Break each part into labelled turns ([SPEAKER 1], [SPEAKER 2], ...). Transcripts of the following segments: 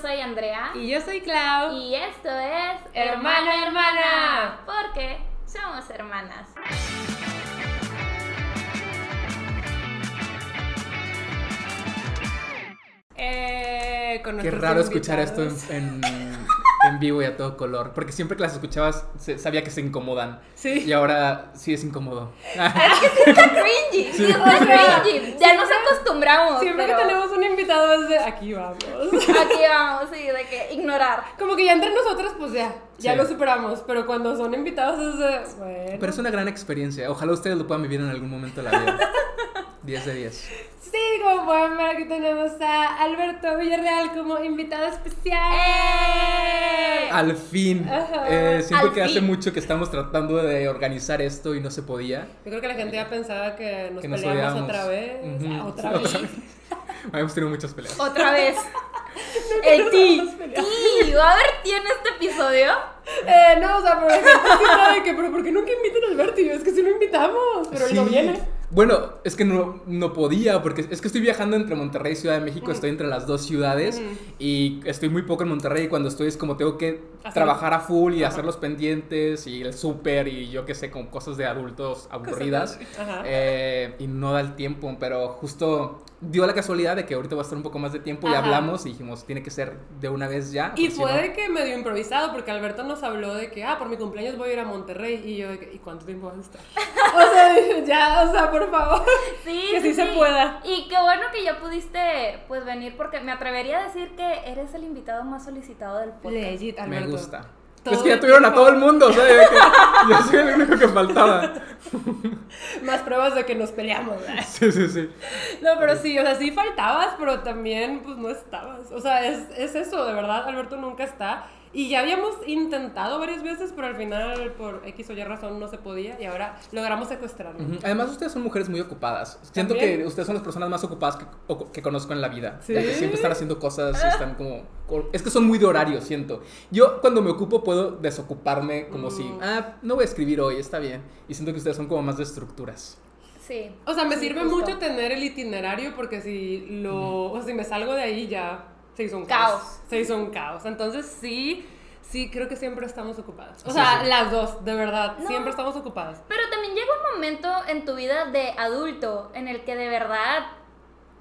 [SPEAKER 1] soy Andrea.
[SPEAKER 2] Y yo soy Clau.
[SPEAKER 1] Y esto es
[SPEAKER 2] Hermano, hermana.
[SPEAKER 1] Porque somos hermanas.
[SPEAKER 2] Eh, con
[SPEAKER 3] Qué
[SPEAKER 2] nuestros
[SPEAKER 3] raro escuchar esto
[SPEAKER 2] invitados.
[SPEAKER 3] en, en, en vivo y a todo color. Porque siempre que las escuchabas se- sabía que se incomodan. Y
[SPEAKER 2] Sí.
[SPEAKER 3] ahora sí es incómodo.
[SPEAKER 1] cringy. Sí, está cringy. Ya nos acostumbramos.
[SPEAKER 2] Siempre
[SPEAKER 1] pero
[SPEAKER 2] que tenemos un invitado es de aquí vamos.
[SPEAKER 1] Aquí vamos, sí, de que ignorar.
[SPEAKER 2] Como que ya entre nosotros, pues ya, ya
[SPEAKER 3] Sí.
[SPEAKER 2] lo superamos. Pero cuando son invitados es de. Bueno.
[SPEAKER 3] Pero es una gran experiencia. Ojalá ustedes lo puedan vivir en algún momento de la vida. 10 de 10.
[SPEAKER 2] Sí, como pueden ver, aquí tenemos a Alberto Villarreal como invitado especial.
[SPEAKER 1] ¡Eh!
[SPEAKER 3] Al fin.
[SPEAKER 2] Ajá.
[SPEAKER 3] Eh, siento
[SPEAKER 1] Al
[SPEAKER 3] que hace
[SPEAKER 1] fin.
[SPEAKER 3] mucho que estamos tratando de organizar esto y no se podía.
[SPEAKER 2] Yo creo que la gente ya pensaba que nos
[SPEAKER 3] Que nos
[SPEAKER 2] peleamos
[SPEAKER 3] odiábamos.
[SPEAKER 2] otra vez.
[SPEAKER 3] Ujú.
[SPEAKER 2] Ah, Otra vez.
[SPEAKER 3] Habíamos tenido muchas peleas.
[SPEAKER 1] Otra vez. El ti.
[SPEAKER 2] nos peleamos.
[SPEAKER 1] Ti. ¿Va a haber ti en este episodio?
[SPEAKER 2] Eh, no, o sea, por ejemplo, sí sabe que, pero ¿por qué nunca invitan a Alberto? Y yo, es que sí lo invitamos, pero él no
[SPEAKER 3] Sí.
[SPEAKER 2] viene.
[SPEAKER 3] Bueno, es que no, no podía, porque es que estoy viajando entre Monterrey y Ciudad de México, estoy entre las dos ciudades
[SPEAKER 2] Ujú.
[SPEAKER 3] y estoy muy poco en Monterrey y cuando estoy es como tengo que
[SPEAKER 2] Hacer-
[SPEAKER 3] trabajar a full y hacer los pendientes y el súper y yo qué sé, con cosas de adultos aburridas.
[SPEAKER 2] Ajá.
[SPEAKER 3] Eh, y no da el tiempo, pero justo dio la casualidad de que ahorita va a estar un poco más de tiempo y
[SPEAKER 2] Ajá.
[SPEAKER 3] hablamos y dijimos, tiene que ser de una vez ya.
[SPEAKER 2] Y
[SPEAKER 3] porque si
[SPEAKER 2] fue
[SPEAKER 3] no-
[SPEAKER 2] de que medio improvisado, porque Alberto nos habló de que, ah, por mi cumpleaños voy a ir a Monterrey. Y yo, de que, ¿y cuánto tiempo vas a estar? o sea, dije, ya, o sea, por favor.
[SPEAKER 1] Sí,
[SPEAKER 2] Que sí se pueda.
[SPEAKER 1] Y qué bueno que ya pudiste pues venir porque me atrevería a decir que eres el invitado más solicitado del podcast.
[SPEAKER 2] Legit,
[SPEAKER 3] Me
[SPEAKER 2] Alberto.
[SPEAKER 3] gusta.
[SPEAKER 2] Todo
[SPEAKER 3] es que ya
[SPEAKER 2] el
[SPEAKER 3] tuvieron a
[SPEAKER 2] tiempo.
[SPEAKER 3] todo el mundo, ¿sabes? De que Yo soy el único que faltaba.
[SPEAKER 2] Más pruebas de que nos peleamos. ¿verdad?
[SPEAKER 3] Sí, sí, sí.
[SPEAKER 2] No, pero sí, o sea, sí faltabas, pero también, pues, no estabas. O sea, es, es eso, de verdad, Alberto nunca está. Y ya habíamos intentado varias veces, pero al final, por X o Y razón, no se podía. Y ahora logramos secuestrarlo.
[SPEAKER 3] Ujú. Además, ustedes son mujeres muy ocupadas. Siento
[SPEAKER 2] También.
[SPEAKER 3] que ustedes son las personas más ocupadas que, o- que conozco en la vida.
[SPEAKER 2] Sí.
[SPEAKER 3] De que siempre están haciendo cosas y están como. Es que son muy de horario, siento. Yo, cuando me ocupo, puedo desocuparme como
[SPEAKER 2] Mm.
[SPEAKER 3] si. Ah, no voy a escribir hoy, está bien. Y siento que ustedes son como más de estructuras.
[SPEAKER 1] Sí.
[SPEAKER 2] O sea, me
[SPEAKER 1] Sí,
[SPEAKER 2] sirve
[SPEAKER 1] justo.
[SPEAKER 2] mucho tener el itinerario porque si lo, o sea, si me salgo de ahí ya se hizo un caos.
[SPEAKER 1] Caos.
[SPEAKER 2] Se hizo un caos. Entonces sí, sí creo que siempre estamos ocupadas. O
[SPEAKER 3] Sí,
[SPEAKER 2] sea,
[SPEAKER 3] sí.
[SPEAKER 2] las dos, de verdad,
[SPEAKER 1] No.
[SPEAKER 2] siempre estamos ocupadas.
[SPEAKER 1] Pero también llega un momento en tu vida de adulto en el que de verdad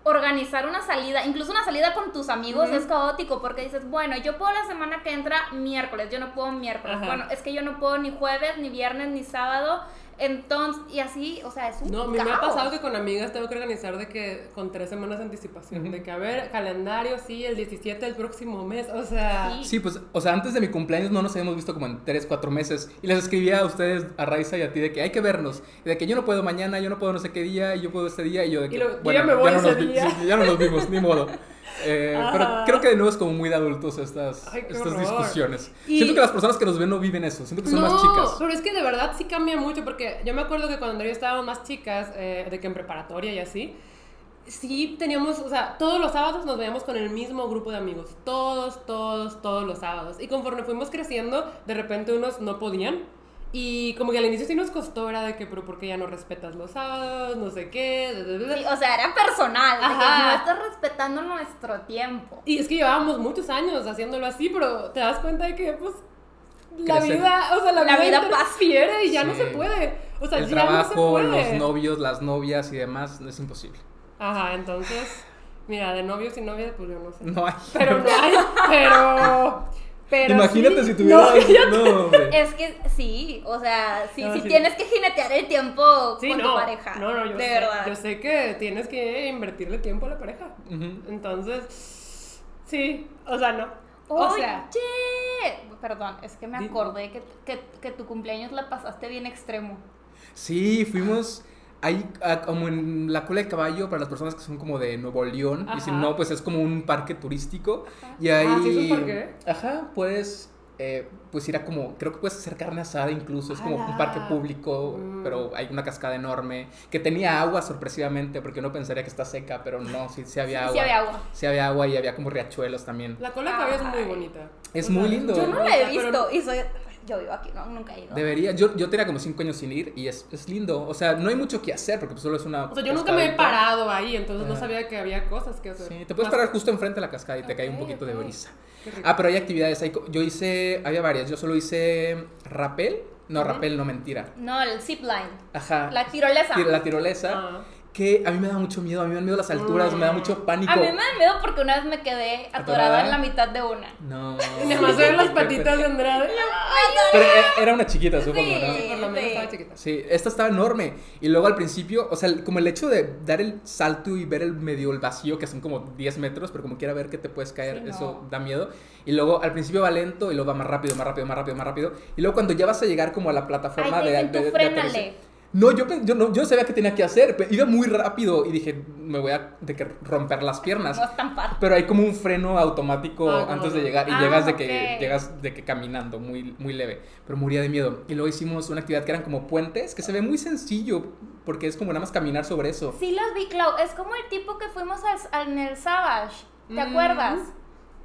[SPEAKER 1] organizar una salida, incluso una salida con tus amigos
[SPEAKER 2] Ujú.
[SPEAKER 1] es caótico porque dices, bueno, yo puedo la semana que entra miércoles, yo no puedo miércoles.
[SPEAKER 2] Ajá.
[SPEAKER 1] Bueno, es que yo no puedo ni jueves, ni viernes, ni sábado. Entonces, y así, o sea, es un
[SPEAKER 2] No, a mí me ha
[SPEAKER 1] caos.
[SPEAKER 2] pasado que con amigas tengo que organizar de que con tres semanas de anticipación, de que a ver, calendario, sí, el 17 del próximo mes, o sea...
[SPEAKER 1] Sí.
[SPEAKER 3] Sí, pues, o sea, antes de mi cumpleaños no nos habíamos visto como en 3, 4 meses. Y les escribía a ustedes, a Raiza y a ti, de que hay que vernos. Y de que yo no puedo mañana, yo no puedo no sé qué día, y yo puedo este día. Y yo de
[SPEAKER 2] Y
[SPEAKER 3] que.
[SPEAKER 2] luego, yo ya me voy
[SPEAKER 3] no
[SPEAKER 2] ese
[SPEAKER 3] nos vi-
[SPEAKER 2] día.
[SPEAKER 3] sí, ya no nos vimos, ni modo. Eh,
[SPEAKER 2] Ajá.
[SPEAKER 3] pero creo que de nuevo es como muy de adultos estas,
[SPEAKER 2] Ay, qué
[SPEAKER 3] estas
[SPEAKER 2] horror.
[SPEAKER 3] discusiones.
[SPEAKER 2] Y-
[SPEAKER 3] Siento que las personas que nos ven no viven eso. Siento que son más chicas.
[SPEAKER 2] pero es que de verdad sí cambia mucho, porque yo me acuerdo que cuando yo estábamos más chicas, eh, de que en preparatoria y así, sí teníamos, o sea, todos los sábados nos veíamos con el mismo grupo de amigos, todos, todos, todos los sábados. Y conforme fuimos creciendo, de repente unos no podían. Y como que al inicio sí nos costó, era de que, pero ¿por qué ya no respetas los sábados? No sé qué. da, da, da, da.
[SPEAKER 1] Sí, o sea, era personal, de que
[SPEAKER 2] Ajá.
[SPEAKER 1] no estás respetando nuestro tiempo.
[SPEAKER 2] Y es que llevábamos muchos años haciéndolo así, pero te das cuenta de que, pues, la
[SPEAKER 3] Crecen.
[SPEAKER 2] vida, o sea, la,
[SPEAKER 1] La
[SPEAKER 2] vida,
[SPEAKER 1] vida
[SPEAKER 2] transfiere y ya no
[SPEAKER 3] Sí.
[SPEAKER 2] se puede. O sea,
[SPEAKER 3] El
[SPEAKER 2] ya
[SPEAKER 3] trabajo,
[SPEAKER 2] no se
[SPEAKER 3] los
[SPEAKER 2] puede.
[SPEAKER 3] novios, las novias y demás, es imposible.
[SPEAKER 2] Ajá, entonces, mira, de novios y novias, pues yo no sé.
[SPEAKER 3] No hay.
[SPEAKER 2] Pero no hay, pero... pero
[SPEAKER 3] Imagínate
[SPEAKER 2] sí.
[SPEAKER 3] si tuvieras.
[SPEAKER 2] No,
[SPEAKER 3] No, hombre.
[SPEAKER 1] Es que sí, o sea, sí,
[SPEAKER 2] No,
[SPEAKER 1] sí
[SPEAKER 2] sí.
[SPEAKER 1] tienes que jinetear el tiempo
[SPEAKER 2] sí,
[SPEAKER 1] con
[SPEAKER 2] no.
[SPEAKER 1] tu pareja.
[SPEAKER 2] No, no, yo
[SPEAKER 1] de
[SPEAKER 2] sé,
[SPEAKER 1] verdad.
[SPEAKER 2] Yo sé que tienes que invertirle tiempo a la pareja.
[SPEAKER 3] Ujú.
[SPEAKER 2] Entonces, sí, o sea, no. O
[SPEAKER 1] Oye,
[SPEAKER 2] sea,
[SPEAKER 1] perdón, es que me
[SPEAKER 2] Di-
[SPEAKER 1] acordé que, que, que tu cumpleaños la pasaste bien extremo.
[SPEAKER 3] Sí, fuimos ahí a- como en la cola de caballo para las personas que son como de Nuevo León. Y si
[SPEAKER 2] Ajá. Ah,
[SPEAKER 3] no, pues es como un parque turístico.
[SPEAKER 1] Ajá.
[SPEAKER 3] Y ahí.
[SPEAKER 2] ¿sí es un parque?
[SPEAKER 3] Ajá, puedes. eh, pues ir a como, creo que puedes hacer carne asada incluso, es como
[SPEAKER 2] ¡Hala!
[SPEAKER 3] un parque público,
[SPEAKER 2] Mm.
[SPEAKER 3] pero hay una cascada enorme, que tenía agua sorpresivamente, porque uno pensaría que está seca, pero no, sí, sí había agua.
[SPEAKER 1] Sí había agua.
[SPEAKER 3] Sí había agua y había como riachuelos también.
[SPEAKER 2] la cola de cabello es muy
[SPEAKER 1] Ay.
[SPEAKER 2] bonita.
[SPEAKER 3] Es
[SPEAKER 2] O sea,
[SPEAKER 3] muy lindo.
[SPEAKER 1] Yo no la he
[SPEAKER 2] Pero-
[SPEAKER 1] visto y soy... Yo vivo aquí, no, nunca he ido.
[SPEAKER 3] Debería, yo, yo tenía como 5 años sin ir y es, es lindo. O sea, no hay mucho que hacer porque pues, solo es una.
[SPEAKER 2] O sea, yo nunca me he
[SPEAKER 3] cascadita.
[SPEAKER 2] parado ahí, entonces no
[SPEAKER 3] Ah.
[SPEAKER 2] sabía que había cosas que hacer.
[SPEAKER 3] Sí, te puedes
[SPEAKER 2] Más-
[SPEAKER 3] parar justo enfrente de la cascada y te cae un
[SPEAKER 1] Ok,
[SPEAKER 3] poquito de
[SPEAKER 1] ok.
[SPEAKER 3] brisa.
[SPEAKER 2] Qué rico.
[SPEAKER 3] Ah, pero hay actividades. hay co- yo hice, había varias. Yo solo hice rapel. No, rapel, no mentira.
[SPEAKER 1] No, el zip line.
[SPEAKER 3] Ajá.
[SPEAKER 1] La tirolesa.
[SPEAKER 3] Ti- la tirolesa.
[SPEAKER 2] Ah.
[SPEAKER 3] Que a mí me da mucho miedo. A mí me da miedo las alturas, me da mucho pánico.
[SPEAKER 1] A mí me da miedo porque una vez me quedé atorada,
[SPEAKER 3] ¿Atorada?
[SPEAKER 1] en la mitad de una.
[SPEAKER 3] No.
[SPEAKER 2] Nada más ver las patitas de Andrade.
[SPEAKER 3] Pero era- era una chiquita, supongo, ¿no?
[SPEAKER 2] Sí, por lo menos estaba chiquita.
[SPEAKER 3] Sí, esta estaba enorme. Y luego al principio, o sea, el- como el hecho de dar el salto y ver el medio el vacío, que son como 10 metros, pero como quiera ver que te puedes caer,
[SPEAKER 1] Sí, no.
[SPEAKER 3] eso da miedo. Y luego al principio va lento y luego va más rápido, más rápido, más rápido, más rápido. Y luego cuando ya vas a llegar como a la
[SPEAKER 1] Ay,
[SPEAKER 3] plataforma
[SPEAKER 1] te
[SPEAKER 3] de,
[SPEAKER 1] dicen,
[SPEAKER 3] de-
[SPEAKER 1] tú
[SPEAKER 3] de aterrizaje-
[SPEAKER 1] frénale.
[SPEAKER 3] No, yo, pen- yo no yo sabía que tenía que hacer, pero iba muy rápido y dije, me voy a de que romper las piernas.
[SPEAKER 1] No estampar.
[SPEAKER 3] Pero hay como un freno automático
[SPEAKER 2] Ah, como
[SPEAKER 3] antes de
[SPEAKER 2] de-
[SPEAKER 3] llegar y
[SPEAKER 1] Ah,
[SPEAKER 3] llegas de que
[SPEAKER 1] ok.
[SPEAKER 3] llegas de que caminando muy muy leve, pero moría de miedo. Y luego hicimos una actividad que eran como puentes, que se ve muy sencillo porque es como nada más caminar sobre eso.
[SPEAKER 1] Sí los vi, Clau. Es como el tipo que fuimos al, al- en el Savage. ¿Te
[SPEAKER 2] Mm.
[SPEAKER 1] acuerdas?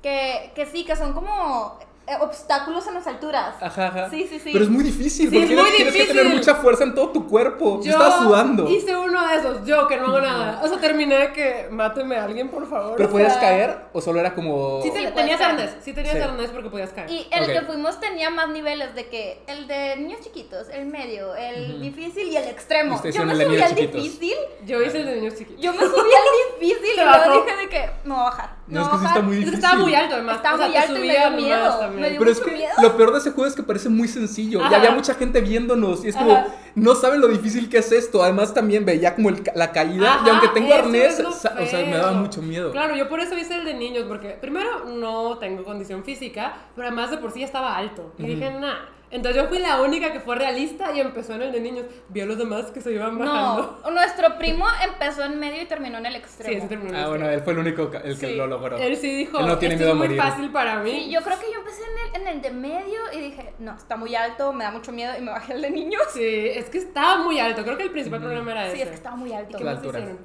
[SPEAKER 1] Que, que sí, que son como eh, obstáculos en las alturas.
[SPEAKER 3] Ajá, ajá.
[SPEAKER 1] Sí, sí, sí.
[SPEAKER 3] Pero es muy difícil,
[SPEAKER 2] Sí,
[SPEAKER 3] porque
[SPEAKER 2] es muy
[SPEAKER 3] tienes, tienes que tener
[SPEAKER 2] difícil.
[SPEAKER 3] mucha fuerza en todo tu cuerpo. Yo estaba sudando.
[SPEAKER 2] Hice uno de esos, yo que no hago nada. O sea, terminé que máteme a alguien, por favor.
[SPEAKER 3] Pero
[SPEAKER 2] O
[SPEAKER 3] podías
[SPEAKER 2] sea,
[SPEAKER 3] caer o solo era como
[SPEAKER 2] Sí, te-
[SPEAKER 1] Sí,
[SPEAKER 2] tenías
[SPEAKER 1] puedes caer.
[SPEAKER 2] arnés, sí tenías
[SPEAKER 3] Sí.
[SPEAKER 2] arnés porque podías caer.
[SPEAKER 1] Y el
[SPEAKER 3] Ok.
[SPEAKER 1] que fuimos tenía más niveles de que el de niños chiquitos, el medio, el
[SPEAKER 3] Ujú.
[SPEAKER 1] difícil y el extremo.
[SPEAKER 3] Ustedes
[SPEAKER 1] Yo
[SPEAKER 3] son
[SPEAKER 1] me
[SPEAKER 3] el de
[SPEAKER 1] subí
[SPEAKER 3] niños
[SPEAKER 1] al
[SPEAKER 3] chiquitos.
[SPEAKER 1] difícil,
[SPEAKER 2] Yo hice el de niños chiquitos.
[SPEAKER 1] yo me subí al difícil y
[SPEAKER 2] Te
[SPEAKER 1] luego
[SPEAKER 2] bajó.
[SPEAKER 1] dije de que no voy a bajar.
[SPEAKER 3] No, es
[SPEAKER 1] voy
[SPEAKER 3] que
[SPEAKER 1] a
[SPEAKER 3] sí
[SPEAKER 1] bajar.
[SPEAKER 3] está muy
[SPEAKER 2] Entonces
[SPEAKER 3] difícil.
[SPEAKER 2] estaba muy alto, además.
[SPEAKER 1] Estaba
[SPEAKER 2] o sea,
[SPEAKER 1] muy
[SPEAKER 2] te
[SPEAKER 1] alto y me
[SPEAKER 2] subía
[SPEAKER 1] dio
[SPEAKER 2] nomás
[SPEAKER 1] miedo,
[SPEAKER 2] también.
[SPEAKER 1] me dio-
[SPEAKER 3] Pero es que
[SPEAKER 1] mucho miedo.
[SPEAKER 3] lo peor de ese juego es que parece muy sencillo.
[SPEAKER 2] Ajá.
[SPEAKER 3] Y había mucha gente viéndonos. Y es como,
[SPEAKER 2] Ajá.
[SPEAKER 3] no saben lo difícil que es esto. Además, también veía como el ca- la caída. y
[SPEAKER 2] Ajá,
[SPEAKER 3] aunque tengo
[SPEAKER 2] eso
[SPEAKER 3] arnés,
[SPEAKER 2] es lo
[SPEAKER 3] sa- o sea, me
[SPEAKER 2] feo.
[SPEAKER 3] daba mucho miedo.
[SPEAKER 2] Claro, yo por eso hice el de niños, porque primero no tengo condición física, pero además de por sí ya estaba alto. Y dije, nah. Entonces yo fui la única que fue realista y empezó en el de niños. Vi a los demás que se iban bajando.
[SPEAKER 1] No, Ah, nuestro primo empezó en medio y terminó en el extremo.
[SPEAKER 2] Sí, ese terminó.
[SPEAKER 3] Ah, bueno, él fue el único ca- el que
[SPEAKER 2] Sí,
[SPEAKER 3] lo logró.
[SPEAKER 2] Él sí dijo,
[SPEAKER 3] Él no tiene
[SPEAKER 2] esto
[SPEAKER 3] miedo a
[SPEAKER 2] es muy
[SPEAKER 3] morir".
[SPEAKER 2] fácil para mí.
[SPEAKER 1] Sí, yo creo que yo empecé en el, en el de medio y dije, no, está muy alto, me da mucho miedo y me bajé al de niños.
[SPEAKER 2] Sí, es que estaba muy alto. Creo que el principal problema era ese.
[SPEAKER 1] Sí, es que estaba muy alto.
[SPEAKER 3] La altura.
[SPEAKER 2] hicieron?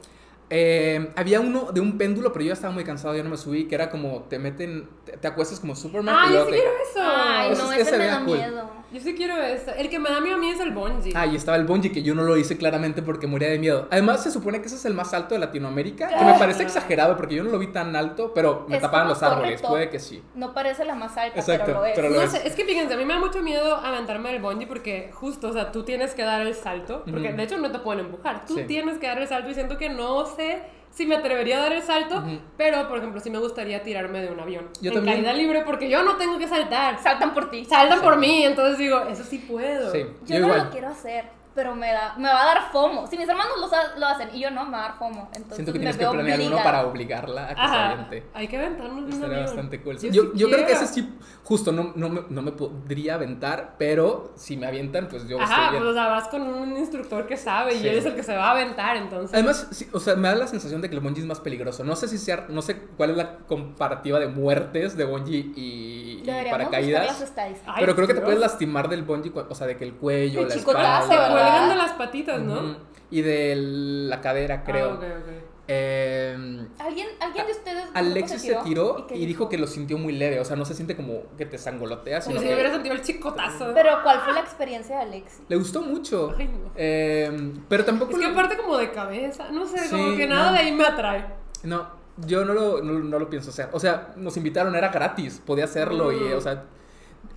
[SPEAKER 3] Eh, había uno de un péndulo, pero yo ya estaba muy cansado, yo no me subí, que era como te meten, te, te acuestas como Superman
[SPEAKER 2] Ah, yo
[SPEAKER 3] y luego
[SPEAKER 2] sí
[SPEAKER 3] te-
[SPEAKER 2] quiero eso.
[SPEAKER 1] Ay,
[SPEAKER 3] Ese-
[SPEAKER 1] no,
[SPEAKER 3] ese
[SPEAKER 1] ese me
[SPEAKER 3] era
[SPEAKER 1] da
[SPEAKER 3] cool.
[SPEAKER 1] miedo.
[SPEAKER 2] Yo sí quiero eso. El que me da miedo a mí es el bungee.
[SPEAKER 3] Ah, y estaba el bungee que yo no lo hice claramente porque moría de miedo. Además, se supone que ese es el más alto de Latinoamérica, que me parece exagerado porque yo no lo vi tan alto, pero me
[SPEAKER 1] Es
[SPEAKER 3] tapaban
[SPEAKER 1] como
[SPEAKER 3] los árboles.
[SPEAKER 1] correcto.
[SPEAKER 3] Puede que sí.
[SPEAKER 1] No parece la más alta,
[SPEAKER 3] Exacto,
[SPEAKER 1] pero lo es.
[SPEAKER 3] pero lo-
[SPEAKER 2] no
[SPEAKER 3] es.
[SPEAKER 2] sé, es que fíjense, a mí me da mucho miedo aventarme del bungee porque justo, o sea, tú tienes que dar el salto, porque
[SPEAKER 3] Ujú.
[SPEAKER 2] de hecho no te pueden empujar, tú
[SPEAKER 3] Sí.
[SPEAKER 2] tienes que dar el salto y siento que no sé si me atrevería a dar el salto,
[SPEAKER 3] Ujú.
[SPEAKER 2] pero por ejemplo sí me gustaría tirarme de un avión.
[SPEAKER 3] Yo
[SPEAKER 2] en
[SPEAKER 3] también.
[SPEAKER 2] caída libre porque yo no tengo que saltar,
[SPEAKER 1] Saltan por ti.
[SPEAKER 2] saltan por mí, entonces digo, eso sí puedo.
[SPEAKER 3] Sí,
[SPEAKER 1] Yo, no lo quiero hacer, pero me da, me va a dar fomo. Si mis hermanos lo, sa- lo hacen y yo no, me va a dar fomo. Entonces
[SPEAKER 3] Siento que
[SPEAKER 1] me
[SPEAKER 3] tienes que
[SPEAKER 1] veo
[SPEAKER 3] planear uno
[SPEAKER 1] obligada.
[SPEAKER 3] para obligarla a que se
[SPEAKER 2] Ajá,
[SPEAKER 3] pues, aviente.
[SPEAKER 2] hay que aventarnos de un
[SPEAKER 3] Estaría
[SPEAKER 2] avión.
[SPEAKER 3] bastante cool. Yo,
[SPEAKER 2] Yo sí
[SPEAKER 3] yo creo que
[SPEAKER 2] quiero.
[SPEAKER 3] ese sí, justo, no, no, me, no me podría aventar, pero si me avientan, pues yo
[SPEAKER 2] Ajá,
[SPEAKER 3] estoy bien.
[SPEAKER 2] pues o sea, vas con un instructor que sabe
[SPEAKER 3] Sí.
[SPEAKER 2] y él es el que se va a aventar, entonces.
[SPEAKER 3] Además, sí, o sea, me da la sensación de que el bungee es más peligroso. No sé si sea, no sé cuál es la comparativa de muertes de bungee y, y
[SPEAKER 1] Deberíamos
[SPEAKER 3] paracaídas.
[SPEAKER 1] buscar las estadísticas.
[SPEAKER 2] Ay,
[SPEAKER 3] pero creo que te
[SPEAKER 2] Dios.
[SPEAKER 3] puedes lastimar del bungee, cua- o sea, de que el cuello,
[SPEAKER 1] El
[SPEAKER 3] la
[SPEAKER 1] chicotazo,
[SPEAKER 2] Se
[SPEAKER 1] ¿verdad?
[SPEAKER 3] espalda.
[SPEAKER 2] cuelgan de las patitas, ¿no?
[SPEAKER 3] Ujú. Y de la cadera, creo.
[SPEAKER 2] Ah, ok, ok.
[SPEAKER 3] Eh,
[SPEAKER 1] ¿Alguien, ¿Alguien de ustedes? del grupo
[SPEAKER 3] Alexis se tiró
[SPEAKER 1] qué
[SPEAKER 3] y dijo que lo sintió muy leve, o sea, no se siente como que te sangolotea,
[SPEAKER 2] Como
[SPEAKER 3] sino
[SPEAKER 2] si
[SPEAKER 3] que
[SPEAKER 2] me hubiera sentido el chicotazo.
[SPEAKER 1] Pero ¿cuál fue la experiencia de Alexis?
[SPEAKER 3] le gustó mucho.
[SPEAKER 2] Ay, no.
[SPEAKER 3] Eh, pero tampoco
[SPEAKER 2] Es que
[SPEAKER 3] lo-
[SPEAKER 2] aparte como de cabeza, no sé,
[SPEAKER 3] Sí,
[SPEAKER 2] como que nada
[SPEAKER 3] no.
[SPEAKER 2] de ahí me atrae.
[SPEAKER 3] no, yo no lo, no, no lo pienso hacer. O sea, nos invitaron, era gratis, podía hacerlo y,
[SPEAKER 2] Mm.
[SPEAKER 3] o sea,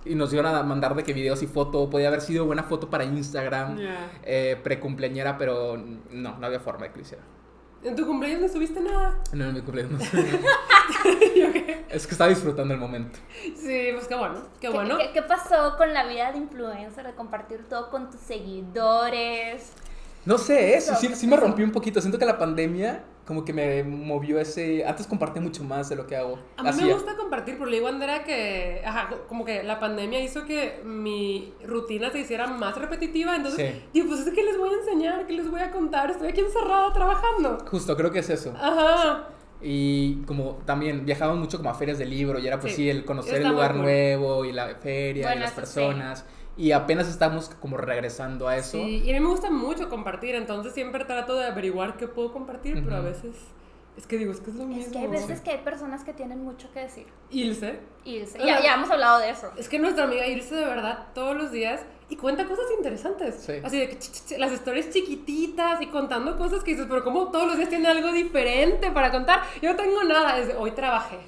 [SPEAKER 3] y nos iban a mandar de qué videos y foto, podía haber sido buena foto para Instagram, eh, precumpleañera, pero no, no había forma de que lo hiciera.
[SPEAKER 2] En tu cumpleaños no subiste nada.
[SPEAKER 3] No, en mi cumpleaños.
[SPEAKER 2] Yo qué.
[SPEAKER 3] es que estaba disfrutando el momento.
[SPEAKER 2] Sí, pues qué bueno, qué bueno.
[SPEAKER 1] ¿Qué, qué pasó con la vida de influencer, de compartir todo con tus seguidores?
[SPEAKER 3] No sé, eso
[SPEAKER 1] No,
[SPEAKER 3] sí, sí me rompió un poquito. Siento que la pandemia como que me movió ese... Antes compartí mucho más de lo que hago.
[SPEAKER 2] A mí me
[SPEAKER 3] Hacía.
[SPEAKER 2] gusta compartir, porque le digo a Andrea que, ajá, como que la pandemia hizo que mi rutina se hiciera más repetitiva, entonces,
[SPEAKER 3] Sí.
[SPEAKER 2] digo, pues es que les voy a enseñar, que les voy a contar, estoy aquí encerrada trabajando.
[SPEAKER 3] Justo, creo que es eso.
[SPEAKER 2] Ajá.
[SPEAKER 3] Y como también viajaba mucho como a ferias de libro y era pues sí,
[SPEAKER 2] Sí.
[SPEAKER 3] el conocer
[SPEAKER 2] Está
[SPEAKER 3] el
[SPEAKER 2] muy
[SPEAKER 3] lugar
[SPEAKER 2] cool.
[SPEAKER 3] nuevo y la feria
[SPEAKER 1] Bueno,
[SPEAKER 3] y las
[SPEAKER 1] eso sí.
[SPEAKER 3] personas. Y apenas estamos como regresando a eso.
[SPEAKER 2] Sí, y a mí me gusta mucho compartir, entonces siempre trato de averiguar qué puedo compartir, pero a
[SPEAKER 3] Ujú.
[SPEAKER 2] veces Es que digo, es que es lo mismo.
[SPEAKER 1] Es que hay veces que hay personas que tienen mucho que decir.
[SPEAKER 2] Ilse.
[SPEAKER 1] Ilse.
[SPEAKER 2] O
[SPEAKER 1] Ya,
[SPEAKER 2] sea-
[SPEAKER 1] ya hemos hablado de eso.
[SPEAKER 2] Es que nuestra amiga Ilse de verdad todos los días y cuenta cosas interesantes.
[SPEAKER 3] Sí.
[SPEAKER 2] Así de que ch- ch- ch- las historias chiquititas y contando cosas que dices, pero como todos los días tiene algo diferente para contar. Yo no tengo nada, desde hoy trabajé.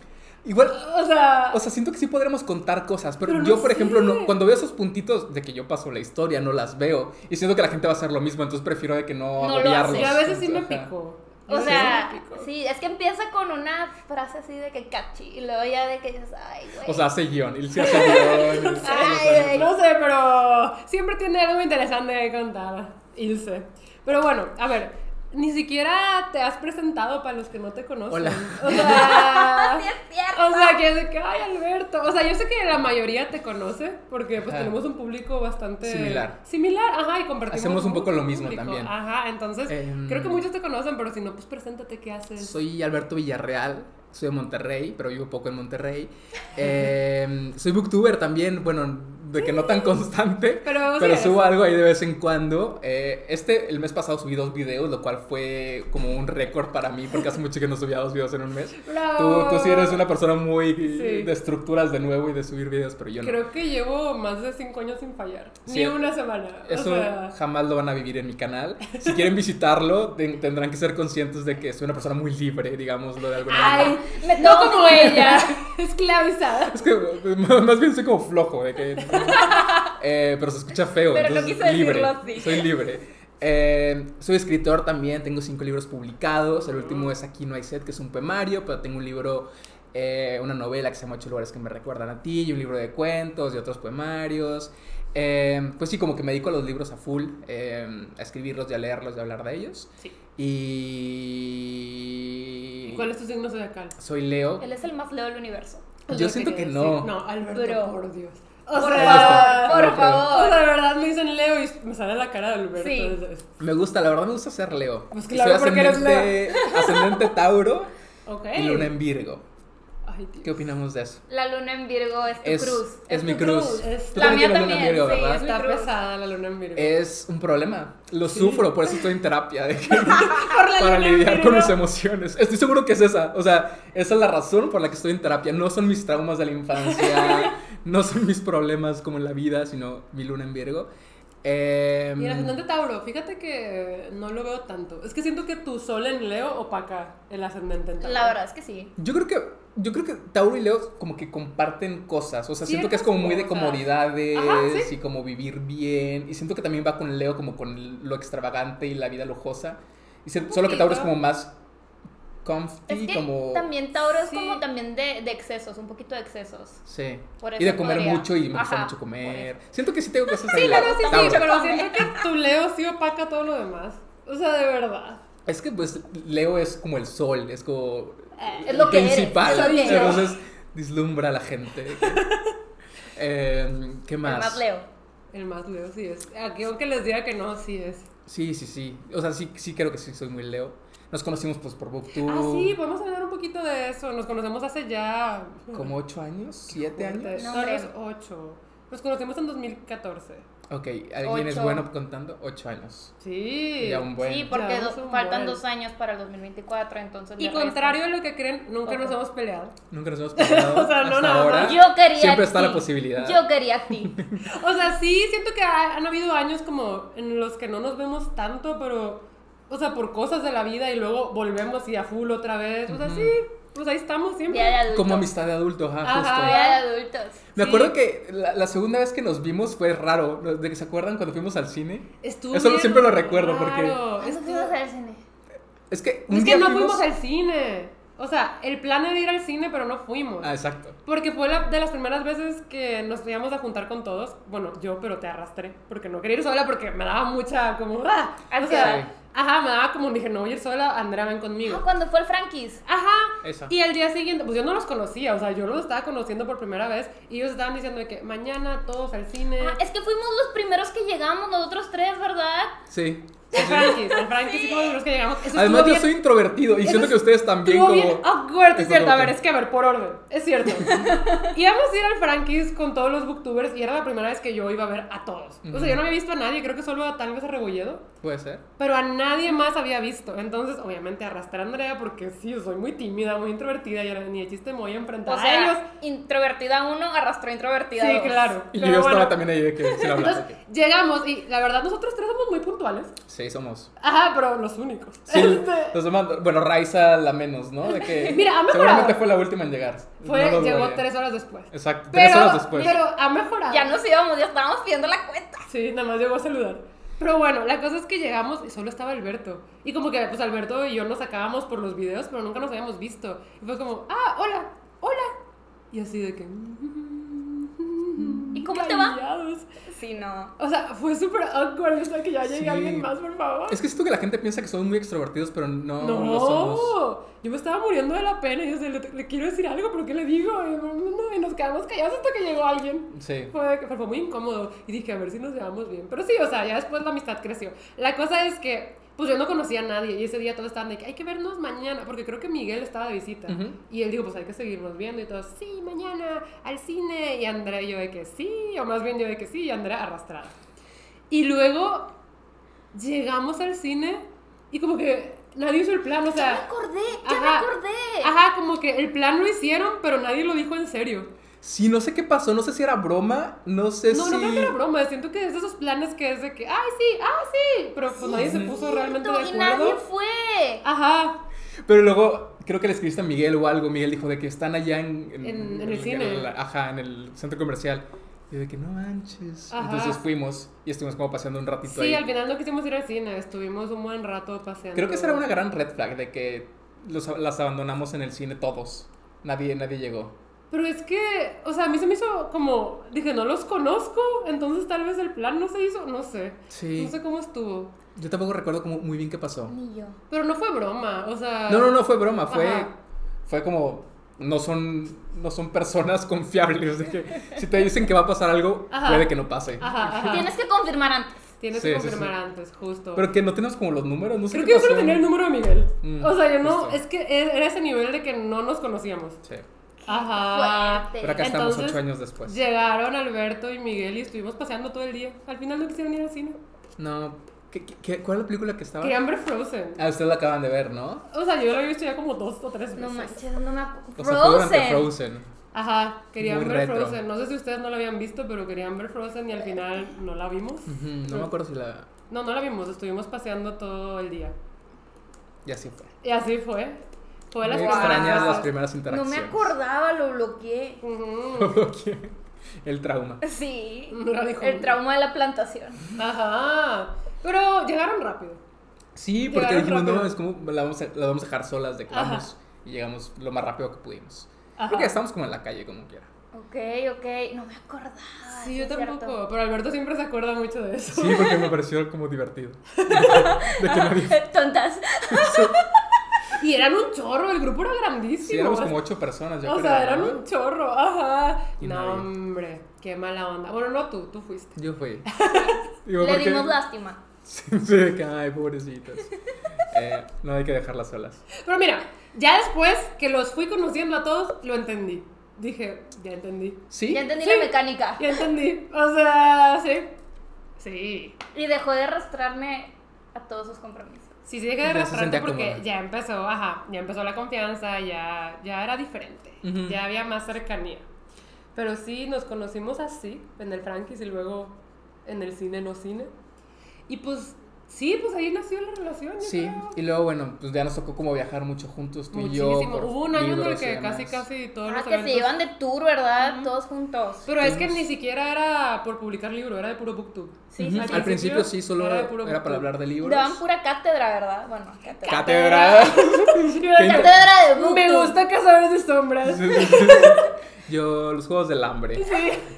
[SPEAKER 3] Igual,
[SPEAKER 2] O sea,
[SPEAKER 3] O sea, siento que sí podremos contar cosas, pero,
[SPEAKER 2] Pero no
[SPEAKER 3] yo, por
[SPEAKER 2] sé.
[SPEAKER 3] ejemplo, no, cuando veo esos puntitos de que yo paso la historia, no las veo. Y siento que la gente va a hacer lo mismo, entonces prefiero de que no,
[SPEAKER 1] No lo
[SPEAKER 3] agobiarlos.
[SPEAKER 1] hace.
[SPEAKER 2] yo a veces sí me
[SPEAKER 3] Ajá.
[SPEAKER 2] pico.
[SPEAKER 1] O
[SPEAKER 2] Yo a
[SPEAKER 1] sea,
[SPEAKER 2] veces me pico.
[SPEAKER 1] sí, es que empieza con una frase así de que catchy y luego ya de que dices, ay, güey.
[SPEAKER 3] O sea, hace guión. Él sí hace guión.
[SPEAKER 1] Ay,
[SPEAKER 2] Eh, No sé, pero siempre tiene algo interesante que contar, Ilse. Pero bueno, a ver, ni siquiera te has presentado para los que no te conocen.
[SPEAKER 3] Hola.
[SPEAKER 2] O sea,
[SPEAKER 1] Sí, es cierto.
[SPEAKER 2] o sea, que es de que, ay, Alberto. O sea, yo sé que la mayoría te conoce porque pues
[SPEAKER 3] Ajá.
[SPEAKER 2] tenemos un público bastante
[SPEAKER 3] Similar.
[SPEAKER 2] Similar, ajá, y compartimos
[SPEAKER 3] Hacemos un poco lo
[SPEAKER 2] mucho
[SPEAKER 3] mismo también.
[SPEAKER 2] Ajá, entonces
[SPEAKER 3] Em.
[SPEAKER 2] creo que muchos te conocen, pero si no, pues preséntate qué haces.
[SPEAKER 3] Soy Alberto Villarreal. Soy de Monterrey, pero vivo poco en Monterrey. Eh, soy booktuber también, bueno, de que no tan constante.
[SPEAKER 2] Pero, o
[SPEAKER 3] Pero
[SPEAKER 2] sea,
[SPEAKER 3] subo algo ahí de vez en cuando. Eh, este, el mes pasado subí dos videos, lo cual fue como un récord para mí, porque hace mucho que no subía dos videos en un mes. Tú,
[SPEAKER 2] bravo.
[SPEAKER 3] tú sí eres una persona muy
[SPEAKER 2] Sí.
[SPEAKER 3] de estructuras de nuevo y de subir videos, pero yo no.
[SPEAKER 2] Creo que llevo más de cinco años sin fallar.
[SPEAKER 3] Sí,
[SPEAKER 2] Ni una semana. o
[SPEAKER 3] Eso
[SPEAKER 2] sea.
[SPEAKER 3] jamás lo van a vivir en mi canal. Si quieren visitarlo, ten- tendrán que ser conscientes de que soy una persona muy libre, digámoslo de alguna manera.
[SPEAKER 2] Ay,
[SPEAKER 1] Me
[SPEAKER 2] no
[SPEAKER 1] tomo-
[SPEAKER 2] como ella, esclavizada.
[SPEAKER 3] Es que eh, más bien soy como flojo, de que... eh, pero se escucha feo.
[SPEAKER 1] Pero no
[SPEAKER 3] entonces,
[SPEAKER 1] quise
[SPEAKER 3] libre.
[SPEAKER 1] decirlo así.
[SPEAKER 3] Soy libre. Eh, soy escritor también, tengo cinco libros publicados. El último es Aquí no hay set, que es un poemario, pero tengo un libro, eh, una novela que se llama Ocho lugares que me recuerdan a ti, y un libro de cuentos y otros poemarios. Eh, pues sí, como que me dedico a los libros a full, eh, a escribirlos y a leerlos y a hablar de ellos.
[SPEAKER 2] Sí.
[SPEAKER 3] Y...
[SPEAKER 2] ¿Cuál es tu signo zodiacal?
[SPEAKER 3] Soy Leo.
[SPEAKER 1] Él es el más leo del universo.
[SPEAKER 2] Es
[SPEAKER 3] Yo
[SPEAKER 2] lo
[SPEAKER 3] siento que
[SPEAKER 2] quería
[SPEAKER 3] no.
[SPEAKER 2] decir. No, Alberto,
[SPEAKER 1] Pero-
[SPEAKER 2] por Dios. O
[SPEAKER 1] Por
[SPEAKER 2] sea,
[SPEAKER 1] favor, por
[SPEAKER 3] no creo.
[SPEAKER 2] o sea,
[SPEAKER 1] favor.
[SPEAKER 2] de verdad me dicen Leo y me sale la cara de Alberto.
[SPEAKER 1] Sí.
[SPEAKER 2] entonces,
[SPEAKER 3] Me gusta, la verdad me gusta ser Leo.
[SPEAKER 2] Pues claro, porque eres
[SPEAKER 3] ascendente Tauro
[SPEAKER 2] Ok.
[SPEAKER 3] y luna en Virgo.
[SPEAKER 2] Ay,
[SPEAKER 3] ¿Qué
[SPEAKER 2] tío.
[SPEAKER 3] opinamos de eso?
[SPEAKER 1] La luna en Virgo es tu
[SPEAKER 3] Es,
[SPEAKER 1] cruz.
[SPEAKER 3] es mi
[SPEAKER 2] tu
[SPEAKER 3] cruz.
[SPEAKER 2] cruz, es-
[SPEAKER 3] Tú
[SPEAKER 1] La mía
[SPEAKER 3] tienes luna en
[SPEAKER 1] también,
[SPEAKER 3] Virgo,
[SPEAKER 1] sí,
[SPEAKER 3] ¿verdad?
[SPEAKER 1] es mi
[SPEAKER 2] Está
[SPEAKER 1] cruz.
[SPEAKER 2] pesada la luna en Virgo.
[SPEAKER 3] Es un problema. Lo sufro, por eso estoy en terapia. de que-
[SPEAKER 2] Ah, por la
[SPEAKER 3] para
[SPEAKER 2] luna en
[SPEAKER 3] lidiar
[SPEAKER 2] Virgo.
[SPEAKER 3] con mis emociones. Estoy seguro que es esa. O sea, esa es la razón por la que estoy en terapia. No son mis traumas de la infancia, no son mis problemas como en la vida, sino mi luna en Virgo. Em,
[SPEAKER 2] Y el ascendente Tauro, fíjate que no lo veo tanto. Es que siento que tu sol en Leo opaca el ascendente en Tauro.
[SPEAKER 1] La verdad es que sí.
[SPEAKER 3] Yo creo que yo creo que Tauro y Leo como que comparten cosas, o sea, siento que es
[SPEAKER 2] Ciertas
[SPEAKER 3] como muy de
[SPEAKER 2] cosas.
[SPEAKER 3] comodidades
[SPEAKER 2] Ajá, sí.
[SPEAKER 3] y como vivir bien y siento que también va con Leo como con lo extravagante y la vida lujosa. Y se- solo que Tauro es
[SPEAKER 2] poquito.
[SPEAKER 3] como más comfy,
[SPEAKER 1] Es que
[SPEAKER 3] como
[SPEAKER 1] también Tauro es
[SPEAKER 2] Sí.
[SPEAKER 1] como también de, de excesos, un poquito de excesos.
[SPEAKER 3] sí.
[SPEAKER 1] Por
[SPEAKER 3] y de
[SPEAKER 1] eso
[SPEAKER 3] comer
[SPEAKER 1] podría.
[SPEAKER 3] mucho y me gusta
[SPEAKER 1] Ajá,
[SPEAKER 3] mucho
[SPEAKER 1] por
[SPEAKER 3] comer. Siento que sí tengo cosas
[SPEAKER 2] Sí,
[SPEAKER 3] en
[SPEAKER 2] la
[SPEAKER 3] la-
[SPEAKER 2] verdad sí,
[SPEAKER 3] Tauro.
[SPEAKER 2] sí, pero siento que tu Leo sí opaca todo lo demás. O sea, de verdad.
[SPEAKER 3] Es que pues Leo es como el sol, es como Eh,
[SPEAKER 1] es lo que eres,
[SPEAKER 3] principal,
[SPEAKER 1] es lo que eres.
[SPEAKER 3] entonces deslumbra a la gente. Em, ¿Qué
[SPEAKER 1] El más leo.
[SPEAKER 2] El más Leo sí es. Aquí aunque les diga que no, sí es.
[SPEAKER 3] Sí, sí, sí. O sea, sí, sí creo que sí soy muy Leo. Nos conocimos pues por BookTube.
[SPEAKER 2] Ah, sí, podemos hablar un poquito de eso. Nos conocemos hace ya.
[SPEAKER 3] Como ocho años, siete años.
[SPEAKER 1] No,
[SPEAKER 2] No,
[SPEAKER 1] hombre.
[SPEAKER 2] los ocho. Nos conocimos en 2014.
[SPEAKER 3] Ok, ¿alguien es
[SPEAKER 1] Ocho.
[SPEAKER 3] bueno contando? Ocho años.
[SPEAKER 2] Sí.
[SPEAKER 3] Ya un buen.
[SPEAKER 1] sí, porque
[SPEAKER 2] Ya,
[SPEAKER 1] do-
[SPEAKER 2] es un
[SPEAKER 1] faltan
[SPEAKER 2] buen.
[SPEAKER 1] dos años para el 2024, entonces.
[SPEAKER 2] Y
[SPEAKER 1] le resta.
[SPEAKER 2] contrario a lo que creen, nunca
[SPEAKER 1] Ojo.
[SPEAKER 2] nos hemos peleado.
[SPEAKER 3] Nunca nos hemos peleado
[SPEAKER 2] O sea, no,
[SPEAKER 3] hasta
[SPEAKER 2] nada
[SPEAKER 3] ahora.
[SPEAKER 2] más.
[SPEAKER 1] Yo quería.
[SPEAKER 3] Siempre
[SPEAKER 1] a
[SPEAKER 3] está la
[SPEAKER 1] ti.
[SPEAKER 3] posibilidad.
[SPEAKER 1] Yo quería a ti.
[SPEAKER 2] O sea, sí, siento que ha- han habido años como en los que no nos vemos tanto, pero, o sea, por cosas de la vida y luego volvemos y a full otra vez. O sea,
[SPEAKER 3] Ujú.
[SPEAKER 2] sí, pues ahí estamos siempre.
[SPEAKER 1] Día de adultos.
[SPEAKER 3] Como amistad de adulto, ajá,
[SPEAKER 2] Ajá.
[SPEAKER 3] justo.
[SPEAKER 1] Día de adultos.
[SPEAKER 3] Me
[SPEAKER 2] Sí.
[SPEAKER 3] acuerdo que la, la segunda vez que nos vimos fue raro. ¿no? ¿De que se acuerdan cuando fuimos al cine?
[SPEAKER 2] Estuvo
[SPEAKER 3] Eso
[SPEAKER 2] bien
[SPEAKER 3] siempre lo recuerdo, porque-
[SPEAKER 2] raro.
[SPEAKER 1] ¿Cuándo
[SPEAKER 2] Estuvo-
[SPEAKER 1] fuimos al cine?
[SPEAKER 3] Es que un
[SPEAKER 2] Es que
[SPEAKER 3] día
[SPEAKER 2] no fuimos al cine. O sea, el plan era ir al cine, pero no fuimos.
[SPEAKER 3] Ah, exacto.
[SPEAKER 2] Porque fue la- de las primeras veces que nos íbamos a juntar con todos. Bueno, yo, pero te arrastré. Porque no quería ir sola, porque me daba mucha como... ¡ah! O
[SPEAKER 1] Ansiedad.
[SPEAKER 2] sea, ajá, me daba como... Dije, no voy a ir sola, Andrea, ven conmigo.
[SPEAKER 1] Ah, cuando fue el Frankie's.
[SPEAKER 2] Ajá.
[SPEAKER 3] Esa.
[SPEAKER 2] Y al día siguiente, pues yo no los conocía, o sea, yo los estaba conociendo por primera vez y ellos estaban diciendo de que mañana todos al cine.
[SPEAKER 1] Ah, es que fuimos los primeros que llegamos, nosotros tres, ¿verdad?
[SPEAKER 3] Sí.
[SPEAKER 2] El Frankis, el Frankis, sí. como los que llegamos. Eso
[SPEAKER 3] Además,
[SPEAKER 2] estuvo
[SPEAKER 3] yo soy introvertido y
[SPEAKER 2] eso
[SPEAKER 3] siento que ustedes también
[SPEAKER 2] Estuvo
[SPEAKER 3] como...
[SPEAKER 2] bien awkward, es
[SPEAKER 3] Eso
[SPEAKER 2] cierto.
[SPEAKER 3] no
[SPEAKER 2] A ver,
[SPEAKER 3] creo.
[SPEAKER 2] es que a ver, por orden. Es cierto. Íbamos a ir al Frankie's con todos los booktubers y era la primera vez que yo iba a ver a todos. O
[SPEAKER 3] Ujú.
[SPEAKER 2] sea, yo no había visto a nadie, creo que solo a tal vez a Rebolledo,
[SPEAKER 3] Puede ser.
[SPEAKER 2] pero a nadie más había visto. Entonces, obviamente, arrastré a Andrea porque sí, yo soy muy tímida, muy introvertida y era- ni de chiste me voy a enfrentar
[SPEAKER 1] O
[SPEAKER 2] a ellos.
[SPEAKER 1] sea, introvertida uno arrastró introvertida
[SPEAKER 2] Sí,
[SPEAKER 1] dos.
[SPEAKER 2] claro.
[SPEAKER 3] Y
[SPEAKER 2] Pero
[SPEAKER 3] yo
[SPEAKER 2] bueno,
[SPEAKER 3] estaba también ahí de que se lo hablaba.
[SPEAKER 2] Entonces, llegamos y la verdad, nosotros tres somos muy puntuales.
[SPEAKER 3] Sí, somos.
[SPEAKER 2] Ajá, pero los únicos.
[SPEAKER 3] Sí,
[SPEAKER 2] Este,
[SPEAKER 3] los demás, bueno, Raiza la menos, ¿no? De que
[SPEAKER 2] Mira, ha mejorado.
[SPEAKER 3] seguramente fue la última en llegar.
[SPEAKER 2] fue,
[SPEAKER 3] No lo
[SPEAKER 2] llegó
[SPEAKER 3] dudaría.
[SPEAKER 2] tres horas después.
[SPEAKER 3] Exacto,
[SPEAKER 2] Pero,
[SPEAKER 3] tres horas después.
[SPEAKER 2] pero ha mejorado.
[SPEAKER 1] Ya nos íbamos, ya estábamos pidiendo la cuenta.
[SPEAKER 2] Sí, nada más llegó a saludar. Pero bueno, la cosa es que llegamos y solo estaba Alberto. Y como que, pues Alberto y yo nos sacábamos por los videos, pero nunca nos habíamos visto. Y fue como, ah, hola, hola. Y así de que.
[SPEAKER 1] ¿Y cómo te va?
[SPEAKER 2] callados.
[SPEAKER 1] Sí, no.
[SPEAKER 2] O sea, fue súper awkward hasta que ya llegue
[SPEAKER 3] Sí.
[SPEAKER 2] alguien más, por favor.
[SPEAKER 3] Es que siento que la gente piensa que somos muy extrovertidos, pero no,
[SPEAKER 2] No,
[SPEAKER 3] lo somos.
[SPEAKER 2] yo me estaba muriendo de la pena. Y yo decía, le, le quiero decir algo, pero ¿qué le digo? Y, no, y nos quedamos callados hasta que llegó alguien.
[SPEAKER 3] Sí.
[SPEAKER 2] Fue, pero fue muy incómodo y dije, a ver si nos llevamos bien. Pero sí, o sea, ya después la amistad creció. La cosa es que, pues yo no conocía a nadie y ese día todos estaban de que hay que vernos mañana, porque creo que Miguel estaba de visita.
[SPEAKER 3] Ujú.
[SPEAKER 2] Y él dijo, pues hay que seguirnos viendo y todos, sí, mañana al cine. Y Andrea y yo de que sí, o más bien yo de que sí, y Andrea arrastrada. Y luego llegamos al cine y como que nadie hizo el plan, o
[SPEAKER 1] Ya me
[SPEAKER 2] sea...
[SPEAKER 1] acordé, ya
[SPEAKER 2] ajá, Ah,
[SPEAKER 1] me acordé.
[SPEAKER 2] Ajá, como que el plan lo hicieron, pero nadie lo dijo en serio.
[SPEAKER 3] Sí, no sé qué pasó, no sé si era broma, no sé
[SPEAKER 2] No,
[SPEAKER 3] si...
[SPEAKER 2] no creo que era broma. Siento que es de esos planes que es de que, ay, sí, ah, sí. Pero pues nadie se puso realmente de
[SPEAKER 1] Cierto,
[SPEAKER 2] acuerdo.
[SPEAKER 1] y nadie fue.
[SPEAKER 2] Ajá.
[SPEAKER 3] Pero luego creo que le escribiste a Miguel o algo. Miguel dijo de que están allá en,
[SPEAKER 2] En- en el cine.
[SPEAKER 3] la- ajá, en el centro comercial. Y yo de que no manches.
[SPEAKER 2] Ajá.
[SPEAKER 3] Entonces fuimos y estuvimos como paseando un ratito
[SPEAKER 2] Sí,
[SPEAKER 3] ahí.
[SPEAKER 2] al final no quisimos ir al cine. Estuvimos un buen rato paseando.
[SPEAKER 3] Creo que esa era una gran red flag de que los- las abandonamos en el cine todos. Nadie, nadie llegó.
[SPEAKER 2] Pero es que, o sea, a mí se me hizo como, dije, no los conozco. Entonces tal vez el plan no se hizo. No sé.
[SPEAKER 3] Sí.
[SPEAKER 2] No sé cómo estuvo.
[SPEAKER 3] Yo tampoco recuerdo como muy bien qué
[SPEAKER 2] Ah.
[SPEAKER 3] pasó.
[SPEAKER 1] Ni yo.
[SPEAKER 2] Pero no fue broma. O sea.
[SPEAKER 3] No, no, no fue broma, fue,
[SPEAKER 2] Ajá.
[SPEAKER 3] fue como no son, no son personas confiables. De que si te dicen que va a pasar algo,
[SPEAKER 2] Ajá.
[SPEAKER 3] puede que no pase.
[SPEAKER 2] Ajá, ajá.
[SPEAKER 1] Tienes que confirmar antes.
[SPEAKER 2] Tienes
[SPEAKER 3] Sí,
[SPEAKER 2] que
[SPEAKER 3] sí, sí.
[SPEAKER 2] confirmar antes, justo.
[SPEAKER 3] Pero que no tenemos como los números, no sé
[SPEAKER 2] Creo
[SPEAKER 3] qué
[SPEAKER 2] que yo solo
[SPEAKER 3] pasó.
[SPEAKER 2] tenía el número de Miguel.
[SPEAKER 3] Mm,
[SPEAKER 2] o sea, yo no,
[SPEAKER 3] justo.
[SPEAKER 2] es que e, era ese nivel de que no nos conocíamos.
[SPEAKER 3] Sí.
[SPEAKER 2] Ajá.
[SPEAKER 1] Fuerte.
[SPEAKER 3] Pero acá estamos
[SPEAKER 2] Entonces,
[SPEAKER 3] ocho años después.
[SPEAKER 2] Llegaron Alberto y Miguel y estuvimos paseando todo el día. Al final no quisieron ir al cine.
[SPEAKER 3] No, ¿qué, qué- qué- cuál es la película que estaba?
[SPEAKER 2] Querían ver Frozen.
[SPEAKER 3] Ah, ustedes la acaban de ver, ¿no?
[SPEAKER 2] O sea, yo lo había visto ya como dos o tres veces.
[SPEAKER 1] No manches, no me acuerdo.
[SPEAKER 3] O sea, fue durante
[SPEAKER 1] Frozen.
[SPEAKER 3] Frozen.
[SPEAKER 2] Ajá, querían
[SPEAKER 3] Muy
[SPEAKER 2] ver
[SPEAKER 3] retro.
[SPEAKER 2] Frozen. No sé si ustedes no la habían visto, pero querían ver Frozen y al final no la vimos.
[SPEAKER 3] Ujú, No me acuerdo si la...
[SPEAKER 2] No, no la vimos. Estuvimos paseando todo el día.
[SPEAKER 3] Ya sí fue.
[SPEAKER 2] Y así fue. Fue
[SPEAKER 3] Muy
[SPEAKER 2] las primeras
[SPEAKER 3] extrañas
[SPEAKER 2] veces.
[SPEAKER 3] las primeras
[SPEAKER 1] No
[SPEAKER 3] interacciones.
[SPEAKER 1] me acordaba, lo bloqueé.
[SPEAKER 2] Ujú.
[SPEAKER 3] El trauma.
[SPEAKER 1] Sí.
[SPEAKER 2] No lo dijo.
[SPEAKER 1] El trauma de la plantación.
[SPEAKER 2] Ajá. Pero llegaron rápido.
[SPEAKER 3] Sí, porque
[SPEAKER 2] Llegaron
[SPEAKER 3] dijimos,
[SPEAKER 2] rápido.
[SPEAKER 3] no, es como la vamos, a, la vamos a dejar solas de que
[SPEAKER 2] Ajá.
[SPEAKER 3] vamos. Y llegamos lo más rápido que pudimos.
[SPEAKER 2] Ajá.
[SPEAKER 3] Creo que estamos como en la calle, como quiera.
[SPEAKER 1] Ok, ok. No me acordaba.
[SPEAKER 2] Sí, yo
[SPEAKER 1] es cierto.
[SPEAKER 2] tampoco. Pero Alberto siempre se acuerda mucho de eso.
[SPEAKER 3] Sí, porque me pareció como divertido. De que nadie...
[SPEAKER 1] Tontas.
[SPEAKER 2] Y eran un chorro, el grupo era grandísimo.
[SPEAKER 3] Sí, éramos como ocho personas, yo
[SPEAKER 2] o
[SPEAKER 3] creo,
[SPEAKER 2] sea, eran
[SPEAKER 3] ¿no?
[SPEAKER 2] un chorro, ajá.
[SPEAKER 3] Y
[SPEAKER 2] no,
[SPEAKER 3] nadie.
[SPEAKER 2] hombre, qué mala onda. Bueno, no tú, tú fuiste.
[SPEAKER 3] Yo fui. Digo,
[SPEAKER 1] Le
[SPEAKER 3] porque-
[SPEAKER 1] dimos lástima.
[SPEAKER 3] Sí, sí, de que, ay, pobrecitas. Eh, no hay que dejarlas solas.
[SPEAKER 2] Pero mira, ya después que los fui conociendo a todos, lo entendí. Dije, ya entendí.
[SPEAKER 3] ¿Sí?
[SPEAKER 1] Ya entendí
[SPEAKER 2] Sí.
[SPEAKER 1] la mecánica.
[SPEAKER 2] Ya entendí. O sea, sí. Sí.
[SPEAKER 1] Y dejó de arrastrarme a todos sus compromisos.
[SPEAKER 2] Sí, sí, dejé
[SPEAKER 3] Ya
[SPEAKER 2] de
[SPEAKER 3] se
[SPEAKER 2] arrastrarte
[SPEAKER 3] sentía
[SPEAKER 2] porque
[SPEAKER 3] cómoda.
[SPEAKER 2] ya empezó, ajá, ya empezó la confianza, ya, ya era diferente,
[SPEAKER 3] Ujú.
[SPEAKER 2] ya había más cercanía. Pero sí, nos conocimos así, en el Frankis y luego en el cine, no cine. Y pues, sí, pues ahí nació la relación. yo
[SPEAKER 3] Sí,
[SPEAKER 2] creo.
[SPEAKER 3] y luego, bueno, pues ya nos tocó como viajar mucho juntos, tú y yo.
[SPEAKER 2] Muchísimo.
[SPEAKER 3] por
[SPEAKER 2] Hubo un año en el
[SPEAKER 3] libros y
[SPEAKER 2] que
[SPEAKER 3] demás.
[SPEAKER 2] casi, casi todos
[SPEAKER 1] Ah,
[SPEAKER 2] los
[SPEAKER 1] que se
[SPEAKER 2] eventos-
[SPEAKER 1] iban de tour, ¿verdad? Todos juntos.
[SPEAKER 2] Pero es que
[SPEAKER 3] Tuvimos-
[SPEAKER 2] ni siquiera era por publicar libro, era de puro booktube.
[SPEAKER 1] Sí,
[SPEAKER 3] Ujú,
[SPEAKER 1] sí, sí.
[SPEAKER 3] Al principio sí, solo
[SPEAKER 2] era de
[SPEAKER 3] era,
[SPEAKER 2] puro
[SPEAKER 3] para
[SPEAKER 2] booktube.
[SPEAKER 3] hablar de libros.
[SPEAKER 1] Daban pura cátedra, ¿verdad? Bueno, cátedra.
[SPEAKER 3] Cátedra.
[SPEAKER 1] Cátedra de booktube.
[SPEAKER 2] Me gusta Cazadores de Sombras.
[SPEAKER 3] Sí, sí, sí. yo, los juegos del hambre.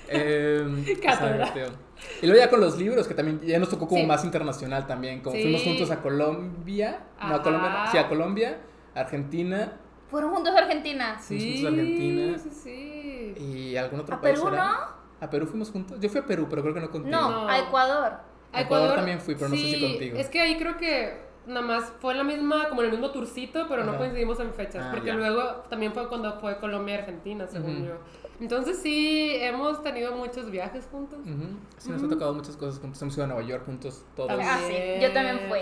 [SPEAKER 3] Em, pues,
[SPEAKER 2] Cátedra.
[SPEAKER 3] a ver, tío. Y luego ya con los libros, que también ya nos tocó como
[SPEAKER 2] Sí.
[SPEAKER 3] más internacional también. Como
[SPEAKER 2] Sí.
[SPEAKER 3] fuimos juntos a Colombia. No, a
[SPEAKER 2] Ajá.
[SPEAKER 3] Colombia. no, Sí, a Colombia, Argentina
[SPEAKER 1] Fueron juntos a Argentina.
[SPEAKER 3] Fuimos juntos a Argentina.
[SPEAKER 2] sí, sí.
[SPEAKER 3] y algún otro
[SPEAKER 1] ¿A
[SPEAKER 3] país.
[SPEAKER 1] Perú
[SPEAKER 3] era. ¿A Perú fuimos juntos? Yo fui a Perú, pero creo que no contigo.
[SPEAKER 1] No,
[SPEAKER 2] No.
[SPEAKER 1] a Ecuador.
[SPEAKER 2] A A
[SPEAKER 3] Ecuador también fui, pero no sé si
[SPEAKER 2] sí,
[SPEAKER 3] contigo.
[SPEAKER 2] Es que ahí creo que nada más fue en la misma, como en el mismo turcito, pero
[SPEAKER 3] Ajá.
[SPEAKER 2] no coincidimos en fechas,
[SPEAKER 3] Ah,
[SPEAKER 2] porque
[SPEAKER 3] ya.
[SPEAKER 2] luego también fue cuando fue Colombia y Argentina, según
[SPEAKER 3] Ujú.
[SPEAKER 2] yo. Entonces sí, hemos tenido muchos viajes juntos.
[SPEAKER 3] Ujú. Sí, nos ha tocado muchas cosas. Como pues, hemos ido a Nueva York juntos todos.
[SPEAKER 2] También.
[SPEAKER 1] Ah, sí, yo también fui.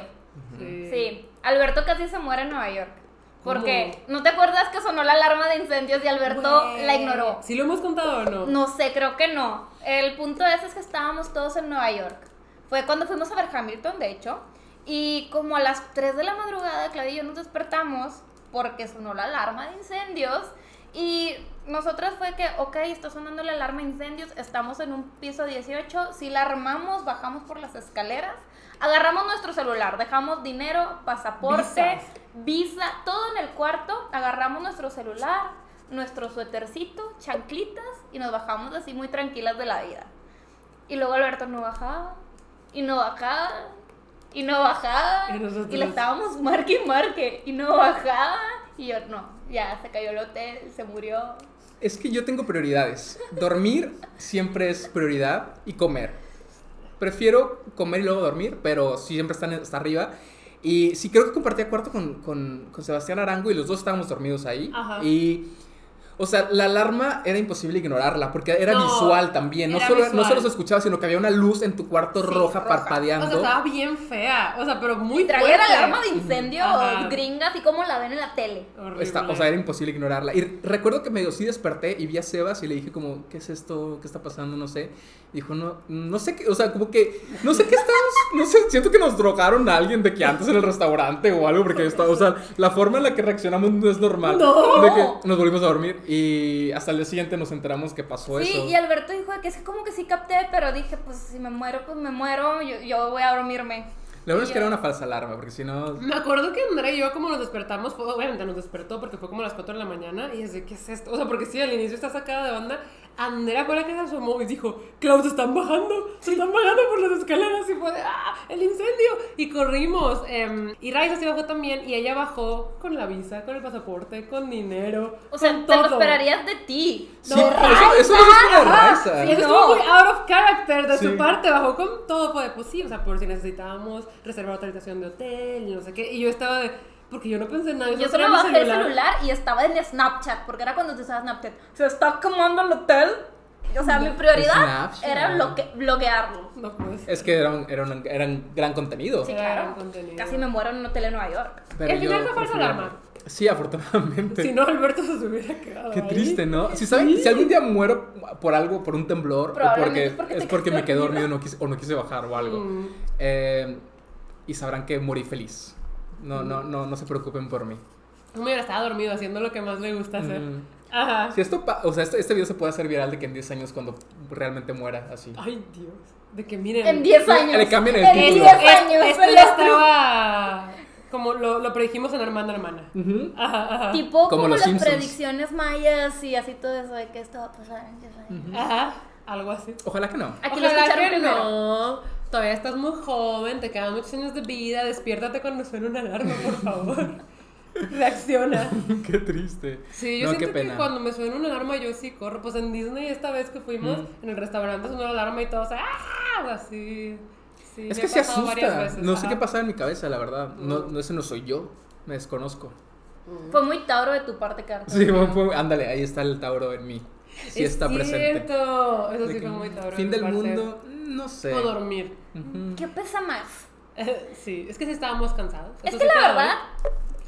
[SPEAKER 2] Sí.
[SPEAKER 1] Sí, Alberto casi se muere en Nueva York.
[SPEAKER 2] ¿Cómo?
[SPEAKER 1] Porque, ¿no te acuerdas que sonó la alarma de incendios y Alberto
[SPEAKER 2] Güey.
[SPEAKER 1] la ignoró?
[SPEAKER 2] ¿Sí lo hemos contado o no?
[SPEAKER 1] No sé, creo que no. El punto es, es que estábamos todos en Nueva York. Fue cuando fuimos a ver Hamilton, de hecho. Y como a las 3 de la madrugada, Claudia y yo nos despertamos porque sonó la alarma de incendios. Y nosotras fue que, ok, está sonando la alarma de incendios, estamos en un piso 18. Si la armamos, bajamos por las escaleras, agarramos nuestro celular, dejamos dinero, pasaporte,
[SPEAKER 2] Visas.
[SPEAKER 1] visa, todo en el cuarto, agarramos nuestro celular, nuestro suétercito, chanclitas y nos bajamos así muy tranquilas de la vida. Y luego Alberto no bajaba, y no bajaba, y no bajaba,
[SPEAKER 2] Y nosotros-
[SPEAKER 1] y le estábamos marque y marque, y no bajaba, y yo no, ya se cayó el hotel, se murió.
[SPEAKER 3] Es que yo tengo prioridades. Dormir siempre es prioridad y comer. Prefiero comer y luego dormir, pero siempre están hasta arriba. Y sí, creo que compartía cuarto con, con- con Sebastián Arango y los dos estábamos dormidos ahí.
[SPEAKER 2] Ajá.
[SPEAKER 3] Y, o sea, la alarma era imposible ignorarla porque era
[SPEAKER 2] No,
[SPEAKER 3] visual también. No
[SPEAKER 2] era
[SPEAKER 3] solo, no
[SPEAKER 2] visual.
[SPEAKER 3] solo se escuchaba, sino que había una luz en tu cuarto
[SPEAKER 1] Sí,
[SPEAKER 3] roja,
[SPEAKER 1] roja.
[SPEAKER 3] parpadeando.
[SPEAKER 2] O sea, estaba bien fea. O sea, pero muy
[SPEAKER 1] Y traía la
[SPEAKER 2] fuerte.
[SPEAKER 1] alarma de incendio
[SPEAKER 2] Ajá.
[SPEAKER 1] gringa, así como la ven en la tele.
[SPEAKER 2] Horrible.
[SPEAKER 3] Está- o sea, era imposible ignorarla. Y recuerdo que medio sí desperté y vi a Sebas y le dije como, ¿qué es esto? ¿Qué está pasando? No sé. Y dijo, no, no sé qué, o sea, como que, no sé qué estamos, no sé, siento que nos drogaron a alguien de que antes en el restaurante o algo, porque estaba, o sea, la forma en la que reaccionamos no es normal.
[SPEAKER 2] No.
[SPEAKER 3] De que nos volvimos a dormir y hasta el día siguiente nos enteramos que pasó
[SPEAKER 1] Sí,
[SPEAKER 3] eso.
[SPEAKER 1] y Alberto dijo que es como que sí capté, pero dije, pues si me muero, pues me muero, yo, yo voy a dormirme.
[SPEAKER 3] La verdad es que
[SPEAKER 1] y-
[SPEAKER 3] era una falsa alarma, porque si no...
[SPEAKER 2] Me acuerdo que Andrea y yo, como nos despertamos, fue- obviamente nos despertó porque fue como a las 4 de la mañana y es de, ¿qué es esto? O sea, porque sí, al inicio está sacada de onda. Andrea fue la que se asomó y dijo, Klaus, se están bajando, se están bajando por las escaleras y fue de, ¡ah! ¡El incendio! Y corrimos. em, y Raiza se bajó también y ella bajó con la visa, con el pasaporte, con dinero.
[SPEAKER 1] O sea,
[SPEAKER 2] con
[SPEAKER 1] te lo
[SPEAKER 2] todo.
[SPEAKER 1] esperaría de ti.
[SPEAKER 3] Sí, pero eso, eso no es como raza.
[SPEAKER 2] Y
[SPEAKER 1] no.
[SPEAKER 2] eso estuvo muy out of character de
[SPEAKER 3] Sí.
[SPEAKER 2] su parte, bajó con todo, fue de, pues sí, o sea, por si necesitábamos reservar autorización de hotel, y no sé qué, y yo estaba de, porque yo no pensé en nada,
[SPEAKER 1] Yo
[SPEAKER 2] traía
[SPEAKER 1] solo
[SPEAKER 2] Pues mi
[SPEAKER 1] bajé el celular y estaba en Snapchat, porque era cuando te usaba Snapchat. Se está quemando el hotel. O sea, mi prioridad
[SPEAKER 3] Snapchat.
[SPEAKER 1] era bloque- bloquearlo.
[SPEAKER 2] No, pues,
[SPEAKER 3] Es que era un, era un- era un gran contenido.
[SPEAKER 1] Sí,
[SPEAKER 2] Claro,
[SPEAKER 1] claro.
[SPEAKER 2] contenido.
[SPEAKER 1] Casi me muero en un hotel en Nueva York.
[SPEAKER 3] Pero
[SPEAKER 2] al final
[SPEAKER 3] yo
[SPEAKER 2] fue falsa
[SPEAKER 3] prefería-
[SPEAKER 2] alarma.
[SPEAKER 3] Sí, afortunadamente.
[SPEAKER 2] si no, Alberto se hubiera quedado
[SPEAKER 3] Qué
[SPEAKER 2] ahí.
[SPEAKER 3] triste, ¿no? Si, saben, si algún día muero por algo, por un temblor, o
[SPEAKER 1] Probablemente
[SPEAKER 3] porque,
[SPEAKER 1] es porque
[SPEAKER 3] es
[SPEAKER 1] te
[SPEAKER 3] porque me
[SPEAKER 1] quedaste
[SPEAKER 3] quedé dormido no quise- o no quise bajar o algo.
[SPEAKER 2] Mm.
[SPEAKER 3] Eh, y sabrán que morí feliz. No, no,
[SPEAKER 2] Mm.
[SPEAKER 3] no, no se preocupen por mí.
[SPEAKER 2] No me hubiera estado dormido haciendo lo que más le gusta hacer.
[SPEAKER 3] Mm.
[SPEAKER 2] Ajá.
[SPEAKER 3] Si esto, pa- o sea, este, este video se puede hacer viral de que en 10 años cuando realmente muera, así.
[SPEAKER 2] Ay, Dios. De que miren.
[SPEAKER 1] En 10 años.
[SPEAKER 3] Le cambian el
[SPEAKER 1] en
[SPEAKER 3] título.
[SPEAKER 1] 10
[SPEAKER 2] Es-
[SPEAKER 1] años.
[SPEAKER 2] Esto
[SPEAKER 1] el
[SPEAKER 2] ya
[SPEAKER 1] otro.
[SPEAKER 2] estaba. Como lo, lo predijimos en Armando Hermana.
[SPEAKER 3] Ujú.
[SPEAKER 2] Ajá, ajá.
[SPEAKER 1] Tipo como,
[SPEAKER 3] Como los
[SPEAKER 1] las
[SPEAKER 3] Simpsons.
[SPEAKER 1] predicciones mayas y así todo eso de que esto va a pasar en 10 años.
[SPEAKER 2] Ajá. Algo así.
[SPEAKER 3] Ojalá que no.
[SPEAKER 1] Aquí lo
[SPEAKER 2] Ojalá
[SPEAKER 1] escucharon
[SPEAKER 2] que
[SPEAKER 1] primero.
[SPEAKER 2] No, todavía estás muy joven, te quedan muchos años de vida, despiértate cuando suene una alarma, por favor. Reacciona.
[SPEAKER 3] qué triste.
[SPEAKER 2] Sí, yo
[SPEAKER 3] no, qué
[SPEAKER 2] siento que
[SPEAKER 3] pena.
[SPEAKER 2] cuando me suena una alarma yo sí corro. Pues en Disney esta vez que fuimos,
[SPEAKER 3] Mm.
[SPEAKER 2] en el restaurante sonó la alarma y todos ¡ah! Así. Sí,
[SPEAKER 3] es
[SPEAKER 2] me
[SPEAKER 3] que
[SPEAKER 2] ha
[SPEAKER 3] se
[SPEAKER 2] pasado varias
[SPEAKER 3] asusta.
[SPEAKER 2] veces,
[SPEAKER 3] No sé
[SPEAKER 2] ajá. Mm.
[SPEAKER 3] qué pasaba en mi cabeza, la verdad. No, no, ese no soy yo. Me desconozco.
[SPEAKER 1] Fue muy tauro de tu parte, Carlos.
[SPEAKER 3] Sí, fue- fue- ándale, ahí está el Tauro en mí. Sí
[SPEAKER 2] es
[SPEAKER 3] está presente.
[SPEAKER 2] cierto. Eso sí
[SPEAKER 3] De que,
[SPEAKER 2] fue muy tauro.
[SPEAKER 3] Fin
[SPEAKER 2] de
[SPEAKER 3] del
[SPEAKER 2] mi parte.
[SPEAKER 3] mundo, mm, no sé.
[SPEAKER 2] O dormir.
[SPEAKER 3] Ujú.
[SPEAKER 1] ¿Qué pesa más?
[SPEAKER 2] sí, es que sí estábamos cansados.
[SPEAKER 1] Es
[SPEAKER 2] eso
[SPEAKER 1] que
[SPEAKER 2] sí
[SPEAKER 1] la
[SPEAKER 2] te doy.
[SPEAKER 1] verdad,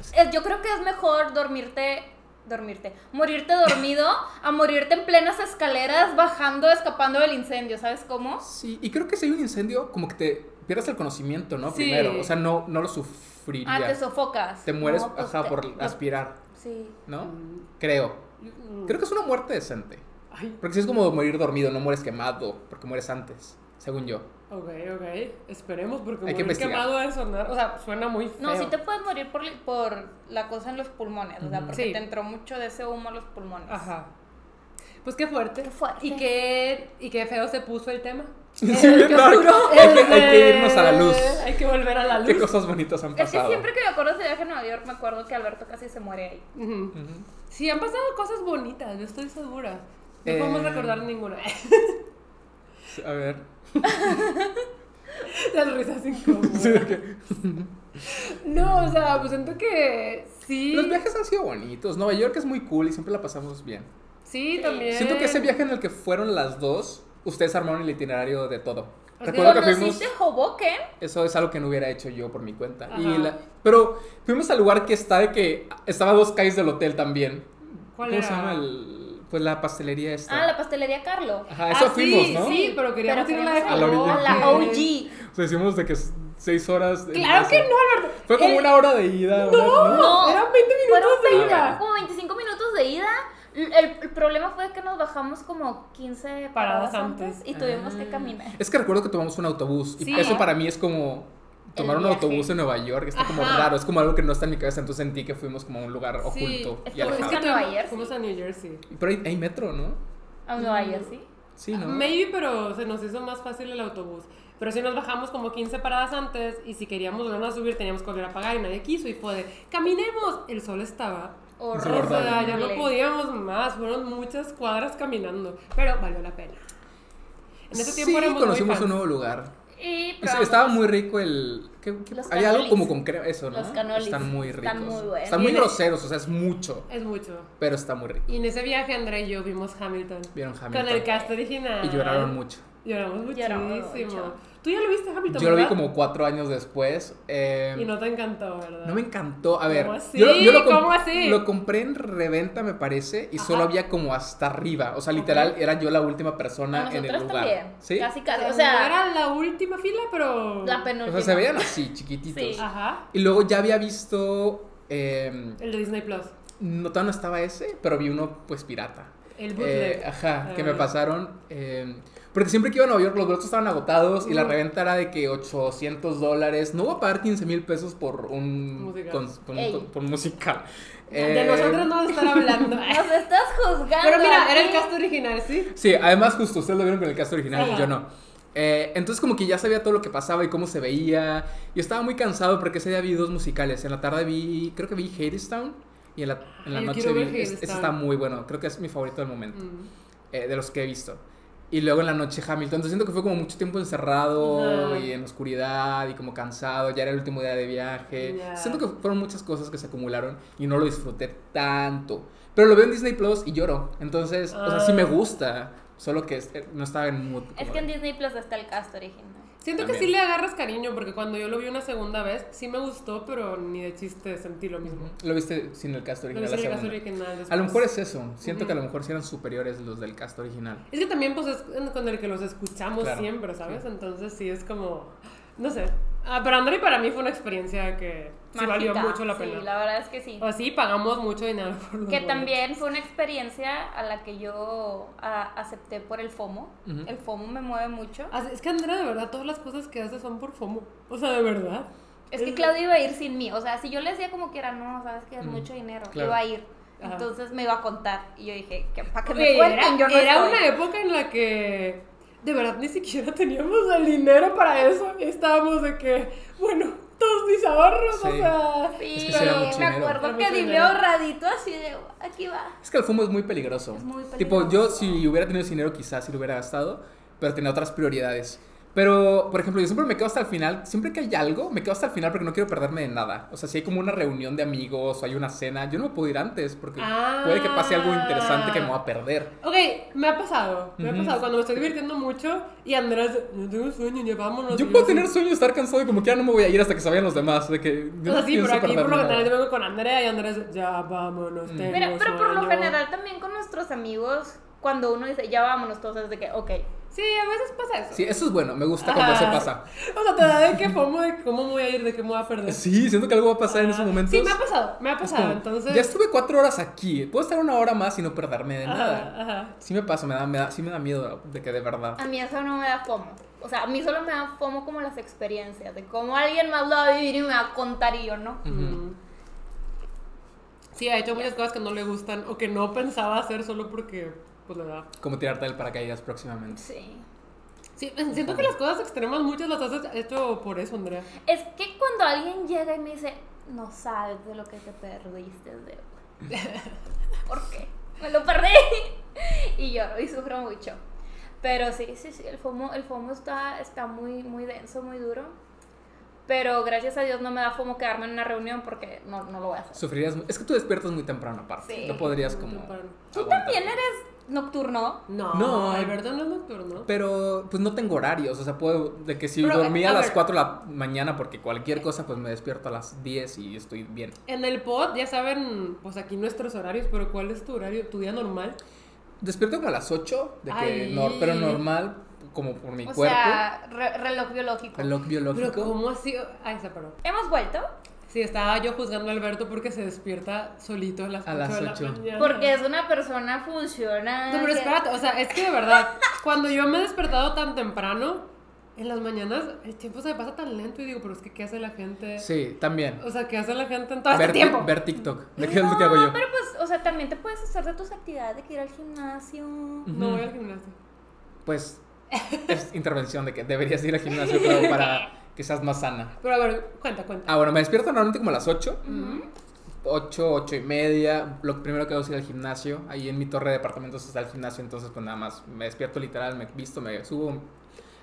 [SPEAKER 1] es- yo creo que es mejor dormirte, dormirte, morirte dormido a morirte en plenas escaleras bajando, escapando del incendio, ¿sabes cómo?
[SPEAKER 3] Sí, y creo que si hay un incendio, como que te pierdes el conocimiento, ¿no?
[SPEAKER 2] Sí.
[SPEAKER 3] Primero, o sea, no, no lo sufriría.
[SPEAKER 1] Ah, te sofocas.
[SPEAKER 3] Te mueres,
[SPEAKER 1] No, pues
[SPEAKER 3] ajá,
[SPEAKER 1] te-
[SPEAKER 3] por
[SPEAKER 1] no,
[SPEAKER 3] aspirar,
[SPEAKER 1] Sí.
[SPEAKER 3] ¿no?
[SPEAKER 2] Mm.
[SPEAKER 3] Creo.
[SPEAKER 2] Mm.
[SPEAKER 3] Creo que es una muerte decente.
[SPEAKER 2] Ay,
[SPEAKER 3] Porque si es como morir dormido, no mueres quemado, porque mueres antes, según yo.
[SPEAKER 2] Ok, ok. Esperemos porque
[SPEAKER 3] Hay que
[SPEAKER 2] morir
[SPEAKER 3] investigar.
[SPEAKER 2] quemado de sonar. O sea, suena muy feo.
[SPEAKER 1] No, sí te puedes morir por, li- por la cosa en los pulmones, o sea, porque
[SPEAKER 2] Sí.
[SPEAKER 1] te entró mucho de ese humo a los pulmones.
[SPEAKER 2] Ajá. Pues qué fuerte.
[SPEAKER 1] Qué fuerte.
[SPEAKER 2] Y qué, y qué feo se puso el tema. Eh,
[SPEAKER 3] Sí, claro. Hay que, hay que irnos a la luz.
[SPEAKER 2] Hay que volver a la luz.
[SPEAKER 3] Qué cosas bonitas han
[SPEAKER 1] Es que
[SPEAKER 3] pasado.
[SPEAKER 1] siempre que me acuerdo de ese viaje a Nueva York, me acuerdo que Alberto casi se muere ahí.
[SPEAKER 2] Ujú.
[SPEAKER 3] Ujú.
[SPEAKER 2] Sí, han pasado cosas bonitas, yo estoy segura. No
[SPEAKER 3] Eh.
[SPEAKER 2] podemos recordar ninguna.
[SPEAKER 3] A ver.
[SPEAKER 2] Las risas incómodas.
[SPEAKER 3] Sí, de que-
[SPEAKER 2] No, o sea, pues siento que sí.
[SPEAKER 3] Los viajes han sido bonitos. Nueva York es muy cool y siempre la pasamos bien.
[SPEAKER 2] Sí,
[SPEAKER 1] Sí.
[SPEAKER 2] también.
[SPEAKER 3] Siento que ese viaje en el que fueron las dos, ustedes armaron el itinerario de todo.
[SPEAKER 2] Sí.
[SPEAKER 3] Recuerdo que fuimos.
[SPEAKER 1] ¿Conociste Hoboken?
[SPEAKER 3] Eso es algo que no hubiera hecho yo por mi cuenta.
[SPEAKER 2] Ajá.
[SPEAKER 3] Y la- pero fuimos al lugar que está de que estaba a dos calles del hotel también.
[SPEAKER 2] ¿Cuál
[SPEAKER 3] ¿Cómo
[SPEAKER 2] era?
[SPEAKER 3] se llama? el- pues la pastelería esta.
[SPEAKER 1] Ah, la pastelería Carlo.
[SPEAKER 3] Ajá, eso
[SPEAKER 2] Ah,
[SPEAKER 3] fuimos,
[SPEAKER 2] sí,
[SPEAKER 3] ¿no?
[SPEAKER 2] Sí, pero queríamos
[SPEAKER 1] Pero
[SPEAKER 2] ir a la
[SPEAKER 1] queríamos
[SPEAKER 2] de
[SPEAKER 3] ir a la
[SPEAKER 1] A
[SPEAKER 2] Hawái.
[SPEAKER 1] la OG.
[SPEAKER 3] O sea, hicimos de que s- seis horas. en
[SPEAKER 2] Claro
[SPEAKER 3] eso.
[SPEAKER 2] que no, Alberto.
[SPEAKER 3] Fue como
[SPEAKER 2] El-
[SPEAKER 3] una hora de ida. una-
[SPEAKER 2] No,
[SPEAKER 1] No.
[SPEAKER 2] eran 20
[SPEAKER 1] Fueron
[SPEAKER 2] minutos de
[SPEAKER 3] veinte.
[SPEAKER 2] ida.
[SPEAKER 1] Como 25 minutos de ida. El, el problema fue que nos bajamos como 15 paradas
[SPEAKER 2] Paradas
[SPEAKER 1] antes
[SPEAKER 2] antes.
[SPEAKER 1] y tuvimos
[SPEAKER 3] Ah.
[SPEAKER 1] que caminar.
[SPEAKER 3] Es que recuerdo que tomamos un autobús. Y
[SPEAKER 2] Sí.
[SPEAKER 3] eso para mí es como tomar
[SPEAKER 1] El
[SPEAKER 3] un
[SPEAKER 1] viaje.
[SPEAKER 3] autobús en Nueva York. Está como
[SPEAKER 2] Ajá.
[SPEAKER 3] raro. Es como algo que no está en mi cabeza. Entonces sentí que fuimos como a un lugar
[SPEAKER 2] Sí.
[SPEAKER 3] oculto y
[SPEAKER 1] Es como-
[SPEAKER 3] alejado.
[SPEAKER 1] es Nueva Jersey.
[SPEAKER 2] Fuimos a New Jersey.
[SPEAKER 3] Pero hay, hay metro, ¿no?
[SPEAKER 1] A Nueva Jersey.
[SPEAKER 2] Mm.
[SPEAKER 3] Sí, ¿no?
[SPEAKER 2] Maybe, pero se nos hizo más fácil el autobús. Pero si nos bajamos como 15 paradas antes y si queríamos volver a subir teníamos que volver a pagar y nadie quiso y fue de, caminemos. El sol estaba.
[SPEAKER 3] Horrible.
[SPEAKER 2] O sea, ya no
[SPEAKER 1] Horrible.
[SPEAKER 2] podíamos más, fueron muchas cuadras caminando, pero valió la pena. En ese tiempo
[SPEAKER 3] sí,
[SPEAKER 2] éramos muy
[SPEAKER 3] conocimos
[SPEAKER 2] fans.
[SPEAKER 3] un nuevo lugar.
[SPEAKER 1] Y
[SPEAKER 3] Es-
[SPEAKER 1] probamos-
[SPEAKER 3] Estaba muy rico el. ¿qué- qué-
[SPEAKER 1] Los
[SPEAKER 3] había algo
[SPEAKER 1] canolis.
[SPEAKER 3] como con crema, eso, ¿no?
[SPEAKER 1] Los canolis.
[SPEAKER 3] Están muy ricos.
[SPEAKER 1] Están muy buenos.
[SPEAKER 3] Están muy
[SPEAKER 2] Tiene-
[SPEAKER 3] groseros, o sea, es mucho.
[SPEAKER 2] Es mucho.
[SPEAKER 3] Pero está muy rico.
[SPEAKER 2] Y en ese viaje Andrea y yo vimos Hamilton.
[SPEAKER 3] Vieron
[SPEAKER 2] Con el
[SPEAKER 3] Hamilton.
[SPEAKER 2] cast original.
[SPEAKER 3] Y lloraron mucho.
[SPEAKER 2] Lloramos
[SPEAKER 1] Lloramos
[SPEAKER 2] muchísimo.
[SPEAKER 1] mucho.
[SPEAKER 2] Tú ya lo viste Hamilton.
[SPEAKER 3] Yo lo vi
[SPEAKER 2] ¿verdad?
[SPEAKER 3] como cuatro años después. eh,
[SPEAKER 2] Y no te encantó, ¿verdad?
[SPEAKER 3] No me encantó. A ver,
[SPEAKER 2] ¿Cómo así?
[SPEAKER 3] yo, lo- yo lo, comp-
[SPEAKER 2] ¿Cómo así?
[SPEAKER 3] lo compré en reventa, me parece, y
[SPEAKER 2] Ajá.
[SPEAKER 3] solo había como hasta arriba. O sea, literal, era yo la última persona
[SPEAKER 1] A
[SPEAKER 3] en el
[SPEAKER 1] nosotros
[SPEAKER 3] lugar.
[SPEAKER 1] también.
[SPEAKER 3] ¿Sí?
[SPEAKER 1] Casi, casi. O
[SPEAKER 2] Ah, no
[SPEAKER 1] sea,
[SPEAKER 2] era la última fila, pero.
[SPEAKER 1] la
[SPEAKER 3] O
[SPEAKER 1] penúltima.
[SPEAKER 3] sea, se veían así, chiquititos.
[SPEAKER 1] Sí.
[SPEAKER 2] Ajá.
[SPEAKER 3] Y luego ya había visto. eh,
[SPEAKER 2] El de Disney Plus.
[SPEAKER 3] no, todavía no estaba ese, pero vi uno, pues pirata.
[SPEAKER 2] El
[SPEAKER 3] Eh,
[SPEAKER 2] bootleg.
[SPEAKER 3] ajá, que me
[SPEAKER 2] Ah.
[SPEAKER 3] pasaron. eh, porque siempre que iba a Nueva York, los boletos estaban agotados y la
[SPEAKER 2] Mm.
[SPEAKER 3] reventa era de que 800 dólares. No voy a pagar 15 mil pesos por un.
[SPEAKER 2] Musical.
[SPEAKER 3] cons- por, un
[SPEAKER 1] Ey.
[SPEAKER 3] con- por un musical.
[SPEAKER 2] De
[SPEAKER 3] Eh,
[SPEAKER 2] nosotros no de estar hablando.
[SPEAKER 1] Nos estás juzgando.
[SPEAKER 2] pero mira, era
[SPEAKER 1] aquí.
[SPEAKER 2] el cast original, ¿sí?
[SPEAKER 3] Sí, además justo ustedes lo vieron con el cast original,
[SPEAKER 2] Ajá.
[SPEAKER 3] yo no. Eh, entonces como que ya sabía todo lo que pasaba y cómo se veía. Yo estaba muy cansado porque ese día vi dos musicales. En la tarde vi, creo que vi Hadestown y en la, en la
[SPEAKER 2] Ay, yo
[SPEAKER 3] noche
[SPEAKER 2] quiero
[SPEAKER 3] vi...
[SPEAKER 2] ver
[SPEAKER 3] es- Ese
[SPEAKER 2] Hadestown.
[SPEAKER 3] está muy bueno, creo que es mi favorito del momento,
[SPEAKER 2] Mm.
[SPEAKER 3] eh, de los que he visto. Y luego en la noche Hamilton, entonces siento que fue como mucho tiempo encerrado
[SPEAKER 2] Ajá.
[SPEAKER 3] y en oscuridad y como cansado, ya era el último día de viaje.
[SPEAKER 2] Ya.
[SPEAKER 3] Siento que fueron muchas cosas que se acumularon y no lo disfruté tanto. Pero lo veo en Disney Plus y lloro. Entonces, o sea, sí me
[SPEAKER 2] Ah.
[SPEAKER 3] gusta, solo que es- eh, no estaba en mood.
[SPEAKER 1] Es
[SPEAKER 3] como
[SPEAKER 1] que en
[SPEAKER 3] de-
[SPEAKER 1] Disney Plus está el cast original.
[SPEAKER 2] Siento que
[SPEAKER 3] También.
[SPEAKER 2] sí le agarras cariño, porque cuando yo lo vi una segunda vez, sí me gustó, pero ni de chiste sentí lo mismo.
[SPEAKER 3] Lo viste sin el cast
[SPEAKER 2] Lo
[SPEAKER 3] original.
[SPEAKER 2] hice en el
[SPEAKER 3] la
[SPEAKER 2] cast
[SPEAKER 3] segunda.
[SPEAKER 2] original.
[SPEAKER 3] A
[SPEAKER 2] después.
[SPEAKER 3] lo mejor es eso. Siento que a lo
[SPEAKER 2] Ujú.
[SPEAKER 3] mejor sí eran superiores los del cast original.
[SPEAKER 2] Es que también pues es con el que los escuchamos
[SPEAKER 3] Claro.
[SPEAKER 2] siempre, ¿sabes? Entonces sí es como, no sé. Ah, para André y para mí fue una experiencia que sí valió
[SPEAKER 1] Mágica,
[SPEAKER 2] mucho la
[SPEAKER 1] sí,
[SPEAKER 2] pena.
[SPEAKER 1] la verdad es que sí.
[SPEAKER 2] O sí, pagamos mucho dinero por los
[SPEAKER 1] Que
[SPEAKER 2] boletos.
[SPEAKER 1] también fue una experiencia a la que yo a- acepté por el FOMO.
[SPEAKER 3] Ujú.
[SPEAKER 1] El FOMO me mueve mucho.
[SPEAKER 2] Ah, Es que Andrea, de verdad, todas las cosas que hace son por FOMO. O sea, de verdad.
[SPEAKER 1] Es que Claudio iba a ir sin mí. O sea, si yo le decía como quiera, no, sabes que es
[SPEAKER 3] Mm,
[SPEAKER 1] mucho dinero,
[SPEAKER 3] claro.
[SPEAKER 1] iba a ir.
[SPEAKER 2] Ajá.
[SPEAKER 1] Entonces me iba a contar. Y yo dije, que para que me
[SPEAKER 2] Oye,
[SPEAKER 1] cuenten,
[SPEAKER 2] era
[SPEAKER 1] yo no
[SPEAKER 2] era
[SPEAKER 1] estoy.
[SPEAKER 2] una época en la que de verdad ni siquiera teníamos el dinero para eso. Y estábamos de que, bueno, todos mis ahorros, o
[SPEAKER 3] Sí.
[SPEAKER 2] sea...
[SPEAKER 1] Sí,
[SPEAKER 3] Es que sí era mucho
[SPEAKER 1] me
[SPEAKER 3] dinero.
[SPEAKER 1] acuerdo
[SPEAKER 2] Era
[SPEAKER 1] que
[SPEAKER 2] mucho
[SPEAKER 1] di mi
[SPEAKER 2] dinero.
[SPEAKER 1] ahorradito así de, aquí va.
[SPEAKER 3] Es que el fumo es muy peligroso.
[SPEAKER 1] Es muy
[SPEAKER 3] Tipo, yo
[SPEAKER 1] peligroso.
[SPEAKER 3] si hubiera tenido ese dinero, quizás sí lo hubiera gastado, pero tenía otras prioridades. Pero, por ejemplo, yo siempre me quedo hasta el final. Siempre que hay algo, me quedo hasta el final porque no quiero perderme de nada. O sea, si hay como una reunión de amigos o hay una cena, yo no me puedo ir antes porque
[SPEAKER 2] Ah.
[SPEAKER 3] puede que pase algo interesante que me va a perder.
[SPEAKER 2] Ok, me ha pasado, me ha pasado cuando me estoy divirtiendo mucho y Andrés, no tengo sueño, ya vámonos. Y
[SPEAKER 3] Yo puedo
[SPEAKER 2] así,
[SPEAKER 3] tener sueño de estar cansado y como que ya no me voy a ir hasta que se vayan los demás. De que
[SPEAKER 2] O
[SPEAKER 3] yo
[SPEAKER 2] sea,
[SPEAKER 3] no
[SPEAKER 2] sí, pero
[SPEAKER 3] pienso
[SPEAKER 2] aquí por
[SPEAKER 3] perderme
[SPEAKER 2] lo general yo
[SPEAKER 3] nada.
[SPEAKER 2] vengo con Andrea y Andrés, ya vámonos, tengo
[SPEAKER 1] Mira, pero por lo
[SPEAKER 2] sueño".
[SPEAKER 1] general también con nuestros amigos, cuando uno dice, ya vámonos todos, es de que, ok.
[SPEAKER 2] Sí, a veces pasa eso.
[SPEAKER 3] Sí, eso es bueno. Me gusta cuando
[SPEAKER 2] Ajá.
[SPEAKER 3] se pasa.
[SPEAKER 2] O sea, te da de que fomo de cómo me voy a ir, de qué me voy a perder.
[SPEAKER 3] Sí, siento que algo va a pasar en esos
[SPEAKER 2] Ah,
[SPEAKER 3] momentos.
[SPEAKER 2] Sí, me ha pasado, me ha
[SPEAKER 3] Es
[SPEAKER 2] pasado,
[SPEAKER 3] como,
[SPEAKER 2] entonces...
[SPEAKER 3] Ya estuve cuatro horas aquí. Puedo estar una hora más y no perderme de nada.
[SPEAKER 2] Ajá, ajá.
[SPEAKER 3] Sí me pasa, me da, me da, sí me da miedo de que de verdad.
[SPEAKER 1] A mí eso no me da fomo. O sea, a mí solo me da fomo como las experiencias, de cómo alguien más lo va a vivir y me va a contar y yo no.
[SPEAKER 3] Ujú.
[SPEAKER 2] Mm. Sí, ha hecho muchas cosas que no le gustan o que no pensaba hacer solo porque, pues, la edad.
[SPEAKER 3] Como tirarte del paracaídas próximamente.
[SPEAKER 1] Sí.
[SPEAKER 2] Sí, pues, siento que las cosas extremas muchas las has hecho por eso, Andrea.
[SPEAKER 1] Es que cuando alguien llega y me dice, no sabes de lo que te perdiste, de ¿por qué? Me lo perdí. Y lloro y sufro mucho. Pero sí, sí, sí, el FOMO, el FOMO está, está muy, muy denso, muy duro. Pero gracias a Dios no me da FOMO quedarme en una reunión porque no, no lo voy a hacer.
[SPEAKER 3] Sufrirías. mu- Es que tú despiertas muy temprano, aparte.
[SPEAKER 1] Sí,
[SPEAKER 3] no podrías
[SPEAKER 2] muy
[SPEAKER 3] como.
[SPEAKER 2] temprano.
[SPEAKER 1] Tú
[SPEAKER 3] aguantar.
[SPEAKER 1] también eres nocturno.
[SPEAKER 2] No,
[SPEAKER 3] No.
[SPEAKER 2] Alberto no es nocturno.
[SPEAKER 3] Pero pues no tengo horarios, o sea, puedo, de que si
[SPEAKER 2] Pero, eh,
[SPEAKER 3] dormía a,
[SPEAKER 2] a
[SPEAKER 3] las
[SPEAKER 2] ver.
[SPEAKER 3] 4 de la mañana porque cualquier cosa, pues me despierto a las 10 y estoy bien.
[SPEAKER 2] En el pod, ya saben, pues aquí nuestros horarios, pero ¿cuál es tu horario, tu día normal?
[SPEAKER 3] Despierto como a las 8, de que
[SPEAKER 2] Ay.
[SPEAKER 3] nor- pero normal, como por mi
[SPEAKER 1] o
[SPEAKER 3] cuerpo,
[SPEAKER 1] sea, re- reloj biológico.
[SPEAKER 3] reloj biológico.
[SPEAKER 2] Pero ¿cómo así? Ay, se paró.
[SPEAKER 1] Hemos vuelto
[SPEAKER 2] Sí, estaba yo juzgando a Alberto porque se despierta solito a las
[SPEAKER 3] A
[SPEAKER 2] 8
[SPEAKER 3] las
[SPEAKER 2] de la
[SPEAKER 3] ocho.
[SPEAKER 2] mañana.
[SPEAKER 1] porque es una persona funcional.
[SPEAKER 2] No, pero
[SPEAKER 1] que-
[SPEAKER 2] espérate, o sea, es que de verdad, cuando yo me he despertado tan temprano, en las mañanas, el tiempo se me pasa tan lento y digo, pero es que ¿qué hace la gente?
[SPEAKER 3] Sí, también.
[SPEAKER 2] O sea, ¿qué hace la gente en todo
[SPEAKER 3] ver,
[SPEAKER 2] este
[SPEAKER 3] ti-
[SPEAKER 2] tiempo?
[SPEAKER 3] ver TikTok, ¿de qué es
[SPEAKER 1] No,
[SPEAKER 3] lo que hago yo?
[SPEAKER 1] pero pues, o sea, también te puedes hacer de tus actividades, de que ir al gimnasio.
[SPEAKER 2] No
[SPEAKER 3] Ujú.
[SPEAKER 2] voy al gimnasio.
[SPEAKER 3] Pues es intervención de que deberías ir al gimnasio claro, para que seas más sana.
[SPEAKER 2] Pero a ver, cuenta, cuenta.
[SPEAKER 3] Ah, bueno, me despierto normalmente como a las 8,
[SPEAKER 1] Ujú.
[SPEAKER 3] 8, 8 y media. Lo primero que hago es ir al gimnasio. Ahí en mi torre de departamentos está el gimnasio, entonces pues nada más me despierto literal, me visto, me subo,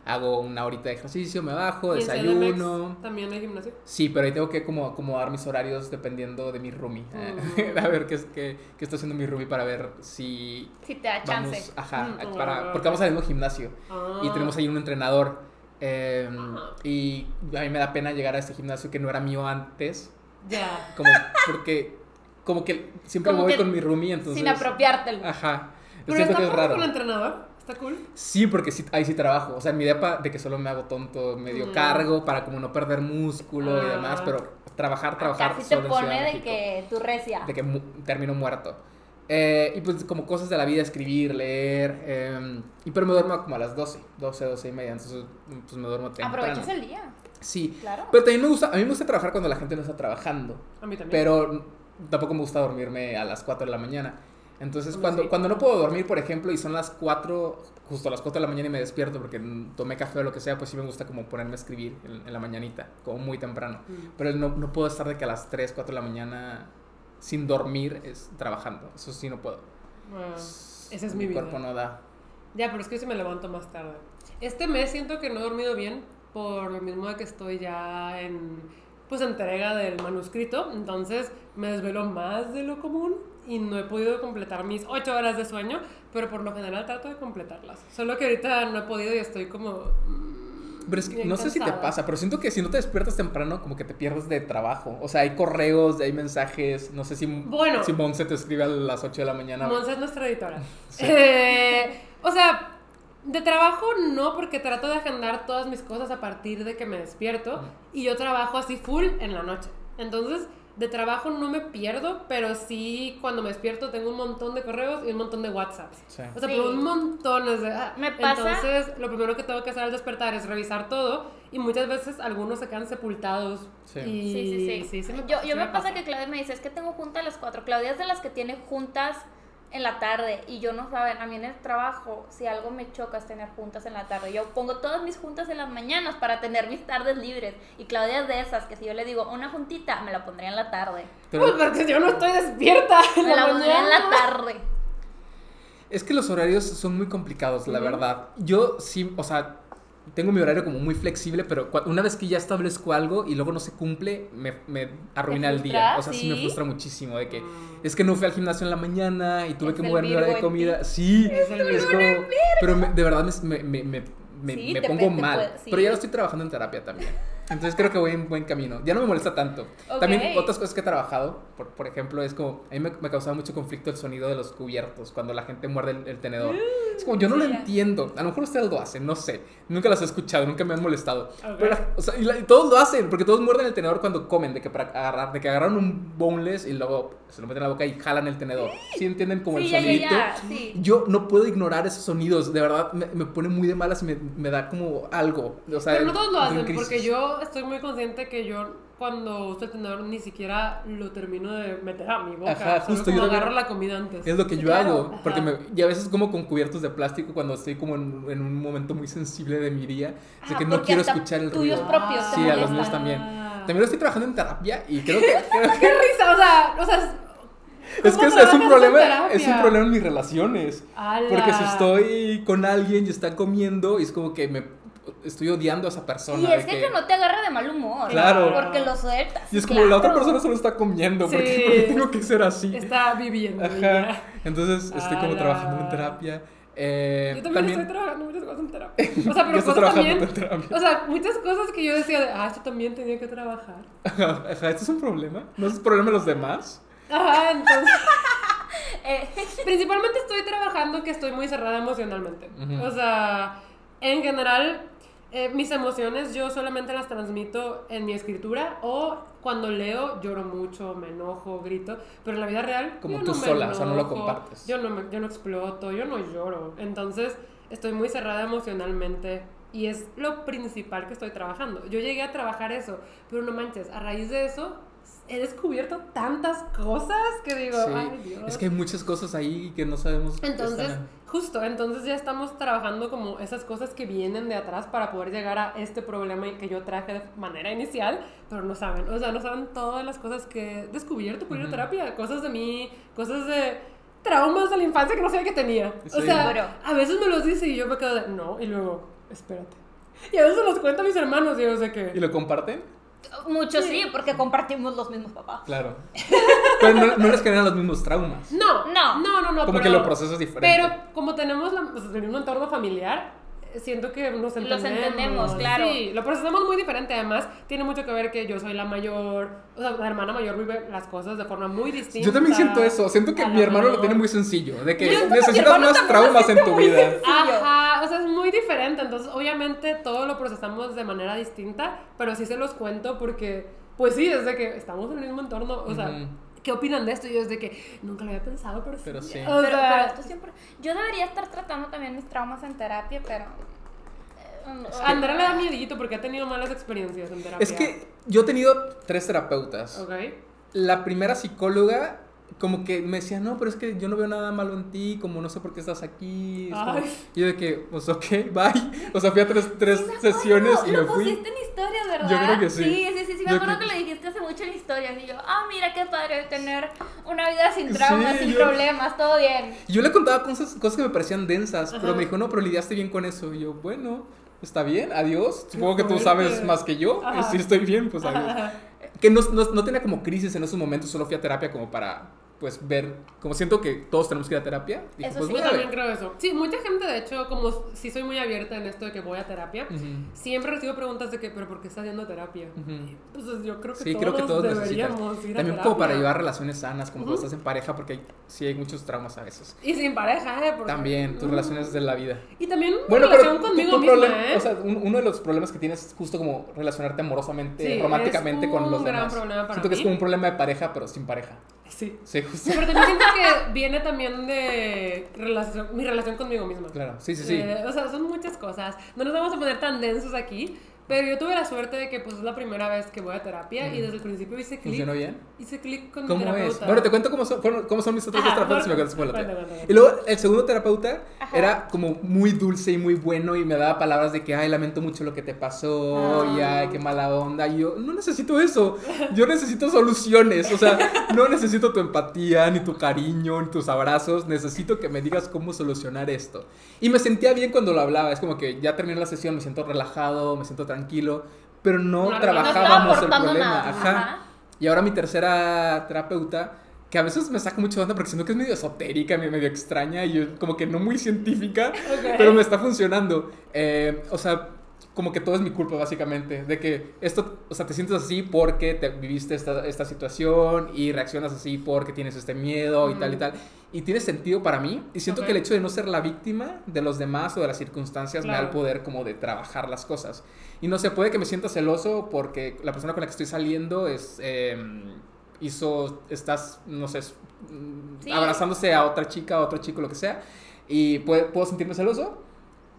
[SPEAKER 3] hago una horita de ejercicio, me bajo,
[SPEAKER 2] Y en CDMX
[SPEAKER 3] desayuno.
[SPEAKER 2] También hay gimnasio.
[SPEAKER 3] Sí, pero ahí tengo que como acomodar mis horarios dependiendo de mi roomie. Eh,
[SPEAKER 2] Mm.
[SPEAKER 3] a ver qué, es, qué, qué está haciendo mi roomie para ver si
[SPEAKER 1] Si te da
[SPEAKER 3] vamos,
[SPEAKER 1] chance.
[SPEAKER 3] ajá, eh,
[SPEAKER 2] Mm, ah,
[SPEAKER 3] para- porque vamos al mismo gimnasio
[SPEAKER 2] Ah.
[SPEAKER 3] y tenemos ahí un entrenador. eh,
[SPEAKER 2] Ah.
[SPEAKER 3] y a mí me da pena llegar a este gimnasio que no era mío antes,
[SPEAKER 2] Ya.
[SPEAKER 3] como porque como que siempre
[SPEAKER 1] Como
[SPEAKER 3] voy
[SPEAKER 1] que
[SPEAKER 3] con mi roomie, entonces ah,
[SPEAKER 1] Sin apropiártelo.
[SPEAKER 3] ajá.
[SPEAKER 2] Pero
[SPEAKER 3] Siento
[SPEAKER 2] está
[SPEAKER 3] que es
[SPEAKER 2] cool
[SPEAKER 3] raro.
[SPEAKER 2] con el entrenador. Está cool.
[SPEAKER 3] Sí, porque sí- ahí sí trabajo. O sea, mi idea pa- de que solo me hago tonto, medio
[SPEAKER 2] Mm.
[SPEAKER 3] cargo para como no perder músculo y
[SPEAKER 2] Ah.
[SPEAKER 3] demás, pero trabajar, trabajar.
[SPEAKER 1] Casi te
[SPEAKER 3] solo en Ciudad
[SPEAKER 1] pone de
[SPEAKER 3] México
[SPEAKER 1] que tu recia.
[SPEAKER 3] de que mu- termino muerto. Eh, y pues como cosas de la vida, escribir, leer. eh, y pero me duermo como a las 12, 12, 12 y media. Entonces pues me duermo temprano.
[SPEAKER 1] Aprovechas el día,
[SPEAKER 3] Sí.
[SPEAKER 1] claro.
[SPEAKER 3] Pero también me gusta, a mí me gusta trabajar cuando la gente no está trabajando.
[SPEAKER 2] A mí también.
[SPEAKER 3] Pero tampoco me gusta dormirme a las 4 de la mañana. Entonces
[SPEAKER 2] Bueno,
[SPEAKER 3] cuando,
[SPEAKER 2] sí.
[SPEAKER 3] cuando no puedo dormir, por ejemplo, y son las 4, justo a las 4 de la mañana y me despierto porque mm, tomé café o lo que sea, pues sí me gusta como ponerme a escribir en, en la mañanita, como muy temprano.
[SPEAKER 2] Mm.
[SPEAKER 3] Pero no, no puedo estar de que a las 3, 4 de la mañana sin dormir es trabajando. Eso sí no puedo.
[SPEAKER 2] Ah. Esa es mi vida.
[SPEAKER 3] cuerpo no da.
[SPEAKER 2] Ya, pero es que yo sí me levanto más tarde. Este mes siento que no he dormido bien por lo mismo de que estoy ya en pues entrega del manuscrito, entonces me desvelo más de lo común y no he podido completar mis ocho horas de sueño, pero por lo general trato de completarlas. Solo que ahorita no he podido y estoy como mm,
[SPEAKER 3] Pero es que
[SPEAKER 2] bien
[SPEAKER 3] no sé si te
[SPEAKER 2] cansada.
[SPEAKER 3] pasa, pero siento que si no te despiertas temprano, como que te pierdes de trabajo. O sea, hay correos, hay mensajes. No sé si,
[SPEAKER 2] Bueno.
[SPEAKER 3] si Monse te escribe a las 8 de la mañana.
[SPEAKER 2] Monza es nuestra editora.
[SPEAKER 3] Sí.
[SPEAKER 2] Eh, o sea, de trabajo no, porque trato de agendar todas mis cosas a partir de que me despierto y yo trabajo así full en la noche. Entonces, de trabajo no me pierdo, pero sí cuando me despierto tengo un montón de correos y un montón de WhatsApps.
[SPEAKER 3] Sí.
[SPEAKER 2] O sea,
[SPEAKER 1] Sí.
[SPEAKER 2] pero un montón. es de, ah,
[SPEAKER 1] Me pasa-
[SPEAKER 2] Entonces, lo primero que tengo que hacer al despertar es revisar todo y muchas veces algunos se quedan sepultados.
[SPEAKER 3] Sí.
[SPEAKER 2] Y
[SPEAKER 1] Sí, sí, sí.
[SPEAKER 2] sí me
[SPEAKER 1] yo yo
[SPEAKER 2] sí
[SPEAKER 1] me, pasa que Claudia me dice, es que tengo junta a las 4. Claudia es de las que tiene juntas en la tarde y yo no saben, a mí en el trabajo, si algo me choca es tener juntas en la tarde. Yo pongo todas mis juntas en las mañanas para tener mis tardes libres. Y Claudia es de esas que si yo le digo una juntita, me la pondría en la tarde.
[SPEAKER 3] Pero
[SPEAKER 2] Pues porque yo no estoy despierta. en
[SPEAKER 1] Me la pondría en
[SPEAKER 2] mañana.
[SPEAKER 1] la tarde.
[SPEAKER 3] es que los horarios son muy complicados, la
[SPEAKER 2] Ujú.
[SPEAKER 3] verdad. Yo sí, o sea, tengo mi horario como muy flexible, pero cua- una vez que ya establezco algo y luego no se cumple, me, me arruina el día.
[SPEAKER 1] frustra?
[SPEAKER 3] O sea, sí me
[SPEAKER 1] Sí.
[SPEAKER 3] frustra muchísimo de que
[SPEAKER 2] Mm.
[SPEAKER 3] Es que no fui al gimnasio en la mañana y tuve
[SPEAKER 1] Es
[SPEAKER 3] que
[SPEAKER 1] el
[SPEAKER 3] mover mi hora de
[SPEAKER 1] Virgo en
[SPEAKER 3] comida.
[SPEAKER 1] ti.
[SPEAKER 3] Sí,
[SPEAKER 2] Es el
[SPEAKER 3] es como- Pero me- de verdad me, me- me- me-
[SPEAKER 1] Sí,
[SPEAKER 3] me
[SPEAKER 1] te
[SPEAKER 3] pongo
[SPEAKER 1] pe- te
[SPEAKER 3] mal.
[SPEAKER 1] puede- sí.
[SPEAKER 3] Pero ya lo estoy trabajando en terapia también. Entonces creo que voy en buen camino. Ya no me molesta tanto.
[SPEAKER 1] Ok.
[SPEAKER 3] También otras cosas que he trabajado, por, por ejemplo, es como, a mí me, me causaba mucho conflicto el sonido de los cubiertos cuando la gente muerde el, el tenedor. Es como, yo no lo
[SPEAKER 1] Mm, sí, ya.
[SPEAKER 3] entiendo. A lo mejor ustedes lo hacen, no sé. Nunca las he escuchado, nunca me han molestado.
[SPEAKER 2] Ok.
[SPEAKER 3] Pero la- o sea, y, la- y todos lo hacen, porque todos muerden el tenedor cuando comen, de que para agarrar, de que agarraron un boneless y luego se lo meten a la boca y jalan el tenedor. ¿Sí entienden como
[SPEAKER 1] Sí,
[SPEAKER 3] el
[SPEAKER 1] ya,
[SPEAKER 3] sonidito?
[SPEAKER 1] ya, ya. Sí.
[SPEAKER 3] Yo no puedo ignorar esos sonidos, de verdad me, me pone muy de malas y me, me da como algo. O sea,
[SPEAKER 2] Pero no todos lo
[SPEAKER 3] de un
[SPEAKER 2] hacen,
[SPEAKER 3] crisis.
[SPEAKER 2] porque yo estoy muy consciente que yo cuando uso el tenedor ni siquiera lo termino de meter a mi boca.
[SPEAKER 3] Ajá,
[SPEAKER 2] solo
[SPEAKER 3] justo, yo
[SPEAKER 2] como
[SPEAKER 3] también-
[SPEAKER 2] agarro la comida antes.
[SPEAKER 3] Es lo que yo
[SPEAKER 1] Claro,
[SPEAKER 3] hago,
[SPEAKER 2] ajá.
[SPEAKER 3] porque me, y a veces como con cubiertos de plástico cuando estoy como en, en un momento muy sensible de mi día, así
[SPEAKER 1] Ah,
[SPEAKER 3] que no
[SPEAKER 1] porque
[SPEAKER 3] quiero
[SPEAKER 1] hasta
[SPEAKER 3] escuchar el
[SPEAKER 1] tuyos
[SPEAKER 3] ruido.
[SPEAKER 1] los
[SPEAKER 2] Ah,
[SPEAKER 1] propios te
[SPEAKER 3] Sí, a los míos
[SPEAKER 1] molestan.
[SPEAKER 3] también. También lo estoy trabajando en terapia y creo que... creo que-
[SPEAKER 2] ¡Qué risa! O sea, o sea,
[SPEAKER 3] Es que es, es
[SPEAKER 2] trabajas
[SPEAKER 3] un
[SPEAKER 2] en
[SPEAKER 3] problema,
[SPEAKER 2] terapia?
[SPEAKER 3] es un problema en mis relaciones.
[SPEAKER 2] ¡Hala!
[SPEAKER 3] Porque si estoy con alguien y está comiendo, y es como que me estoy odiando a esa persona.
[SPEAKER 1] Y
[SPEAKER 3] de
[SPEAKER 1] es que, que no te agarra de mal humor.
[SPEAKER 3] Claro.
[SPEAKER 1] Porque lo sueltas.
[SPEAKER 3] y es como la otra persona solo está comiendo,
[SPEAKER 2] Sí.
[SPEAKER 3] porque ¿por qué tengo que ser así?
[SPEAKER 2] Está viviendo.
[SPEAKER 3] Ajá. Eh,
[SPEAKER 2] ya.
[SPEAKER 3] Entonces estoy como
[SPEAKER 2] Ala.
[SPEAKER 3] trabajando en terapia. Eh,
[SPEAKER 2] Yo también, estoy trabajando muchas cosas en terapia. O sea,
[SPEAKER 3] yo
[SPEAKER 2] pero
[SPEAKER 3] estoy
[SPEAKER 2] cosas
[SPEAKER 3] trabajando
[SPEAKER 2] también.
[SPEAKER 3] en terapia.
[SPEAKER 2] O sea, muchas cosas que yo decía de, ah, esto también tenía que trabajar.
[SPEAKER 3] Ajá, ajá, ¿esto es un problema? ¿No es un problema de los demás?
[SPEAKER 2] Ajá, entonces.
[SPEAKER 1] Eh,
[SPEAKER 2] Principalmente estoy trabajando que estoy muy cerrada emocionalmente.
[SPEAKER 3] Ujú.
[SPEAKER 2] O sea, en general, eh, mis emociones yo solamente las transmito en mi escritura o cuando leo lloro mucho, me enojo, grito, pero en la vida real...
[SPEAKER 3] Como
[SPEAKER 2] yo
[SPEAKER 3] tú
[SPEAKER 2] no me
[SPEAKER 3] sola, o sea, no lo
[SPEAKER 2] enojo,
[SPEAKER 3] compartes.
[SPEAKER 2] Yo no, me- yo no exploto, yo no lloro. Entonces, estoy muy cerrada emocionalmente. Y es lo principal que estoy trabajando. Yo llegué a trabajar eso, pero no manches, a raíz de eso he descubierto tantas cosas que digo,
[SPEAKER 3] Sí.
[SPEAKER 2] ay Dios.
[SPEAKER 3] Es que hay muchas cosas ahí que no sabemos. que
[SPEAKER 2] Entonces,
[SPEAKER 3] están-
[SPEAKER 2] justo, entonces ya estamos trabajando como esas cosas que vienen de atrás para poder llegar a este problema que yo traje de manera inicial, pero no saben, o sea, no saben todas las cosas que he descubierto por ir a
[SPEAKER 3] Ujú.
[SPEAKER 2] terapia, cosas de mí, cosas de traumas de la infancia que no sabía que tenía. O
[SPEAKER 3] Sí.
[SPEAKER 2] sea,
[SPEAKER 1] Claro.
[SPEAKER 2] a veces me los dice y yo me quedo de, no, y luego, espérate. Y a veces los cuento a mis hermanos y yo sé
[SPEAKER 3] ¿Y
[SPEAKER 2] que...
[SPEAKER 3] lo comparten?
[SPEAKER 1] mucho sí, porque compartimos los mismos papás.
[SPEAKER 3] Claro. Pero no, no les generan los mismos traumas.
[SPEAKER 2] No,
[SPEAKER 1] No.
[SPEAKER 2] no, no, no.
[SPEAKER 3] Como que
[SPEAKER 2] pero-
[SPEAKER 3] lo procesas diferente.
[SPEAKER 2] Pero como tenemos la, o sea, tenemos un entorno familiar, eh, siento que nos entendemos.
[SPEAKER 1] entendemos, claro.
[SPEAKER 2] Sí, lo procesamos muy diferente. Además, tiene mucho que ver que yo soy la mayor, o sea, la hermana mayor vive las cosas de forma muy distinta.
[SPEAKER 3] Yo también siento eso. Siento que
[SPEAKER 2] a la
[SPEAKER 3] mi hermano lo
[SPEAKER 2] menor.
[SPEAKER 3] tiene muy sencillo. De que
[SPEAKER 1] Yo siento que mi
[SPEAKER 3] necesitas
[SPEAKER 1] hermano
[SPEAKER 3] más
[SPEAKER 1] también lo
[SPEAKER 3] traumas en
[SPEAKER 1] siente
[SPEAKER 3] tu
[SPEAKER 1] muy
[SPEAKER 3] vida.
[SPEAKER 1] sencillo.
[SPEAKER 2] Ajá, o sea, es muy diferente. Entonces, obviamente, todo lo procesamos de manera distinta, pero sí se los cuento porque, pues sí, es de que estamos en el mismo entorno. O sea,
[SPEAKER 3] Ujú.
[SPEAKER 2] ¿qué opinan de esto? Y es de que nunca lo había pensado, pero sí.
[SPEAKER 3] Pero sí.
[SPEAKER 2] O
[SPEAKER 1] Pero,
[SPEAKER 2] sea,
[SPEAKER 1] pero esto siempre... Yo debería estar tratando también mis traumas en terapia, pero... eh,
[SPEAKER 2] A Andrea le da miedito porque ha tenido malas experiencias en terapia.
[SPEAKER 3] Es que yo he tenido tres terapeutas.
[SPEAKER 2] Ok.
[SPEAKER 3] La primera psicóloga, como que me decía, no, pero es que yo no veo nada malo en ti, como no sé por qué estás aquí. Es como-
[SPEAKER 2] Ay.
[SPEAKER 3] Y yo de que, pues ok, bye. O sea, fui a tres, tres
[SPEAKER 1] Sí me acuerdo,
[SPEAKER 3] sesiones y
[SPEAKER 1] lo
[SPEAKER 3] me fui.
[SPEAKER 1] pusiste en historias, ¿verdad?
[SPEAKER 3] Yo creo que sí.
[SPEAKER 1] Sí, sí, sí, sí, me
[SPEAKER 3] Yo
[SPEAKER 1] acuerdo que...
[SPEAKER 3] creo-
[SPEAKER 1] lo dijiste hace mucho en historias. Y yo, ah, mira qué padre tener una vida sin traumas,
[SPEAKER 3] Sí,
[SPEAKER 1] sin
[SPEAKER 3] yo-
[SPEAKER 1] problemas, todo bien.
[SPEAKER 3] Y yo le contaba cosas, cosas que me parecían densas, pero
[SPEAKER 2] Ajá.
[SPEAKER 3] me dijo, no, pero lidiaste bien con eso. Y yo, bueno, está bien, adiós. Supongo que tú
[SPEAKER 2] fuerte.
[SPEAKER 3] sabes más que yo.
[SPEAKER 2] Ajá.
[SPEAKER 3] Si estoy bien, pues adiós. Que no, no, no tenía como crisis en esos momentos, solo fui a terapia como para, pues, ver. Como siento que todos tenemos que ir a terapia. Dije,
[SPEAKER 1] Eso
[SPEAKER 3] pues
[SPEAKER 1] sí,
[SPEAKER 3] voy
[SPEAKER 2] Yo
[SPEAKER 3] a
[SPEAKER 2] también
[SPEAKER 3] ver.
[SPEAKER 2] creo eso. Sí, mucha gente, de hecho, como si soy muy abierta en esto de que voy a terapia,
[SPEAKER 3] Ujú.
[SPEAKER 2] siempre recibo preguntas de que, ¿pero por qué estás yendo a terapia?
[SPEAKER 3] Ujú.
[SPEAKER 2] Entonces yo creo que
[SPEAKER 3] Sí,
[SPEAKER 2] todos,
[SPEAKER 3] creo que todos necesitan.
[SPEAKER 2] deberíamos ir a
[SPEAKER 3] También
[SPEAKER 2] terapia.
[SPEAKER 3] como para llevar relaciones sanas, como cuando
[SPEAKER 2] Ujú.
[SPEAKER 3] estás en pareja, porque hay- sí hay muchos traumas a veces.
[SPEAKER 2] Y sin pareja, ¿eh? Porque-
[SPEAKER 3] También, tus
[SPEAKER 2] Mm.
[SPEAKER 3] relaciones de la vida.
[SPEAKER 2] Y también
[SPEAKER 3] Bueno, pero
[SPEAKER 2] relación
[SPEAKER 3] tu-
[SPEAKER 2] conmigo
[SPEAKER 3] tu
[SPEAKER 2] misma,
[SPEAKER 3] problema-
[SPEAKER 2] ¿eh?
[SPEAKER 3] o sea, un- uno de los problemas que tienes es justo como relacionarte amorosamente,
[SPEAKER 2] Sí,
[SPEAKER 3] románticamente
[SPEAKER 2] es
[SPEAKER 3] con los
[SPEAKER 2] un gran
[SPEAKER 3] demás.
[SPEAKER 2] problema para
[SPEAKER 3] Siento que es
[SPEAKER 2] mí.
[SPEAKER 3] como un problema de pareja, pero sin pareja.
[SPEAKER 2] sí.
[SPEAKER 3] Sí, justo.
[SPEAKER 2] Pero también siento que viene también de relación, mi relación conmigo misma.
[SPEAKER 3] Claro, sí, sí, sí.
[SPEAKER 2] Eh, o sea, son muchas cosas. No nos vamos a poner tan densos aquí, pero yo tuve la suerte de que pues es la primera vez que voy a terapia y
[SPEAKER 3] Ujú.
[SPEAKER 2] desde el principio hice
[SPEAKER 3] ¿Funcionó
[SPEAKER 2] clic.
[SPEAKER 3] bien?
[SPEAKER 2] Hice clic con mi
[SPEAKER 3] ¿Cómo es?
[SPEAKER 2] terapeuta. Ah,
[SPEAKER 3] Bueno, te cuento cómo son, fueron- cómo son mis otros dos
[SPEAKER 2] Ajá,
[SPEAKER 3] terapeutas y me
[SPEAKER 2] bueno,
[SPEAKER 3] cuentas cómo la
[SPEAKER 2] cuenta,
[SPEAKER 3] tuya.
[SPEAKER 2] cuenta, cuenta.
[SPEAKER 3] Y luego el segundo terapeuta
[SPEAKER 1] Ajá.
[SPEAKER 3] era como muy dulce y muy bueno y me daba palabras de que, ay, lamento mucho lo que te pasó y
[SPEAKER 2] Ah.
[SPEAKER 3] ay, qué mala onda. Y yo, no necesito eso. Yo necesito soluciones. O sea, no necesito tu empatía, ni tu cariño, ni tus abrazos. Necesito que me digas cómo solucionar esto. Y me sentía bien cuando lo hablaba. Es como que ya terminé la sesión, me siento relajado, me siento tranquilo. Pero no,
[SPEAKER 2] No, no, no estaba
[SPEAKER 3] trabajábamos el
[SPEAKER 1] aportando
[SPEAKER 3] problema.
[SPEAKER 1] nada. Ajá.
[SPEAKER 3] Ajá. Y ahora mi tercera terapeuta, que a veces me saca mucho de onda porque siento que es medio esotérica, me- medio extraña y yo como que no muy científica, pero me está funcionando. Eh, o sea, como que todo es mi culpa básicamente, de que esto, o sea, te sientes así porque te viviste esta, esta situación y reaccionas así porque tienes este miedo y tal y
[SPEAKER 2] Mm.
[SPEAKER 3] tal. Y tiene sentido para mí y siento
[SPEAKER 2] Ok.
[SPEAKER 3] que el hecho de no ser la víctima de los demás o de las circunstancias me da el
[SPEAKER 2] Claro.
[SPEAKER 3] poder como de trabajar las cosas. Y no sé, puede que me sienta celoso porque la persona con la que estoy saliendo es. eh, hizo. Estás, no sé, es- mm,
[SPEAKER 1] Sí.
[SPEAKER 3] abrazándose a otra chica, a otro chico, lo que sea. Y puede- puedo sentirme celoso,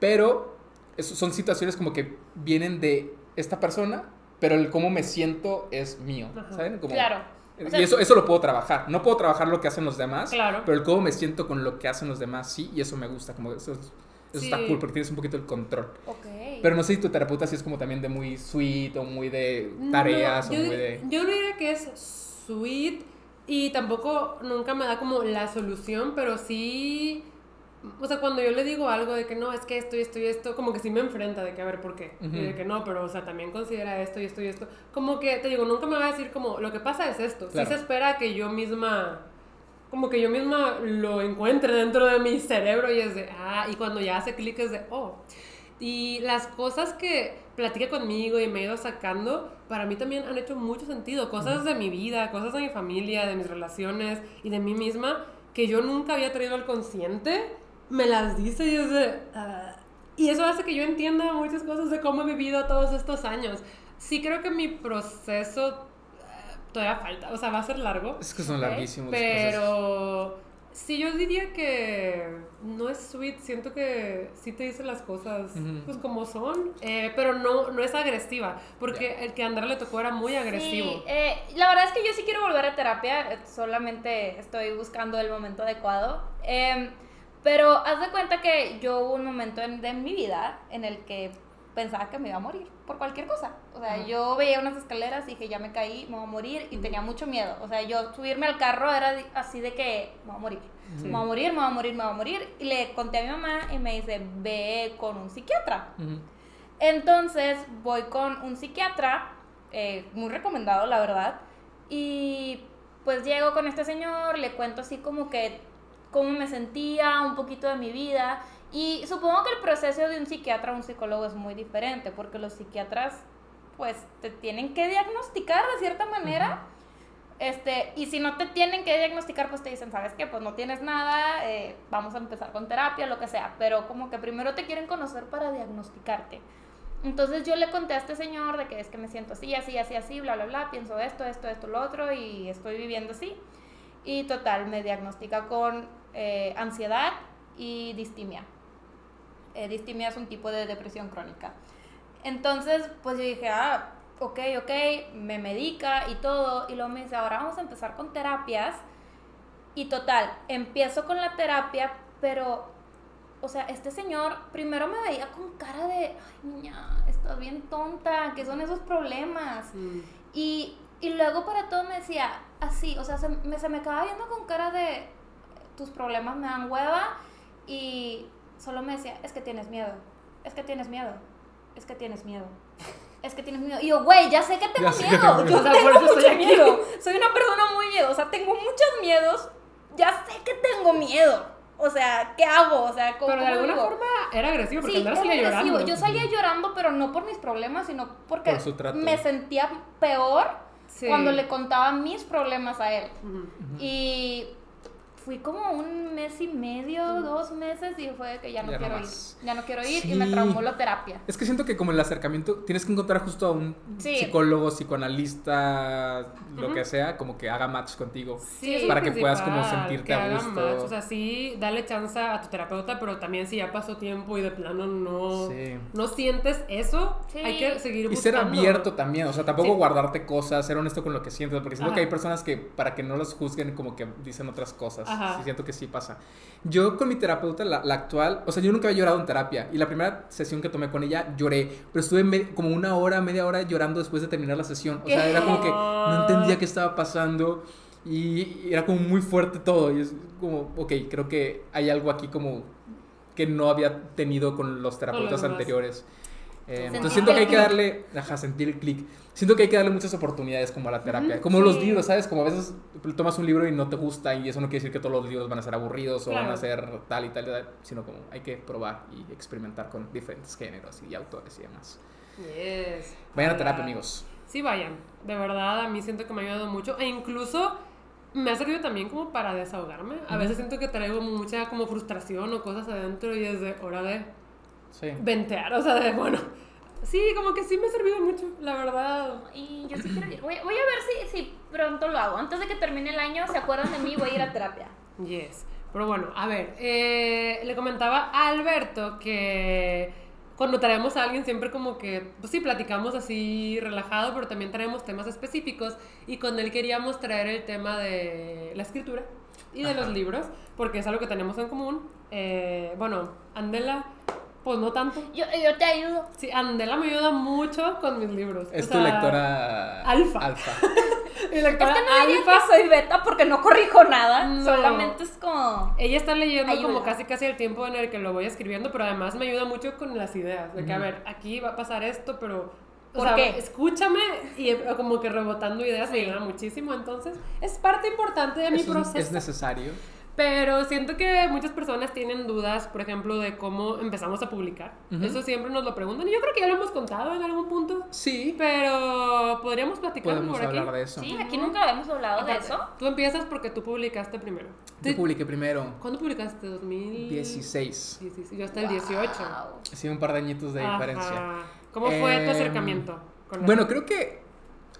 [SPEAKER 3] pero es- son situaciones como que vienen de esta persona, pero el cómo me siento es mío,
[SPEAKER 2] Ajá.
[SPEAKER 3] ¿saben? Como- eh,
[SPEAKER 1] Claro. O sea,
[SPEAKER 3] y eso, eso lo puedo trabajar. No puedo trabajar lo que hacen los demás,
[SPEAKER 2] Claro.
[SPEAKER 3] pero el cómo me siento con lo que hacen los demás, sí, y eso me gusta. Como eso, es- eso está
[SPEAKER 2] Sí.
[SPEAKER 3] cool porque tienes un poquito el control.
[SPEAKER 1] Ok.
[SPEAKER 3] Pero no sé si tu terapeuta sí es como también de muy sweet o muy de
[SPEAKER 2] No,
[SPEAKER 3] tareas
[SPEAKER 2] yo,
[SPEAKER 3] o muy de...
[SPEAKER 2] yo no diría que es sweet, Y tampoco nunca me da como la solución, pero sí. O sea, cuando yo le digo algo de que no, es que esto y esto y esto, como que sí me enfrenta de que a ver por qué.
[SPEAKER 3] Ujú.
[SPEAKER 2] Y de que no, pero o sea, también considera esto y esto y esto. Como que te digo, nunca me va a decir como lo que pasa es esto.
[SPEAKER 3] Claro.
[SPEAKER 2] Sí se espera que yo misma. Como que yo misma lo encuentre dentro de mi cerebro y es de, ah, y cuando ya hace clic es de, oh. Y las cosas que platica conmigo y me ha ido sacando, para mí también han hecho mucho sentido. Cosas de mi vida, cosas de mi familia, de mis relaciones y de mí misma que yo nunca había traído al consciente, me las dice y es de... "Ah". y eso hace que yo entienda muchas cosas de cómo he vivido todos estos años. Sí creo que mi proceso ah, todavía falta, o sea, va a ser largo.
[SPEAKER 3] Es que son
[SPEAKER 1] Ok,
[SPEAKER 3] larguísimos. los procesos.
[SPEAKER 2] Pero sí, yo diría que no es sweet. Siento que sí te dice las cosas
[SPEAKER 3] Ujú.
[SPEAKER 2] pues como son, eh, pero no, no es agresiva. Porque el que a Andrea le tocó era muy
[SPEAKER 1] Sí,
[SPEAKER 2] agresivo.
[SPEAKER 1] eh, la verdad es que yo sí quiero volver a terapia, eh, solamente estoy buscando el momento adecuado. Em, pero haz de cuenta que yo hubo un momento en, de mi vida en el que pensaba que me iba a morir por cualquier cosa. O sea,
[SPEAKER 2] Ajá.
[SPEAKER 1] yo veía unas escaleras y dije, ya me caí, me voy a morir y tenía mucho miedo. O sea, yo subirme al carro era di- así de que me voy a morir. Me voy a morir, me voy a morir, me voy a morir. Y le conté a mi mamá y me dice, ve con un psiquiatra.
[SPEAKER 3] Ujú.
[SPEAKER 1] Entonces voy con un psiquiatra, eh, muy recomendado la verdad, y pues llego con este señor, le cuento así como que cómo me sentía, un poquito de mi vida, y supongo que el proceso de un psiquiatra a un psicólogo es muy diferente, porque los psiquiatras pues te tienen que diagnosticar de cierta manera. Este, y si no te tienen que diagnosticar, pues te dicen, ¿sabes qué? Pues no tienes nada, eh, vamos a empezar con terapia, lo que sea. Pero como que primero te quieren conocer para diagnosticarte. Entonces yo le conté a este señor de que es que me siento así, así, así, así, bla, bla, bla, pienso esto, esto, esto, lo otro y estoy viviendo así. Y total, me diagnostica con eh, ansiedad y distimia. Eh, distimia es un tipo de depresión crónica. Entonces, pues yo dije, ah, ok, ok, me medica y todo. Y luego me dice, ahora vamos a empezar con terapias. Y total, empiezo con la terapia, pero, o sea, este señor primero me veía con cara de, ay, niña, estás bien tonta, ¿qué son esos problemas?
[SPEAKER 2] Mm.
[SPEAKER 1] Y, y luego para todo me decía así, o sea, se me, se me acaba viendo con cara de tus problemas me dan hueva y solo me decía, es que tienes miedo, es que tienes miedo, es que tienes miedo, es que tienes miedo. Y yo, güey, ya sé que tengo
[SPEAKER 3] Ya sé que
[SPEAKER 1] miedo, yo
[SPEAKER 2] miedo. O
[SPEAKER 3] tengo
[SPEAKER 2] sea,
[SPEAKER 1] tengo
[SPEAKER 2] por eso
[SPEAKER 1] mucho
[SPEAKER 2] estoy aquí.
[SPEAKER 1] miedo, soy una persona muy miedosa, tengo muchos miedos, ya sé que tengo miedo. O sea, ¿qué hago? O sea, ¿cómo,
[SPEAKER 2] Pero de
[SPEAKER 1] cómo
[SPEAKER 2] alguna
[SPEAKER 1] vivo?
[SPEAKER 2] forma era agresivo porque
[SPEAKER 1] Sí,
[SPEAKER 2] Andrea salía
[SPEAKER 1] era agresivo.
[SPEAKER 2] llorando.
[SPEAKER 1] Yo salía llorando, pero no por mis problemas, sino porque
[SPEAKER 3] Por su trato.
[SPEAKER 1] me sentía peor
[SPEAKER 2] Sí.
[SPEAKER 1] cuando le contaba mis problemas a él.
[SPEAKER 2] Ujú.
[SPEAKER 1] Y fui como un mes y medio, dos meses, y fue de que ya no
[SPEAKER 3] Ya no
[SPEAKER 1] quiero ir.
[SPEAKER 3] más.
[SPEAKER 1] Ya no quiero ir y
[SPEAKER 3] Sí.
[SPEAKER 1] me traumó la terapia.
[SPEAKER 3] Es que siento que como el acercamiento tienes que encontrar justo a un
[SPEAKER 1] Sí.
[SPEAKER 3] psicólogo, psicoanalista, lo
[SPEAKER 2] Ujú.
[SPEAKER 3] que sea, como que haga match contigo.
[SPEAKER 2] Sí,
[SPEAKER 1] Sí.
[SPEAKER 2] es lo
[SPEAKER 3] Para que puedas como
[SPEAKER 2] principal,
[SPEAKER 3] sentirte
[SPEAKER 2] que
[SPEAKER 3] a
[SPEAKER 2] hagan
[SPEAKER 3] gusto.
[SPEAKER 2] match. O sea, sí, dale chance a tu terapeuta, pero también si ya pasó tiempo y de plano no,
[SPEAKER 3] Sí.
[SPEAKER 2] no sientes eso,
[SPEAKER 1] Sí.
[SPEAKER 2] hay que seguir
[SPEAKER 3] Y
[SPEAKER 2] buscando.
[SPEAKER 3] ser abierto también, o sea, tampoco
[SPEAKER 2] Sí.
[SPEAKER 3] guardarte cosas, ser honesto con lo que sientes, porque siento
[SPEAKER 2] Ajá.
[SPEAKER 3] que hay personas que para que no los juzguen como que dicen otras cosas.
[SPEAKER 2] Ajá.
[SPEAKER 3] Sí, siento que sí pasa. Yo con mi terapeuta, la, la actual, o sea, yo nunca había llorado en terapia y la primera sesión que tomé con ella lloré, pero estuve me- como una hora, media hora llorando después de terminar la sesión. O sea,
[SPEAKER 1] ¿Qué?
[SPEAKER 3] era como que no entendía qué estaba pasando y, y era como muy fuerte todo. Y es como, ok, creo que hay algo aquí como que no había tenido con los terapeutas
[SPEAKER 2] demás.
[SPEAKER 3] anteriores. Eh,
[SPEAKER 1] Sentir
[SPEAKER 3] entonces siento que
[SPEAKER 1] el
[SPEAKER 3] hay que
[SPEAKER 1] clic.
[SPEAKER 3] darle, ajá, sentir el clic. Siento que hay que darle muchas oportunidades como a la terapia.
[SPEAKER 1] Ujú,
[SPEAKER 3] como los
[SPEAKER 1] sí.
[SPEAKER 3] libros, ¿sabes? Como a veces tomas un libro y no te gusta y eso no quiere decir que todos los libros van a ser aburridos o van
[SPEAKER 2] Claro.
[SPEAKER 3] a ser tal y tal y tal, sino como hay que probar y experimentar con diferentes géneros y autores y demás.
[SPEAKER 2] Yes.
[SPEAKER 3] Vayan a
[SPEAKER 2] Ojalá.
[SPEAKER 3] terapia, amigos.
[SPEAKER 2] Sí, vayan. De verdad, a mí siento que me ha ayudado mucho. E incluso me ha servido también como para desahogarme. A veces siento que traigo mucha como frustración o cosas adentro y es de hora de
[SPEAKER 3] Sí.
[SPEAKER 2] ventear. O sea, de bueno. Sí, como que sí me ha servido mucho, la verdad.
[SPEAKER 1] Y yo sí quiero ir. Voy, voy a ver si, si pronto lo hago. Antes de que termine el año, se acuerdan de mí, voy a ir a terapia.
[SPEAKER 2] Yes. Pero bueno, a ver, eh, le comentaba a Alberto que cuando traemos a alguien siempre como que, pues sí, platicamos así relajado, pero también traemos temas específicos y con él queríamos traer el tema de la escritura y de los
[SPEAKER 3] Ajá.
[SPEAKER 2] libros, porque es algo que tenemos en común. Eh, bueno, Andela, pues no tanto.
[SPEAKER 1] Yo, yo te ayudo.
[SPEAKER 2] Sí, Andela me ayuda mucho con mis libros.
[SPEAKER 3] Es
[SPEAKER 2] O
[SPEAKER 3] tu
[SPEAKER 2] sea,
[SPEAKER 3] lectora
[SPEAKER 2] alfa. Y la
[SPEAKER 1] Es
[SPEAKER 2] doctora
[SPEAKER 1] que no diría
[SPEAKER 2] Alfa,
[SPEAKER 1] que soy beta porque no corrijo nada.
[SPEAKER 2] No.
[SPEAKER 1] Solamente es como.
[SPEAKER 2] Ella está leyendo
[SPEAKER 1] Ayuda.
[SPEAKER 2] como casi casi el tiempo en el que lo voy escribiendo, pero además me ayuda mucho con las ideas. De que, a
[SPEAKER 3] Ujú.
[SPEAKER 2] ver, aquí va a pasar esto, pero... O
[SPEAKER 1] ¿Por
[SPEAKER 2] sea,
[SPEAKER 1] qué?
[SPEAKER 2] escúchame y eh, como que rebotando ideas me ayuda muchísimo. Entonces, es parte importante de mi
[SPEAKER 3] Es un-
[SPEAKER 2] proceso.
[SPEAKER 3] es necesario.
[SPEAKER 2] Pero siento que muchas personas tienen dudas, por ejemplo, de cómo empezamos a publicar.
[SPEAKER 3] Ujú.
[SPEAKER 2] Eso siempre nos lo preguntan. y Yo creo que ya lo hemos contado en algún punto,
[SPEAKER 3] Sí,
[SPEAKER 2] pero podríamos platicarlo
[SPEAKER 3] podemos
[SPEAKER 2] por aquí.
[SPEAKER 3] hablar de eso.
[SPEAKER 1] Sí, aquí nunca habíamos hablado de
[SPEAKER 2] Aparte,
[SPEAKER 1] eso.
[SPEAKER 2] Tú empiezas porque tú publicaste primero.
[SPEAKER 3] Yo
[SPEAKER 2] Tú-
[SPEAKER 3] publiqué primero
[SPEAKER 2] ¿Cuándo publicaste? 2016.
[SPEAKER 3] 16.
[SPEAKER 2] Yo hasta el 18.
[SPEAKER 1] Wow.
[SPEAKER 3] Sí, un par de añitos de diferencia.
[SPEAKER 2] Ajá. ¿Cómo fue tu
[SPEAKER 3] Em,
[SPEAKER 2] acercamiento? con la-
[SPEAKER 3] Bueno, creo que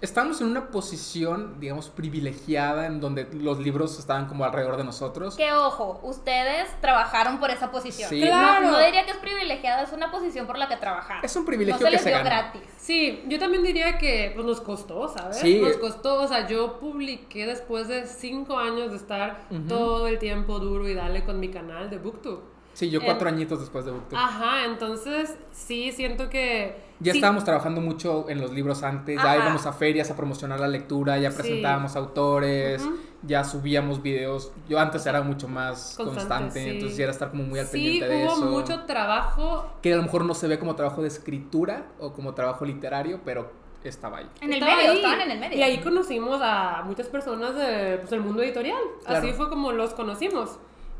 [SPEAKER 3] estamos en una posición, digamos, privilegiada en donde los libros estaban como alrededor de nosotros.
[SPEAKER 1] Que ojo, ustedes trabajaron por esa posición.
[SPEAKER 3] Sí.
[SPEAKER 1] No-
[SPEAKER 2] Claro.
[SPEAKER 1] No, diría que es privilegiada, es una posición por la que trabajaron.
[SPEAKER 3] Es un privilegio
[SPEAKER 1] no se
[SPEAKER 3] que
[SPEAKER 1] les
[SPEAKER 3] se
[SPEAKER 1] dio
[SPEAKER 3] gana.
[SPEAKER 1] gratis.
[SPEAKER 2] Sí, yo también diría que pues, nos costó, ¿sabes?
[SPEAKER 3] Sí.
[SPEAKER 2] Nos costó, o sea, yo publiqué después de cinco años de estar
[SPEAKER 3] Ujú.
[SPEAKER 2] todo el tiempo duro y dale con mi canal de BookTube.
[SPEAKER 3] Sí, yo
[SPEAKER 2] Em,
[SPEAKER 3] cuatro añitos después de Booktube.
[SPEAKER 2] Ajá, entonces sí siento que...
[SPEAKER 3] Ya
[SPEAKER 2] ah, sí,
[SPEAKER 3] estábamos trabajando mucho en los libros antes,
[SPEAKER 1] Ajá.
[SPEAKER 3] ya íbamos a ferias a promocionar la lectura, ya
[SPEAKER 2] Sí.
[SPEAKER 3] presentábamos autores, ya subíamos videos. Yo antes era mucho más
[SPEAKER 2] Constante,
[SPEAKER 3] constante,
[SPEAKER 2] sí.
[SPEAKER 3] entonces ya era estar como muy al
[SPEAKER 2] Sí,
[SPEAKER 3] pendiente de
[SPEAKER 2] hubo
[SPEAKER 3] eso.
[SPEAKER 2] mucho trabajo.
[SPEAKER 3] Que a lo mejor no se ve como trabajo de escritura o como trabajo literario, pero estaba ahí.
[SPEAKER 1] En el
[SPEAKER 2] Estaba
[SPEAKER 1] medio,
[SPEAKER 2] ahí,
[SPEAKER 1] estaban en el medio.
[SPEAKER 2] Y ahí conocimos a muchas personas pues, del mundo editorial.
[SPEAKER 3] Claro.
[SPEAKER 2] Así fue como los conocimos.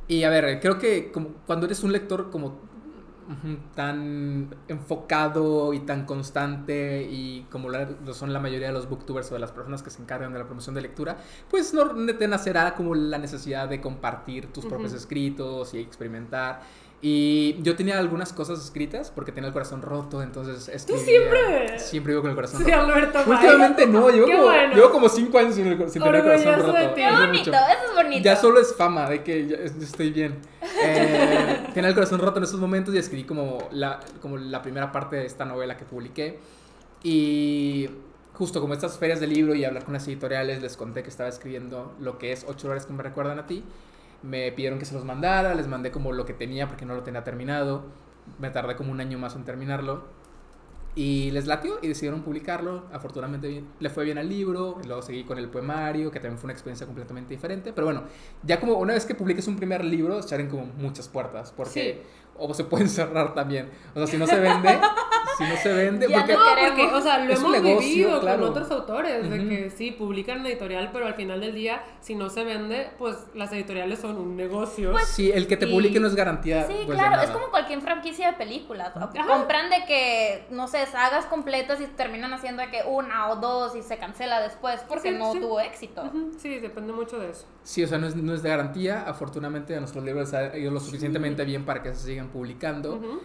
[SPEAKER 3] Y a ver, creo que como cuando eres un lector como ujú, tan enfocado y tan constante y como la- lo son la mayoría de los booktubers o de las personas que se encargan de la promoción de lectura, pues no te nacerá como la necesidad de compartir tus propios
[SPEAKER 2] Ujú.
[SPEAKER 3] escritos y experimentar. Y yo tenía algunas cosas escritas porque tenía el corazón roto, entonces escribía.
[SPEAKER 2] siempre-
[SPEAKER 3] Siempre vivo con el corazón
[SPEAKER 2] Sí,
[SPEAKER 3] roto.
[SPEAKER 2] Alberto. bye.
[SPEAKER 3] Últimamente no, llevo
[SPEAKER 2] Qué
[SPEAKER 3] como,
[SPEAKER 2] bueno.
[SPEAKER 3] llevo como cinco años sin, el cor- sin tener el corazón
[SPEAKER 2] Orgulloso de
[SPEAKER 3] roto.
[SPEAKER 2] ti.
[SPEAKER 1] Qué
[SPEAKER 3] Lo
[SPEAKER 1] bonito,
[SPEAKER 3] mucho.
[SPEAKER 1] eso es bonito.
[SPEAKER 3] Ya solo es fama de que ya es- estoy bien. Eh, tenía el corazón roto en esos momentos y escribí como la, como la primera parte de esta novela que publiqué. Y justo como estas ferias de libro y hablar con las editoriales, les conté que estaba escribiendo lo que es ocho horas que me recuerdan a ti. Me pidieron que se los mandara, les mandé como lo que tenía porque no lo tenía terminado. Me tardé como un año más en terminarlo. Y les latió y decidieron publicarlo. Afortunadamente bien- le fue bien al libro. Luego seguí con el poemario, que también fue una experiencia completamente diferente. Pero bueno, ya como una vez que publiques un primer libro, se abren como muchas puertas. Porque o se pueden cerrar también. O sea, si no se vende, si no se vende.
[SPEAKER 1] Ya
[SPEAKER 3] porque-
[SPEAKER 1] no
[SPEAKER 2] No, porque, o sea, lo
[SPEAKER 3] Es un
[SPEAKER 2] hemos
[SPEAKER 3] negocio,
[SPEAKER 2] vivido
[SPEAKER 3] claro.
[SPEAKER 2] con otros autores, de
[SPEAKER 3] Ujú.
[SPEAKER 2] que sí, publican en editorial, pero al final del día, si no se vende, pues las editoriales son un negocio.
[SPEAKER 3] sí, el que te
[SPEAKER 2] y-
[SPEAKER 3] publique no es garantía.
[SPEAKER 1] Sí,
[SPEAKER 3] pues, de
[SPEAKER 1] claro, es
[SPEAKER 3] nada.
[SPEAKER 1] como cualquier franquicia de películas. ¿no?
[SPEAKER 2] Ajá.
[SPEAKER 1] Compran de que, no sé, sagas completas y terminan haciendo de que una o dos y se cancela después porque
[SPEAKER 2] Sí,
[SPEAKER 1] no
[SPEAKER 2] sí.
[SPEAKER 1] tuvo éxito.
[SPEAKER 2] Ujú, sí, depende mucho de eso.
[SPEAKER 3] Sí, o sea, no es, no es de garantía. Afortunadamente a nuestros libros les ha ido lo suficientemente bien para que se sigan publicando.
[SPEAKER 2] Ujú.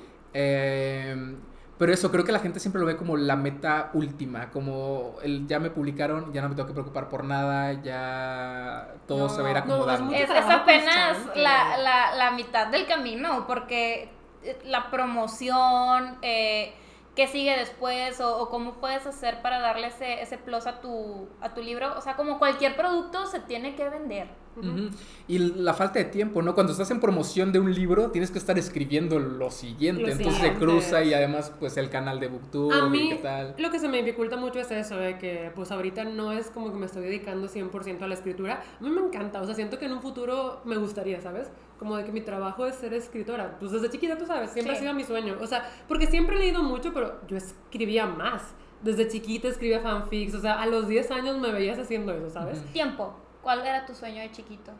[SPEAKER 3] Eh, pero eso, creo que la gente siempre lo ve como la meta última, como el ya me publicaron, ya no me tengo que preocupar por nada, ya todo
[SPEAKER 2] No,
[SPEAKER 3] se va a ir
[SPEAKER 2] no, es
[SPEAKER 3] acomodando.
[SPEAKER 2] mucho
[SPEAKER 1] Es, es
[SPEAKER 2] trabajo
[SPEAKER 1] apenas
[SPEAKER 2] constante.
[SPEAKER 1] la, la- la mitad del camino porque eh, la promoción, eh, qué sigue después o, o cómo puedes hacer para darle ese, ese plus a tu, a tu libro. O sea, como cualquier producto se tiene que vender.
[SPEAKER 3] Ujú. Y la falta de tiempo, ¿no? Cuando estás en promoción de un libro, tienes que estar escribiendo lo siguiente,
[SPEAKER 2] Lo
[SPEAKER 3] entonces
[SPEAKER 2] siguiente.
[SPEAKER 3] se cruza y además pues el canal de BookTube
[SPEAKER 2] A
[SPEAKER 3] y
[SPEAKER 2] mí
[SPEAKER 3] qué tal.
[SPEAKER 2] lo que se me dificulta mucho es eso, de que pues ahorita no es como que me estoy dedicando 100% a la escritura. A mí me encanta, o sea, siento que en un futuro me gustaría, ¿sabes? Como de que mi trabajo es ser escritora. Pues desde chiquita, tú sabes, siempre
[SPEAKER 1] Sí.
[SPEAKER 2] ha sido mi sueño. O sea, porque siempre he leído mucho, pero yo escribía más. Desde chiquita escribía fanfics, o sea, a los 10 años me veías haciendo eso, ¿sabes?
[SPEAKER 3] Ujú.
[SPEAKER 1] Tiempo. ¿Cuál era tu sueño de chiquito?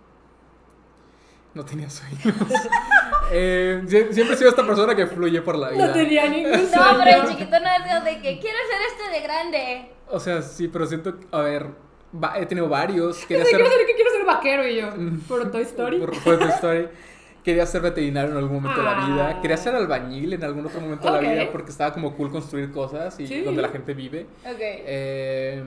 [SPEAKER 3] No tenía sueños. Eh, sie- siempre he sido esta persona que fluye por la vida.
[SPEAKER 2] No tenía ningún sueño.
[SPEAKER 1] No, pero el chiquito no decías de que quiero ser este de grande.
[SPEAKER 3] O sea, sí, pero siento, que- a ver, va- he tenido varios.
[SPEAKER 2] Yo
[SPEAKER 3] Quería
[SPEAKER 2] sé,
[SPEAKER 3] ser-
[SPEAKER 2] quiero ser, que quiero ser vaquero y yo, por Toy Story.
[SPEAKER 3] Por, por Toy Story. Quería ser veterinario en algún momento de la
[SPEAKER 2] Ah.
[SPEAKER 3] vida. Quería ser albañil en algún otro momento de
[SPEAKER 2] Ok.
[SPEAKER 3] la vida porque estaba como cool construir cosas y
[SPEAKER 2] Sí.
[SPEAKER 3] donde la gente vive.
[SPEAKER 1] Ok.
[SPEAKER 3] Eh,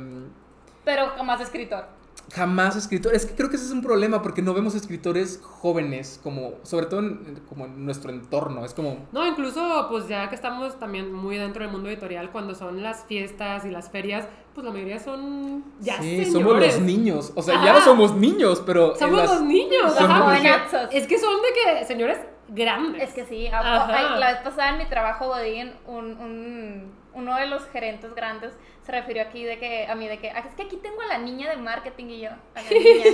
[SPEAKER 1] Pero jamás escritor.
[SPEAKER 3] jamás escritor. Es que creo que ese es un problema porque no vemos escritores jóvenes, como, sobre todo en, como en nuestro entorno. Es como.
[SPEAKER 2] No, incluso pues ya que estamos también muy dentro del mundo editorial, cuando son las fiestas y las ferias, pues la mayoría son ya
[SPEAKER 3] sí,
[SPEAKER 2] señores.
[SPEAKER 3] somos los niños. O sea, ya
[SPEAKER 2] Ajá.
[SPEAKER 3] no somos niños, pero. en
[SPEAKER 2] Somos
[SPEAKER 3] las-
[SPEAKER 2] los niños.
[SPEAKER 3] Somos
[SPEAKER 2] ajá, porque
[SPEAKER 1] jovenazos.
[SPEAKER 2] es que son de que señores grandes.
[SPEAKER 1] Es que sí,
[SPEAKER 2] Ajá.
[SPEAKER 1] a- ay, la vez pasada en mi trabajo Godín, un, un uno de los gerentes grandes se refirió aquí de que, a mí de que, "Ah, es que aquí tengo a la niña de marketing y yo, a la niña,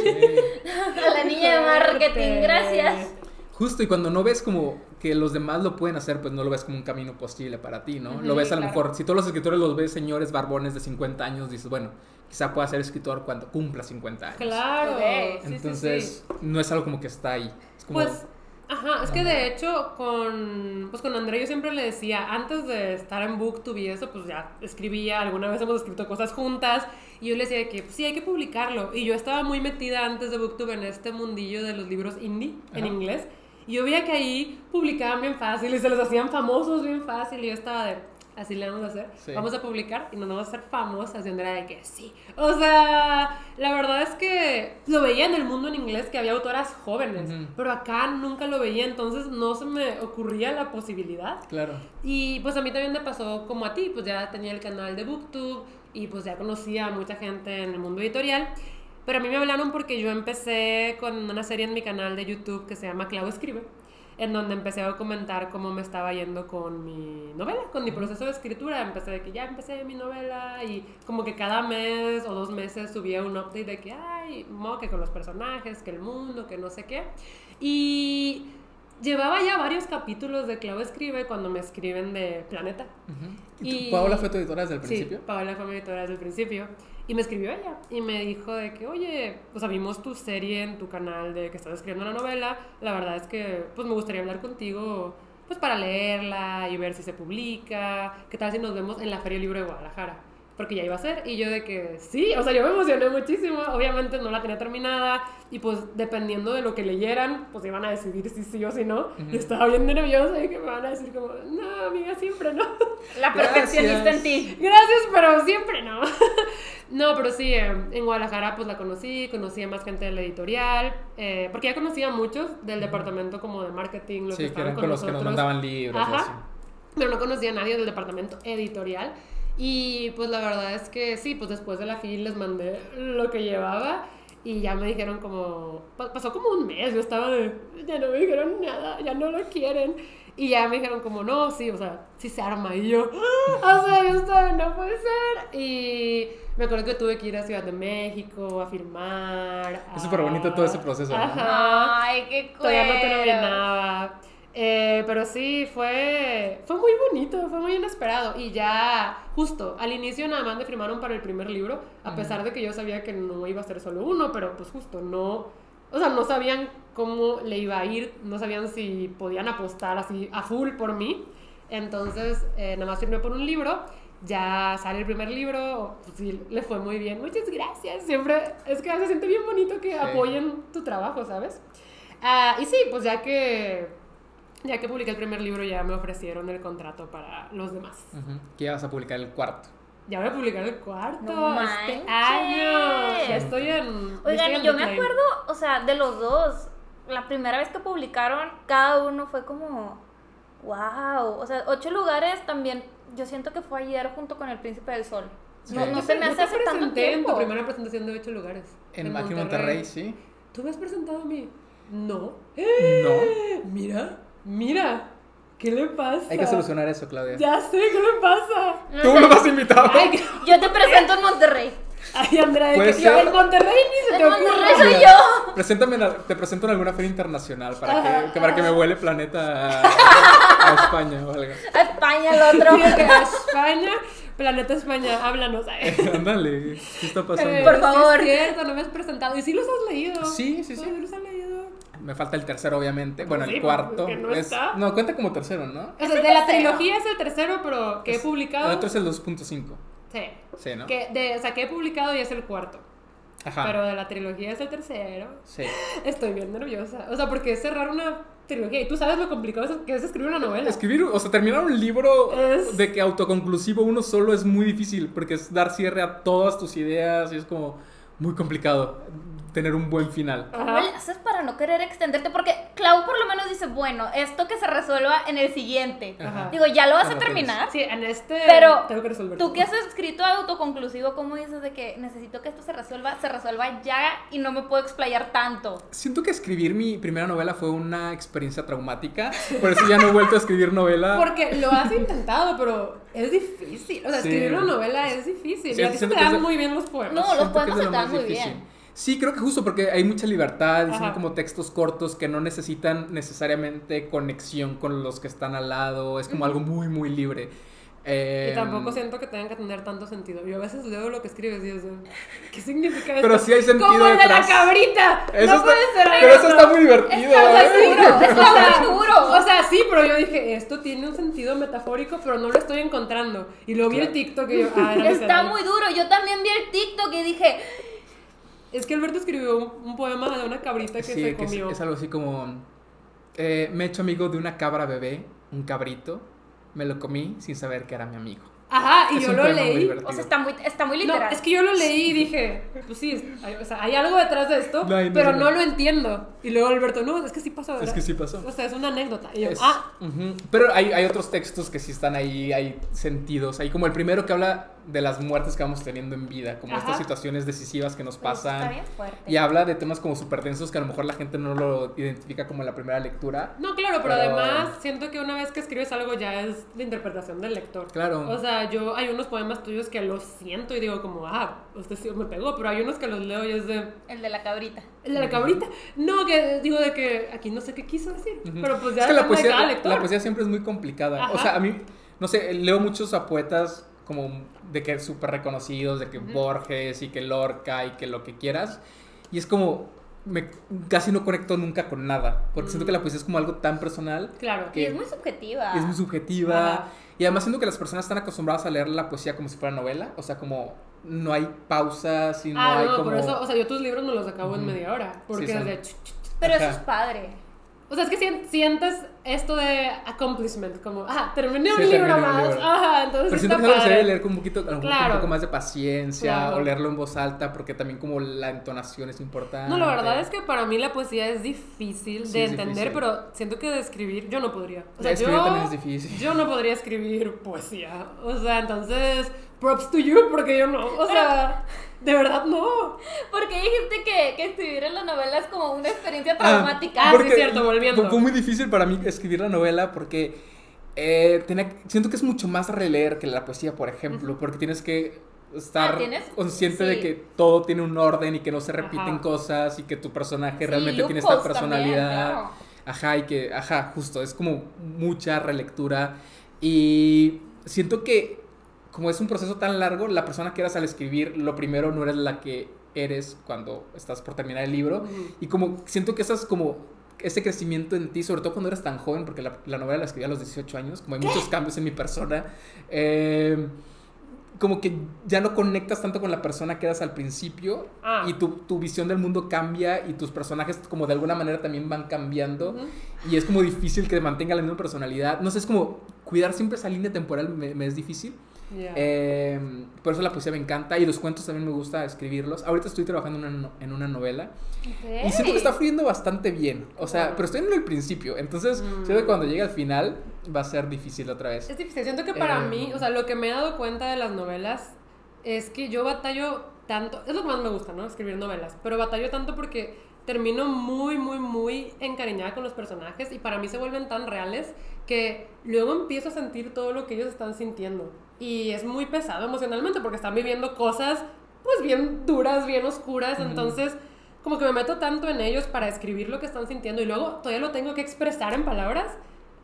[SPEAKER 1] a la niña de marketing, gracias.
[SPEAKER 3] Justo, y cuando no ves como que los demás lo pueden hacer, pues no lo ves como un camino posible para ti, ¿no?
[SPEAKER 1] Ujú,
[SPEAKER 3] lo ves a lo
[SPEAKER 1] claro.
[SPEAKER 3] mejor, si todos los escritores los ves señores barbones de 50 años, dices, bueno, quizá pueda ser escritor cuando cumpla 50 años.
[SPEAKER 2] Claro.
[SPEAKER 1] Ok,
[SPEAKER 2] sí, sí,
[SPEAKER 3] Entonces,
[SPEAKER 2] sí.
[SPEAKER 3] no es algo como que está ahí. Es como,
[SPEAKER 2] Pues, ajá, es que de hecho con, pues con Andrea yo siempre le decía, antes de estar en BookTube y eso, pues ya escribía, alguna vez hemos escrito cosas juntas, y yo le decía que pues, sí, hay que publicarlo. Y yo estaba muy metida antes de BookTube en este mundillo de los libros indie, en
[SPEAKER 3] Ajá.
[SPEAKER 2] inglés, y yo veía que ahí publicaban bien fácil y se los hacían famosos bien fácil, y yo estaba de... Así le vamos a hacer.
[SPEAKER 3] Sí.
[SPEAKER 2] Vamos a publicar y nos vamos a hacer famosas. Y Andrea de que sí. O sea, la verdad es que lo veía en el mundo en inglés que había autoras jóvenes.
[SPEAKER 3] Ujú.
[SPEAKER 2] Pero acá nunca lo veía, entonces no se me ocurría la posibilidad.
[SPEAKER 3] claro.
[SPEAKER 2] Y pues a mí también me pasó como a ti, pues ya tenía el canal de BookTube y pues ya conocía a mucha gente en el mundo editorial. Pero a mí me hablaron porque yo empecé con una serie en mi canal de YouTube que se llama Clau Escribe, en donde empecé a comentar cómo me estaba yendo con mi novela, con mi proceso de escritura. Empecé de que ya empecé mi novela y como que cada mes o dos meses subía un update de que, ay, mo, que con los personajes, que el mundo, que no sé qué. Y llevaba ya varios capítulos de Clau Escribe cuando me escriben de Planeta.
[SPEAKER 3] Ujú. ¿Y, tú,
[SPEAKER 2] Y-
[SPEAKER 3] Paola fue tu editora desde el principio?
[SPEAKER 2] Sí, Paola fue mi editora desde el principio. Y me escribió ella y me dijo de que, oye, pues vimos tu serie en tu canal de que estás escribiendo una novela. La verdad es que, pues me gustaría hablar contigo, pues para leerla y ver si se publica. ¿Qué tal si nos vemos en la Feria del Libro de Guadalajara? Porque ya iba a ser. Y yo de que, sí, o sea, yo me emocioné muchísimo. Obviamente no la tenía terminada. Y pues dependiendo de lo que leyeran, pues iban a decidir si sí o si no. Y estaba bien nerviosa de que me van a decir como, no, amiga, siempre no.
[SPEAKER 1] La perfeccionista en ti.
[SPEAKER 2] Gracias, pero siempre no. no, pero sí, eh, en Guadalajara pues la conocí, conocí a más gente de la editorial, eh, porque ya conocía a muchos del departamento como de marketing, los
[SPEAKER 3] Sí,
[SPEAKER 2] que
[SPEAKER 3] que
[SPEAKER 2] estaban
[SPEAKER 3] eran
[SPEAKER 2] con,
[SPEAKER 3] con los que
[SPEAKER 2] nosotros.
[SPEAKER 3] nos mandaban libros. y
[SPEAKER 2] Ajá. Pero no conocía a nadie del departamento editorial. Y pues la verdad es que sí, pues después de la fil les mandé lo que llevaba y ya me dijeron como, pa- pasó como un mes, yo estaba de, ya no me dijeron nada, ya no lo quieren. Y ya me dijeron como, no, sí, o sea, sí se arma. Y yo, "Ah", o sea, yo estaba, de, no puede ser. Y me acuerdo que tuve que ir a Ciudad de México a firmar. a-
[SPEAKER 3] Es superbonito todo ese proceso, ¿no?
[SPEAKER 2] Ajá.
[SPEAKER 1] Ay, qué cool.
[SPEAKER 2] Todavía no terminaba. Eh, pero sí, fue, fue muy bonito, fue muy inesperado. Y ya, justo, al inicio nada más me firmaron para el primer libro, a pesar de que yo sabía que no iba a ser solo uno, pero pues justo, no. O sea, no sabían cómo le iba a ir, no sabían si podían apostar así a full por mí. Entonces, eh, nada más firmé por un libro. Ya sale el primer libro, pues sí, le fue muy bien. Muchas gracias. Siempre, es que se siente bien bonito que
[SPEAKER 3] Sí.
[SPEAKER 2] apoyen tu trabajo, ¿sabes? Ah, y sí, pues ya que ya que publiqué el primer libro ya me ofrecieron el contrato para los demás.
[SPEAKER 3] Ujú. Que ya vas a publicar el cuarto.
[SPEAKER 2] Ya voy a publicar el cuarto
[SPEAKER 1] No
[SPEAKER 2] este
[SPEAKER 1] manches.
[SPEAKER 2] año. Ya estoy en Este ya estoy
[SPEAKER 1] Oigan,
[SPEAKER 2] en
[SPEAKER 1] y yo me
[SPEAKER 2] deadline.
[SPEAKER 1] acuerdo, o sea, de los dos, la primera vez que publicaron, cada uno fue como, wow, o sea, ocho lugares también, yo siento que fue ayer junto con el Príncipe del Sol. No,
[SPEAKER 3] Sí.
[SPEAKER 1] no se me
[SPEAKER 2] Yo
[SPEAKER 1] hace
[SPEAKER 2] te
[SPEAKER 1] hace tanto
[SPEAKER 2] presenté en
[SPEAKER 1] tiempo.
[SPEAKER 2] tu primera presentación de ocho lugares.
[SPEAKER 3] En Aquí en Monterrey, sí.
[SPEAKER 2] ¿Tú me has presentado a mí? No.
[SPEAKER 3] No.
[SPEAKER 2] Mira, mira. ¿Qué le pasa?
[SPEAKER 3] Hay que solucionar eso, Claudia.
[SPEAKER 2] Ya sé, ¿qué le pasa?
[SPEAKER 1] No
[SPEAKER 3] Tú
[SPEAKER 1] sé,
[SPEAKER 3] lo has invitado.
[SPEAKER 2] Ay, que-
[SPEAKER 1] Yo te presento en Monterrey.
[SPEAKER 2] ay Andrea,
[SPEAKER 3] Puede
[SPEAKER 2] que yo
[SPEAKER 3] ser.
[SPEAKER 2] en Monterrey ni se te
[SPEAKER 1] En Monterrey
[SPEAKER 2] ocurre.
[SPEAKER 1] soy
[SPEAKER 3] Mira,
[SPEAKER 1] yo.
[SPEAKER 3] Preséntame, en al- te presento en alguna feria internacional para que,
[SPEAKER 2] Ajá.
[SPEAKER 3] que- para que me vuele planeta a, a España o algo.
[SPEAKER 1] A España el otro.
[SPEAKER 2] Digo que a España, Planeta España, háblanos. ay.
[SPEAKER 3] Ándale, ¿qué está
[SPEAKER 2] Pero
[SPEAKER 3] pasando?
[SPEAKER 1] Por
[SPEAKER 2] sí
[SPEAKER 1] favor.
[SPEAKER 2] Es cierto, no me has presentado. Y sí los has leído.
[SPEAKER 3] Sí, sí, sí.
[SPEAKER 2] Todos los has leído.
[SPEAKER 3] Me falta el tercero, obviamente. Bueno,
[SPEAKER 2] Sí,
[SPEAKER 3] el cuarto.
[SPEAKER 2] porque no está.
[SPEAKER 3] no, cuenta como tercero, ¿no?
[SPEAKER 2] O
[SPEAKER 1] Es
[SPEAKER 2] sea,
[SPEAKER 1] el
[SPEAKER 2] de la
[SPEAKER 1] tercero.
[SPEAKER 2] trilogía es el tercero, pero que he publicado.
[SPEAKER 3] El otro es el 2.5.
[SPEAKER 2] Sí.
[SPEAKER 3] Sí, ¿no?
[SPEAKER 2] Que de, o sea, que he publicado y es el cuarto.
[SPEAKER 1] Ah.
[SPEAKER 3] Ajá.
[SPEAKER 2] Pero de la trilogía es el tercero.
[SPEAKER 3] Sí.
[SPEAKER 2] Estoy bien nerviosa. O sea, porque es cerrar una trilogía. Y tú sabes lo complicado que es escribir una novela.
[SPEAKER 3] Escribir, o sea, terminar un libro
[SPEAKER 2] Es-
[SPEAKER 3] de que autoconclusivo uno solo es muy difícil porque es dar cierre a todas tus ideas y es como muy complicado. tener un buen final.
[SPEAKER 1] ¿Cómo le haces para no querer extenderte? Porque Clau por lo menos dice, bueno, esto que se resuelva en el siguiente.
[SPEAKER 2] Ajá.
[SPEAKER 1] Digo, ya lo vas
[SPEAKER 3] Cuando
[SPEAKER 2] pues,
[SPEAKER 1] a terminar.
[SPEAKER 2] Sí, en este
[SPEAKER 1] Pero,
[SPEAKER 2] tengo que resolver.
[SPEAKER 1] Tú que has escrito autoconclusivo, ¿cómo dices de que necesito que esto se resuelva? Se resuelva ya y no me puedo explayar tanto.
[SPEAKER 3] Siento que escribir mi primera novela fue una experiencia traumática, por eso ya no he vuelto a escribir novela.
[SPEAKER 2] Porque lo has intentado, pero es difícil. O sea,
[SPEAKER 3] Sí.
[SPEAKER 2] escribir una novela es difícil.
[SPEAKER 3] Sí,
[SPEAKER 2] y a ti se
[SPEAKER 3] siento
[SPEAKER 2] te
[SPEAKER 3] que
[SPEAKER 2] dan
[SPEAKER 3] es-
[SPEAKER 2] muy bien los poemas.
[SPEAKER 1] No, los
[SPEAKER 3] Siento que
[SPEAKER 1] poemas
[SPEAKER 3] es de lo
[SPEAKER 1] están
[SPEAKER 3] más
[SPEAKER 1] muy
[SPEAKER 3] difícil.
[SPEAKER 1] bien.
[SPEAKER 3] Sí, creo que justo porque hay mucha libertad y son
[SPEAKER 2] Ajá.
[SPEAKER 3] como textos cortos que no necesitan necesariamente conexión con los que están al lado. Es como algo muy, muy libre. Eh,
[SPEAKER 2] Y tampoco siento que tengan que tener tanto sentido. Yo a veces leo lo que escribes y eso. ¿Qué significa esto?
[SPEAKER 3] Pero sí hay sentido
[SPEAKER 2] ¡Como el de la
[SPEAKER 3] detrás.
[SPEAKER 2] cabrita!
[SPEAKER 3] Eso
[SPEAKER 2] ¡No
[SPEAKER 3] está-
[SPEAKER 2] puede ser
[SPEAKER 3] Pero eso
[SPEAKER 2] real,
[SPEAKER 3] está
[SPEAKER 2] no!
[SPEAKER 3] muy divertido.
[SPEAKER 1] Está
[SPEAKER 3] ¿eh?
[SPEAKER 1] seguro, está muy seguro.
[SPEAKER 2] O sea, sí, pero yo dije, esto tiene un sentido metafórico, pero no lo estoy encontrando. Y lo vi el TikTok y yo, ah, era
[SPEAKER 1] Está
[SPEAKER 2] literal.
[SPEAKER 1] muy duro. Yo también vi el TikTok y dije,
[SPEAKER 2] Es que Alberto escribió un, un poema de una cabrita que
[SPEAKER 3] Sí,
[SPEAKER 2] se
[SPEAKER 3] que es,
[SPEAKER 2] comió.
[SPEAKER 3] es algo así como... eh, me he hecho amigo de una cabra bebé, un cabrito. Me lo comí sin saber que era mi amigo.
[SPEAKER 2] Ajá, y
[SPEAKER 3] Es
[SPEAKER 2] yo
[SPEAKER 3] un
[SPEAKER 2] lo
[SPEAKER 3] poema muy
[SPEAKER 2] leí.
[SPEAKER 3] divertido.
[SPEAKER 1] o sea, está muy, está muy
[SPEAKER 2] No,
[SPEAKER 1] literal.
[SPEAKER 2] es que yo lo leí y dije, pues sí, hay, o sea, hay algo detrás de esto,
[SPEAKER 3] No, no,
[SPEAKER 2] pero
[SPEAKER 3] no.
[SPEAKER 2] no, lo entiendo. Y luego Alberto, no, es que sí pasó, ¿verdad?
[SPEAKER 3] Es que sí pasó.
[SPEAKER 2] O sea, es una anécdota. Y yo,
[SPEAKER 3] Es-
[SPEAKER 2] ah,
[SPEAKER 3] ujú. Pero hay, hay otros textos que sí están ahí, hay sentidos. Hay como el primero que habla de las muertes que vamos teniendo en vida, como
[SPEAKER 2] Ajá.
[SPEAKER 3] estas situaciones decisivas que nos
[SPEAKER 1] Pero eso Pues, Está
[SPEAKER 3] pasan.
[SPEAKER 1] bien fuerte.
[SPEAKER 3] Y habla de temas como súper densos que a lo mejor la gente no lo identifica como en la primera lectura.
[SPEAKER 2] no, claro, pero,
[SPEAKER 3] Pero-
[SPEAKER 2] además siento que una vez que escribes algo ya es la interpretación del lector.
[SPEAKER 3] Claro.
[SPEAKER 2] O sea, yo hay unos poemas tuyos que los siento y digo como, ah, usted sí me pegó, pero hay unos que los leo y es de...
[SPEAKER 1] El de la cabrita.
[SPEAKER 2] La de la cabrita. No, que digo de que aquí no sé qué quiso decir.
[SPEAKER 3] Ujú.
[SPEAKER 2] Pero pues ya
[SPEAKER 3] es que
[SPEAKER 2] depende
[SPEAKER 3] la
[SPEAKER 2] de
[SPEAKER 3] poesía,
[SPEAKER 2] cada
[SPEAKER 3] la,
[SPEAKER 2] lector.
[SPEAKER 3] poesía siempre es muy complicada. O
[SPEAKER 2] Ajá.
[SPEAKER 3] sea, a mí, no sé, leo muchos a poetas como de que súper reconocidos, de que Borges y que Lorca y que lo que quieras. Y es como, me, casi no conecto nunca con nada, porque siento que la poesía es como algo tan personal.
[SPEAKER 2] Claro.
[SPEAKER 1] Y
[SPEAKER 3] Que-
[SPEAKER 1] es muy subjetiva.
[SPEAKER 3] y es muy subjetiva.
[SPEAKER 2] Ajá.
[SPEAKER 3] Y además siento que las personas están acostumbradas a leer la poesía como si fuera novela. O sea, como no hay pausas y no
[SPEAKER 2] ah,
[SPEAKER 3] hay
[SPEAKER 2] no,
[SPEAKER 3] como...
[SPEAKER 2] por eso, o sea, yo tus libros me los acabo en media hora. Porque
[SPEAKER 3] Sí, son-
[SPEAKER 2] desde... ch- ch- ch-
[SPEAKER 1] Pero eso
[SPEAKER 3] Ajá.
[SPEAKER 1] es padre.
[SPEAKER 2] O sea, es que sien- sientes esto de accomplishment, como, ah, terminé un
[SPEAKER 3] Sí,
[SPEAKER 2] libro
[SPEAKER 3] terminé un
[SPEAKER 2] más.
[SPEAKER 3] libro.
[SPEAKER 2] Ajá, entonces
[SPEAKER 3] Pero
[SPEAKER 2] sí
[SPEAKER 3] siento
[SPEAKER 2] está
[SPEAKER 3] que es algo que se debe
[SPEAKER 2] padre.
[SPEAKER 3] leer con un poquito, a lo mejor con
[SPEAKER 2] Claro.
[SPEAKER 3] un poco más de paciencia
[SPEAKER 2] Claro.
[SPEAKER 3] o leerlo en voz alta porque también como la entonación es importante.
[SPEAKER 2] No, la verdad es que para mí la poesía es difícil
[SPEAKER 3] Ah, Sí,
[SPEAKER 2] de
[SPEAKER 3] es
[SPEAKER 2] entender,
[SPEAKER 3] difícil.
[SPEAKER 2] pero siento que de escribir yo no podría. O sea,
[SPEAKER 3] escribir
[SPEAKER 2] yo,
[SPEAKER 3] también es difícil.
[SPEAKER 2] yo no podría escribir poesía. O sea, entonces, props to you, porque yo no. O sea, de verdad no.
[SPEAKER 1] Porque dijiste que, que escribir en la novela es como una experiencia
[SPEAKER 3] Ah,
[SPEAKER 1] traumática.
[SPEAKER 2] Ah, sí, cierto, volviendo.
[SPEAKER 3] Fue, fue muy difícil para mí escribir la novela porque eh, tenía- siento que es mucho más releer que la poesía, por ejemplo, porque tienes que estar
[SPEAKER 1] Ah, tienes-
[SPEAKER 3] consciente de
[SPEAKER 1] sí.
[SPEAKER 3] que todo tiene un orden y que no se repiten
[SPEAKER 2] Ajá.
[SPEAKER 3] cosas y que tu personaje
[SPEAKER 1] Sí,
[SPEAKER 3] realmente tiene esta
[SPEAKER 1] loopholes
[SPEAKER 3] personalidad.
[SPEAKER 1] también, claro.
[SPEAKER 3] Ajá, y que, ajá, justo, es como mucha relectura. Y siento que, como es un proceso tan largo, la persona que eras al escribir, lo primero no eres la que eres cuando estás por terminar el libro.
[SPEAKER 2] Ujú.
[SPEAKER 3] Y como siento que esas como ese crecimiento en ti, sobre todo cuando eras tan joven, porque la, la novela la escribí a los 18 años, como hay muchos cambios en mi persona, eh, como que ya no conectas tanto con la persona que eras al principio
[SPEAKER 2] Ah.
[SPEAKER 3] y tu, tu visión del mundo cambia y tus personajes como de alguna manera también van cambiando
[SPEAKER 2] Ujú.
[SPEAKER 3] y es como difícil que mantenga la misma personalidad. No sé, es como cuidar siempre esa línea temporal me, me es difícil.
[SPEAKER 2] Ya.
[SPEAKER 3] Eh, por eso la poesía me encanta y los cuentos también me gusta escribirlos. Ahorita estoy trabajando en una, no- en una novela
[SPEAKER 1] Ok.
[SPEAKER 3] y siento que está fluyendo bastante bien. O sea,
[SPEAKER 2] Claro.
[SPEAKER 3] pero estoy en el principio. Entonces,
[SPEAKER 2] Mm.
[SPEAKER 3] siento que cuando llegue al final va a ser difícil otra vez.
[SPEAKER 2] Es difícil. Siento que para
[SPEAKER 3] Eh,
[SPEAKER 2] mí, o sea, lo que me he dado cuenta de las novelas es que yo batallo tanto. Es lo que más me gusta, ¿no? Escribir novelas. Pero batallo tanto porque termino muy, muy, muy encariñada con los personajes y para mí se vuelven tan reales que luego empiezo a sentir todo lo que ellos están sintiendo. Y es muy pesado emocionalmente porque están viviendo cosas, pues, bien duras, bien oscuras.
[SPEAKER 3] Ujú.
[SPEAKER 2] Entonces. Como que me meto tanto en ellos para escribir lo que están sintiendo y luego todavía lo tengo que expresar en palabras.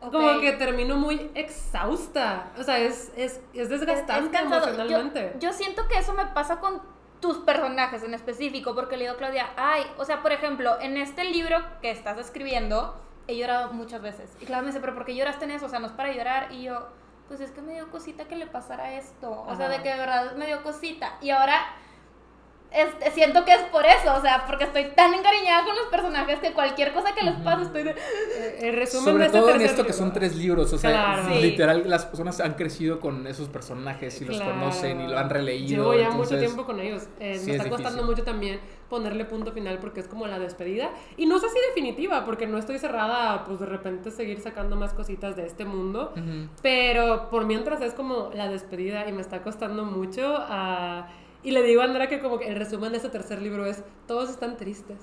[SPEAKER 1] Ok.
[SPEAKER 2] Como que termino muy exhausta. O sea, es, es, es
[SPEAKER 1] Es- es
[SPEAKER 2] desgastante
[SPEAKER 1] cansado. Yo-
[SPEAKER 2] emocionalmente.
[SPEAKER 1] Yo, siento que eso me pasa con tus personajes en específico, porque le digo a Claudia, ay, o sea, por ejemplo, en este libro que estás escribiendo, he llorado muchas veces. Y Claudia me dice, pero ¿por qué lloraste en eso? O sea, no es para llorar. Y yo, pues es que me dio cosita que le pasara esto. O sea,
[SPEAKER 2] Ajá.
[SPEAKER 1] de que de verdad me dio cosita. Y ahora este, siento que es por eso, o sea, porque estoy tan encariñada con los personajes que cualquier cosa que les pase estoy de...
[SPEAKER 2] Eh, El resumen de
[SPEAKER 3] Sobre
[SPEAKER 2] este
[SPEAKER 3] todo en
[SPEAKER 2] tercer
[SPEAKER 3] esto que
[SPEAKER 2] libro.
[SPEAKER 3] son tres libros, o sea, pues,
[SPEAKER 2] Claro.
[SPEAKER 1] Sí.
[SPEAKER 3] literal las personas han crecido con esos personajes y los
[SPEAKER 2] Claro.
[SPEAKER 3] conocen y lo han releído.
[SPEAKER 2] Llevo ya
[SPEAKER 3] entonces-
[SPEAKER 2] mucho tiempo con ellos. Eh,
[SPEAKER 3] sí
[SPEAKER 2] me
[SPEAKER 3] es
[SPEAKER 2] está costando
[SPEAKER 3] difícil.
[SPEAKER 2] mucho también. ponerle punto final porque es como la despedida. Y no sé si definitiva, porque no estoy cerrada a, pues de repente seguir sacando más cositas de este mundo.
[SPEAKER 3] Ujú.
[SPEAKER 2] Pero por mientras es como la despedida y me está costando mucho. ah, y le digo a Andrea que como que el resumen de este tercer libro es, todos están tristes.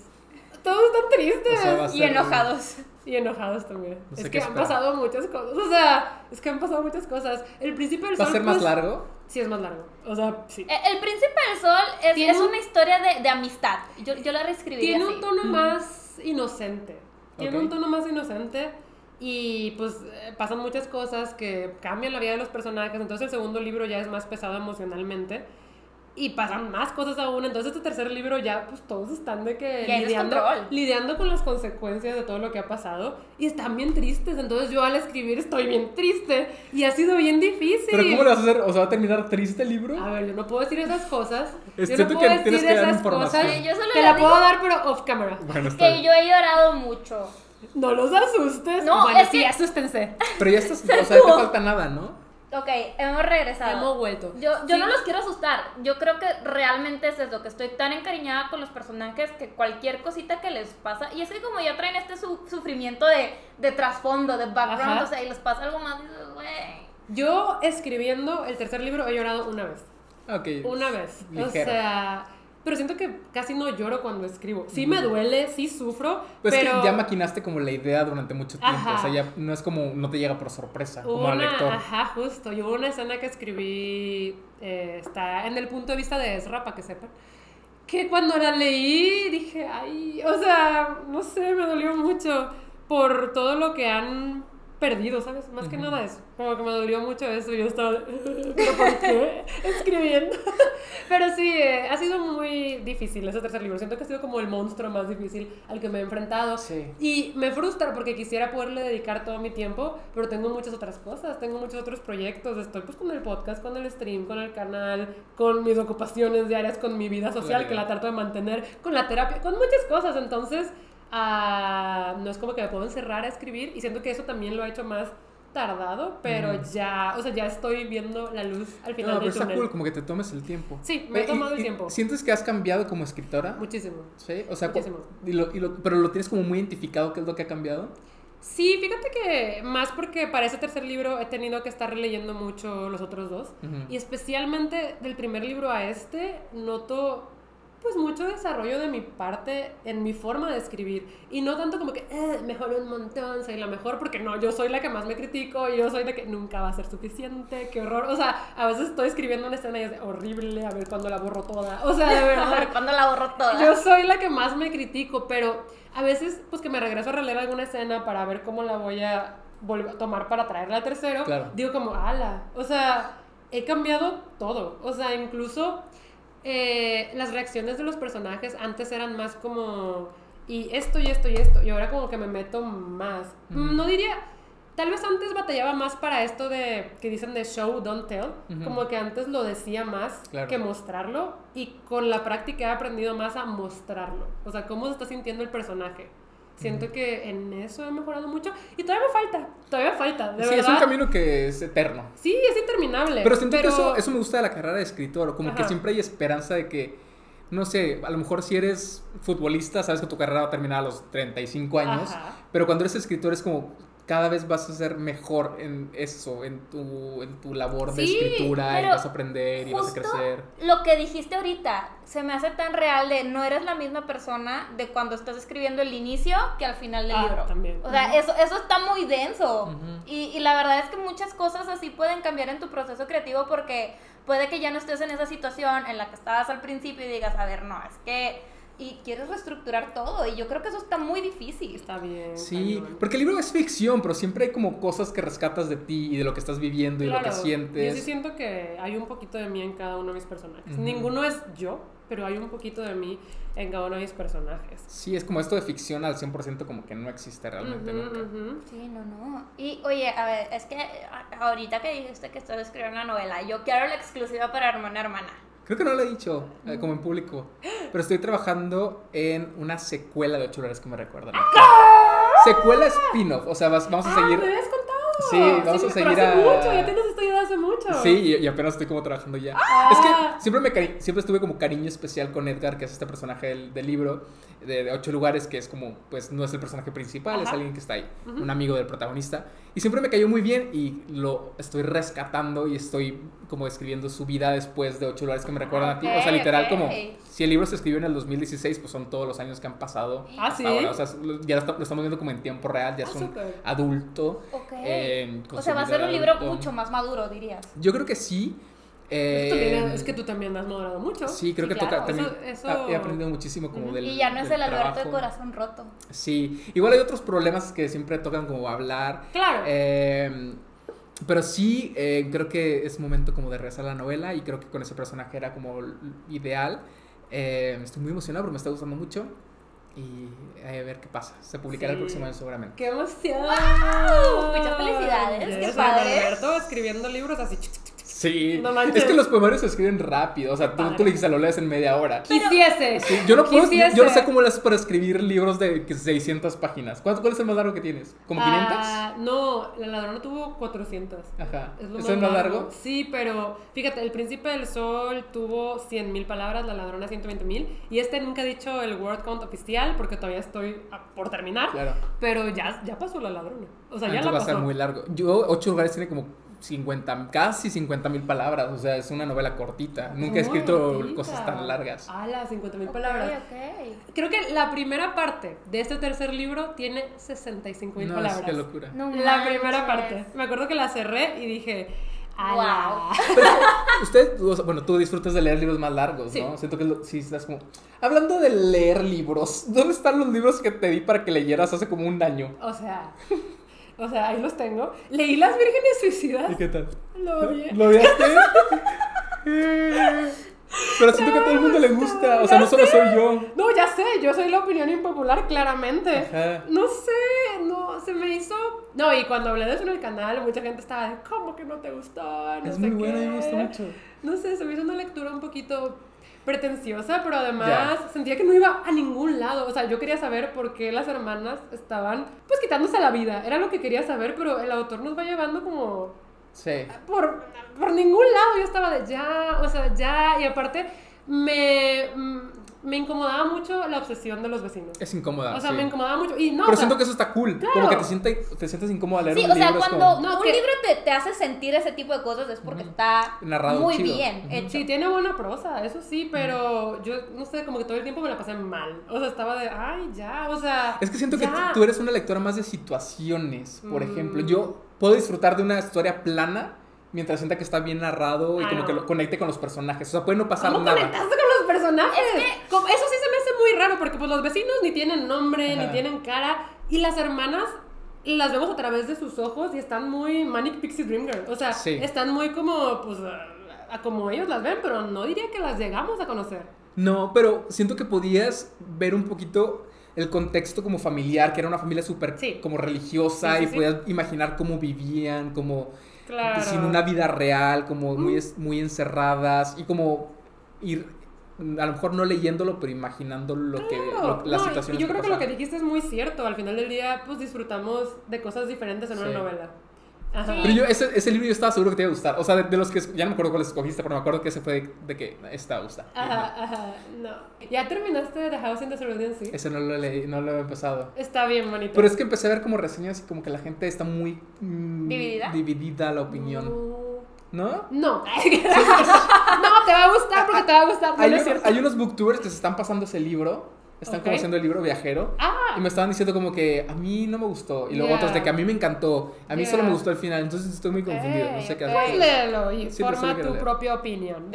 [SPEAKER 2] Todos están tristes.
[SPEAKER 3] O sea, va a
[SPEAKER 1] Y
[SPEAKER 3] ser-
[SPEAKER 1] enojados.
[SPEAKER 2] Y enojados también.
[SPEAKER 3] No sé
[SPEAKER 2] es
[SPEAKER 3] qué
[SPEAKER 2] que han
[SPEAKER 3] esperar.
[SPEAKER 2] pasado muchas cosas. O sea, es que han pasado muchas cosas. El príncipe del
[SPEAKER 3] ¿Va a
[SPEAKER 2] sol,
[SPEAKER 3] ser más
[SPEAKER 2] pues,
[SPEAKER 3] largo?
[SPEAKER 2] Sí, es más largo. O sea, sí.
[SPEAKER 1] Eh, El Príncipe del Sol es,
[SPEAKER 2] Tiene
[SPEAKER 1] es
[SPEAKER 2] un-
[SPEAKER 1] una historia de, de amistad. Yo, yo la reescribiría
[SPEAKER 2] Tiene
[SPEAKER 1] así.
[SPEAKER 2] un tono más inocente. Tiene
[SPEAKER 3] Ok.
[SPEAKER 2] un tono más inocente. Y pues eh, pasan muchas cosas que cambian la vida de los personajes. Entonces el segundo libro ya es más pesado emocionalmente. Y pasan más cosas aún. Entonces este tercer libro ya pues todos están de que
[SPEAKER 1] Ya hay
[SPEAKER 2] lidiando,
[SPEAKER 1] descontrol.
[SPEAKER 2] lidiando con las consecuencias de todo lo que ha pasado. Y están bien tristes. Entonces yo al escribir estoy bien triste. Y ha sido bien difícil.
[SPEAKER 3] ¿Pero cómo lo vas a hacer? O sea, ¿va a terminar triste el libro?
[SPEAKER 2] A ver, yo no puedo decir esas cosas.
[SPEAKER 3] Siento
[SPEAKER 2] yo no
[SPEAKER 3] que
[SPEAKER 2] puedo decir
[SPEAKER 3] tienes que dar
[SPEAKER 2] esas
[SPEAKER 3] información.
[SPEAKER 2] cosas.
[SPEAKER 1] Sí, yo solo
[SPEAKER 2] Te
[SPEAKER 1] la
[SPEAKER 2] la puedo
[SPEAKER 1] digo.
[SPEAKER 2] dar, pero off camera.
[SPEAKER 3] Bueno, está
[SPEAKER 1] Que
[SPEAKER 3] bien.
[SPEAKER 1] yo he llorado mucho.
[SPEAKER 2] No los asustes.
[SPEAKER 1] No,
[SPEAKER 2] bueno,
[SPEAKER 1] es
[SPEAKER 2] sí,
[SPEAKER 1] que-
[SPEAKER 2] asústense.
[SPEAKER 3] Pero ya estás, o sea, ya te falta nada, ¿no?
[SPEAKER 1] Ok, hemos regresado.
[SPEAKER 2] Hemos vuelto.
[SPEAKER 1] Yo, yo
[SPEAKER 2] Sí.
[SPEAKER 1] no los quiero asustar. Yo creo que realmente es eso, que estoy tan encariñada con los personajes que cualquier cosita que les pasa. Y es que como ya traen este su- sufrimiento de, de trasfondo, de background,
[SPEAKER 2] Ajá.
[SPEAKER 1] o sea, y les pasa algo más, dices, güey.
[SPEAKER 2] Yo escribiendo el tercer libro he llorado una vez.
[SPEAKER 3] Ok.
[SPEAKER 2] Una vez. O
[SPEAKER 3] Ligero.
[SPEAKER 2] sea, pero siento que casi no lloro cuando escribo. Sí me duele, sí sufro,
[SPEAKER 3] Pues es
[SPEAKER 2] pero
[SPEAKER 3] que ya maquinaste como la idea durante mucho tiempo.
[SPEAKER 2] Ajá.
[SPEAKER 3] O sea, ya no es como, no te llega por sorpresa, como al
[SPEAKER 2] una,
[SPEAKER 3] lector.
[SPEAKER 2] ajá, justo. Yo una escena que escribí eh, está en el punto de vista de Ezra, para que sepan. Que cuando la leí dije, ay, o sea, no sé, me dolió mucho por todo lo que han perdido, ¿sabes? Más que
[SPEAKER 3] Ujú.
[SPEAKER 2] nada eso. Como que me dolió mucho eso y yo estaba, ¿pero por qué? Escribiendo. Pero sí, eh, ha sido muy difícil ese tercer libro. Siento que ha sido como el monstruo más difícil al que me he enfrentado.
[SPEAKER 3] Sí.
[SPEAKER 2] Y me frustra porque quisiera poderle dedicar todo mi tiempo, pero tengo muchas otras cosas, tengo muchos otros proyectos. Estoy pues con el podcast, con el stream, con el canal, con mis ocupaciones diarias, con mi vida social
[SPEAKER 3] Claro.
[SPEAKER 2] que la trato de mantener, con la terapia, con muchas cosas. Entonces, ah, no es como que me puedo encerrar a escribir y siento que eso también lo ha hecho más tardado, pero
[SPEAKER 3] Ujú.
[SPEAKER 2] ya, o sea, ya estoy viendo la luz al final
[SPEAKER 3] No, pero
[SPEAKER 2] del
[SPEAKER 3] está
[SPEAKER 2] túnel.
[SPEAKER 3] cool, como que te tomes el tiempo.
[SPEAKER 2] Sí, me he
[SPEAKER 3] Oye,
[SPEAKER 2] tomado
[SPEAKER 3] ¿y-
[SPEAKER 2] el
[SPEAKER 3] y
[SPEAKER 2] tiempo.
[SPEAKER 3] ¿Sientes que has cambiado como escritora?
[SPEAKER 2] Muchísimo.
[SPEAKER 3] Sí, o sea, cu-
[SPEAKER 2] Muchísimo.
[SPEAKER 3] y lo- y lo- pero lo tienes como muy identificado, ¿qué es lo que ha cambiado?
[SPEAKER 2] Sí, fíjate que más porque para ese tercer libro he tenido que estar leyendo mucho los otros dos.
[SPEAKER 3] Ujú.
[SPEAKER 2] Y especialmente del primer libro a este, noto pues mucho desarrollo de mi parte en mi forma de escribir. Y no tanto como que, eh, mejoré un montón, soy la mejor, porque no, yo soy la que más me critico y yo soy de que nunca va a ser suficiente, qué horror. O sea, a veces estoy escribiendo una escena y es de, horrible, a ver cuándo la borro toda. O sea, de verdad,
[SPEAKER 1] Cuando la borro toda.
[SPEAKER 2] yo soy la que más me critico, pero a veces pues que me regreso a releer alguna escena para ver cómo la voy a volver a tomar para traerla al tercero,
[SPEAKER 3] Claro.
[SPEAKER 2] digo como, ala, o sea, he cambiado todo, o sea, incluso eh, las reacciones de los personajes antes eran más como, y esto y esto y esto, y ahora como que me meto más,
[SPEAKER 3] Ujú.
[SPEAKER 2] no diría... Tal vez antes batallaba más para esto de que dicen de show, don't tell.
[SPEAKER 3] Ujú.
[SPEAKER 2] Como que antes lo decía más
[SPEAKER 3] Claro.
[SPEAKER 2] que mostrarlo y con la práctica he aprendido más a mostrarlo. O sea, cómo se está sintiendo el personaje. Siento que en eso he mejorado mucho y todavía me falta, todavía me falta, de
[SPEAKER 3] sí,
[SPEAKER 2] verdad.
[SPEAKER 3] es un camino que es eterno.
[SPEAKER 2] Sí, es interminable.
[SPEAKER 3] Pero siento que eso, eso me gusta de la carrera de escritor, como que
[SPEAKER 2] Ajá.
[SPEAKER 3] siempre hay esperanza de que, no sé, a lo mejor si eres futbolista, sabes que tu carrera va a terminar a los 35 años,
[SPEAKER 2] Ajá.
[SPEAKER 3] pero cuando eres escritor es como cada vez vas a ser mejor en eso, en tu, en tu labor de
[SPEAKER 2] Sí,
[SPEAKER 3] escritura, y
[SPEAKER 1] pero
[SPEAKER 3] vas a aprender y vas a
[SPEAKER 1] justo
[SPEAKER 3] crecer.
[SPEAKER 1] Lo que dijiste ahorita se me hace tan real de no eres la misma persona de cuando estás escribiendo el inicio que al final del
[SPEAKER 2] Ah,
[SPEAKER 1] libro.
[SPEAKER 2] también.
[SPEAKER 1] O sea, eso, eso está muy denso.
[SPEAKER 3] Ujú.
[SPEAKER 1] y, y la verdad es que muchas cosas así pueden cambiar en tu proceso creativo porque puede que ya no estés en esa situación en la que estabas al principio y digas, a ver, no, es que... Y quieres reestructurar todo y yo creo que eso está muy difícil.
[SPEAKER 2] Está bien.
[SPEAKER 3] Sí,
[SPEAKER 2] cañón.
[SPEAKER 3] porque el libro es ficción, pero siempre hay como cosas que rescatas de ti y de lo que estás viviendo y lo que
[SPEAKER 2] Claro,
[SPEAKER 3] sientes.
[SPEAKER 2] Yo sí siento que hay un poquito de mí en cada uno de mis personajes.
[SPEAKER 3] Ujú.
[SPEAKER 2] Ninguno es yo, pero hay un poquito de mí en cada uno de mis personajes.
[SPEAKER 3] Sí, es como esto de ficción al 100% como que no existe realmente
[SPEAKER 2] Ujú,
[SPEAKER 3] nunca.
[SPEAKER 2] ujú.
[SPEAKER 1] Sí, no, no. Y oye, a ver, es que a- ahorita que dijiste que estás escribiendo una novela, yo quiero la exclusiva para hermana hermana.
[SPEAKER 3] Creo que no lo he dicho eh, como en público, pero estoy trabajando en una secuela de Ocho Lugares que me recuerdan. Secuela spin-off, o sea, vas- vamos a
[SPEAKER 2] Ah,
[SPEAKER 3] seguir...
[SPEAKER 2] me habías contado.
[SPEAKER 3] Sí, vamos a
[SPEAKER 2] pero
[SPEAKER 3] seguir
[SPEAKER 2] hace
[SPEAKER 3] a-
[SPEAKER 2] mucho, ya tienes esta idea hace hace mucho.
[SPEAKER 3] Sí, y, y apenas estoy como trabajando ya. Es
[SPEAKER 2] Ah.
[SPEAKER 3] que siempre, me cari- siempre estuve como cariño especial con Edgar, que es este personaje del, del libro, de, de ocho lugares, que es como, pues no es el personaje principal, es
[SPEAKER 2] Ajá.
[SPEAKER 3] alguien que está ahí,
[SPEAKER 2] Ujú.
[SPEAKER 3] un amigo del protagonista. Y siempre me cayó muy bien y lo estoy rescatando y estoy como escribiendo su vida después de ocho lugares que me recuerdan a ti. O sea,
[SPEAKER 1] Ok,
[SPEAKER 3] literal,
[SPEAKER 1] ok.
[SPEAKER 3] como si el libro se escribió en el 2016, pues son todos los años que han pasado.
[SPEAKER 2] Ah, sí.
[SPEAKER 3] hasta ahora. O sea, ya lo está- lo estamos viendo como en tiempo real, ya
[SPEAKER 2] Ah,
[SPEAKER 3] es un
[SPEAKER 2] súper.
[SPEAKER 3] adulto.
[SPEAKER 1] Ok.
[SPEAKER 3] eh,
[SPEAKER 1] o sea, va a ser un libro
[SPEAKER 3] consumidor adulto.
[SPEAKER 1] mucho más maduro, dirías.
[SPEAKER 3] Yo creo que sí.
[SPEAKER 2] Pero tú
[SPEAKER 3] eh,
[SPEAKER 2] también- es que tú también me has moderado mucho.
[SPEAKER 3] Sí, creo
[SPEAKER 1] Sí,
[SPEAKER 3] que
[SPEAKER 1] claro.
[SPEAKER 3] toca también.
[SPEAKER 2] Eso-
[SPEAKER 3] ah, He
[SPEAKER 2] eso-
[SPEAKER 3] aprendido muchísimo como
[SPEAKER 2] Ujú.
[SPEAKER 3] del.
[SPEAKER 1] y ya no es
[SPEAKER 3] del
[SPEAKER 1] el Alberto
[SPEAKER 3] trabajo.
[SPEAKER 1] de corazón roto.
[SPEAKER 3] Sí, igual hay otros problemas que siempre tocan como hablar.
[SPEAKER 2] Claro.
[SPEAKER 3] eh, pero sí, eh, creo que es momento como de regresar a la novela y creo que con ese personaje era como l- ideal. Eh, estoy muy emocionado porque me está gustando mucho y eh, a ver qué pasa. Se publicará el
[SPEAKER 2] Sí.
[SPEAKER 3] próximo año seguramente.
[SPEAKER 2] ¡Qué emoción!
[SPEAKER 1] Muchas Pues felicidades,
[SPEAKER 2] Ya
[SPEAKER 1] qué
[SPEAKER 2] ves,
[SPEAKER 1] padre.
[SPEAKER 2] Alberto escribiendo libros así. chic, chic, chic, chic.
[SPEAKER 3] Sí,
[SPEAKER 2] No manches.
[SPEAKER 3] es que los poemarios se escriben rápido, o sea, tú,
[SPEAKER 2] Padre.
[SPEAKER 3] tú le dices a lo lees en media hora.
[SPEAKER 2] Quisiese.
[SPEAKER 3] Sí, yo no puedo, yo,
[SPEAKER 2] Quisiese.
[SPEAKER 3] yo no sé cómo las para escribir libros de que 600 páginas. ¿Cuál, cuál es el más largo que tienes? ¿Como 500?
[SPEAKER 2] Ah, no, la ladrona tuvo 400.
[SPEAKER 3] Ajá.
[SPEAKER 2] Es lo
[SPEAKER 3] ¿Eso es más largo?
[SPEAKER 2] Sí, pero fíjate, el príncipe del sol tuvo 100.000 palabras, la ladrona 120.000. Y este nunca he dicho el word count oficial porque todavía estoy a- por terminar.
[SPEAKER 3] Claro.
[SPEAKER 2] Pero ya, ya pasó la ladrona. O sea, ya
[SPEAKER 3] Entonces
[SPEAKER 2] la
[SPEAKER 3] va a ser
[SPEAKER 2] pasó.
[SPEAKER 3] muy largo. Yo, Ocho lugares tiene como 50, casi 50 mil palabras. O sea, es una novela cortita. Nunca he
[SPEAKER 2] Muy
[SPEAKER 3] escrito
[SPEAKER 2] cortita. Ah,
[SPEAKER 3] cosas tan largas.
[SPEAKER 2] Ala, 50.000
[SPEAKER 1] Ok,
[SPEAKER 2] palabras.
[SPEAKER 1] ok.
[SPEAKER 2] Creo que la primera parte de este tercer libro tiene 65 mil
[SPEAKER 3] no,
[SPEAKER 2] palabras.
[SPEAKER 3] es que locura.
[SPEAKER 1] No
[SPEAKER 2] La
[SPEAKER 1] manches.
[SPEAKER 2] primera parte. Me acuerdo que la cerré y dije, ¡Ala!
[SPEAKER 3] Usted, o sea, bueno, tú disfrutas de leer libros más largos,
[SPEAKER 2] Sí.
[SPEAKER 3] ¿no? Siento que lo- sí estás como... Hablando de leer libros, ¿dónde están los libros que te di para que leyeras hace como un año?
[SPEAKER 2] O sea, o sea, ahí los tengo. Leí Las Vírgenes
[SPEAKER 3] ¿Y
[SPEAKER 2] Suicidas.
[SPEAKER 3] qué tal?
[SPEAKER 2] Lo odié.
[SPEAKER 3] ¿Lo odiaste? Pero siento que a todo el mundo le gusta. O sea, no solo soy yo.
[SPEAKER 2] No, ya sé, yo soy la opinión impopular, claramente.
[SPEAKER 3] Ajá.
[SPEAKER 2] No sé, no, se me hizo. No, y cuando hablé de eso en el canal, mucha gente estaba de, ¿cómo que no te gustó? No
[SPEAKER 3] Es
[SPEAKER 2] sé
[SPEAKER 3] muy
[SPEAKER 2] qué".
[SPEAKER 3] buena, a mí me gusta mucho.
[SPEAKER 2] No sé, se me hizo una lectura un poquito pretenciosa, pero además sentía que no iba a ningún lado. O sea, yo quería saber por qué las hermanas estaban, pues, quitándose la vida. Era lo que quería saber, pero el autor nos va llevando como
[SPEAKER 3] Sí.
[SPEAKER 2] por, por ningún lado. Yo estaba de ya, o sea, ya. Y aparte, me, mm, me incomodaba mucho la obsesión de los vecinos.
[SPEAKER 3] Es incómoda.
[SPEAKER 2] o sea,
[SPEAKER 3] Ah, sí.
[SPEAKER 2] me incomodaba mucho. Y no,
[SPEAKER 3] Pero
[SPEAKER 2] o sea,
[SPEAKER 3] siento que eso está cool.
[SPEAKER 2] Claro.
[SPEAKER 3] Como que te, siente- te sientes incómoda al leer
[SPEAKER 1] Sí,
[SPEAKER 3] un
[SPEAKER 1] o sea,
[SPEAKER 3] libro, es
[SPEAKER 1] cuando
[SPEAKER 3] como-
[SPEAKER 2] No,
[SPEAKER 1] un
[SPEAKER 2] que-
[SPEAKER 1] libro te, te hace sentir ese tipo de cosas es porque está
[SPEAKER 3] Narrado
[SPEAKER 1] muy
[SPEAKER 3] chido.
[SPEAKER 1] bien
[SPEAKER 3] Ujú.
[SPEAKER 1] hecho.
[SPEAKER 2] Sí, tiene buena prosa, eso sí, pero yo no sé, como que todo el tiempo me la pasé mal. O sea, estaba de, ay, ya, o sea.
[SPEAKER 3] Es que siento que
[SPEAKER 2] ya.
[SPEAKER 3] tú eres una lectora más de situaciones, por
[SPEAKER 2] Mm.
[SPEAKER 3] ejemplo. Yo puedo disfrutar de una historia plana mientras sienta que está bien narrado y
[SPEAKER 2] Ah,
[SPEAKER 3] como
[SPEAKER 2] no.
[SPEAKER 3] que lo conecte con los personajes. O sea, puede no pasar
[SPEAKER 2] ¿Cómo
[SPEAKER 3] nada.
[SPEAKER 2] conectaste con los personajes? Como- Eso sí se me hace muy raro, porque pues los vecinos ni tienen nombre, ni
[SPEAKER 3] Ajá.
[SPEAKER 2] tienen cara, y las hermanas las vemos a través de sus ojos y están muy Manic Pixie Dream Girl. O sea,
[SPEAKER 3] Sí.
[SPEAKER 2] están muy como, pues, a, a como ellos las ven, pero no diría que las llegamos a conocer.
[SPEAKER 3] No, pero siento que podías ver un poquito el contexto como familiar, que era una familia súper
[SPEAKER 2] Sí.
[SPEAKER 3] como religiosa
[SPEAKER 2] Sí, sí,
[SPEAKER 3] y
[SPEAKER 2] sí.
[SPEAKER 3] podías imaginar cómo vivían, como
[SPEAKER 2] Claro. Mm.
[SPEAKER 3] sin una vida real, como muy, es- muy encerradas y como ir, a lo mejor no leyéndolo, pero imaginando lo que
[SPEAKER 2] Claro,
[SPEAKER 3] lo- las
[SPEAKER 2] no, y-
[SPEAKER 3] situaciones
[SPEAKER 2] y yo creo que lo que
[SPEAKER 3] pasaban.
[SPEAKER 2] dijiste es muy cierto. Al final del día, pues disfrutamos de cosas diferentes en
[SPEAKER 3] Sí.
[SPEAKER 2] una novela. Ajá.
[SPEAKER 1] Sí.
[SPEAKER 3] Pero yo, ese, ese libro yo estaba seguro que te iba a gustar. O sea, de, de los que. es- Ya no me acuerdo cuál escogiste, pero me acuerdo que ese fue de, de que esta gusta.
[SPEAKER 2] Ajá, ajá, no. ¿Ya terminaste The House in the Cerulean Sea?
[SPEAKER 3] Ese no lo leí, no lo he empezado.
[SPEAKER 2] Está bien bonito.
[SPEAKER 3] Pero es que empecé a ver como reseñas y como que la gente está muy. mm,
[SPEAKER 1] ¿Dividida?
[SPEAKER 3] Dividida la opinión.
[SPEAKER 2] Mm.
[SPEAKER 3] ¿No?
[SPEAKER 2] No. no, te va a gustar porque te va a gustar. No,
[SPEAKER 3] Hay,
[SPEAKER 2] Ah, no es
[SPEAKER 3] un-
[SPEAKER 2] cierto.
[SPEAKER 3] hay unos booktubers que se están pasando ese libro. Están
[SPEAKER 2] Ok.
[SPEAKER 3] como haciendo el libro viajero.
[SPEAKER 2] Ah,
[SPEAKER 3] Y me estaban diciendo como que a mí no me gustó. Y luego
[SPEAKER 2] Ya.
[SPEAKER 3] otros de que a mí me encantó. A mí
[SPEAKER 2] Ya.
[SPEAKER 3] solo me gustó el final. Entonces estoy muy confundido. No sé qué
[SPEAKER 1] Ok,
[SPEAKER 3] hacer.
[SPEAKER 1] ok.
[SPEAKER 2] pues léelo y
[SPEAKER 3] Sí, pues,
[SPEAKER 2] forma
[SPEAKER 3] solo quiero
[SPEAKER 2] tu
[SPEAKER 3] leer.
[SPEAKER 2] propia opinión.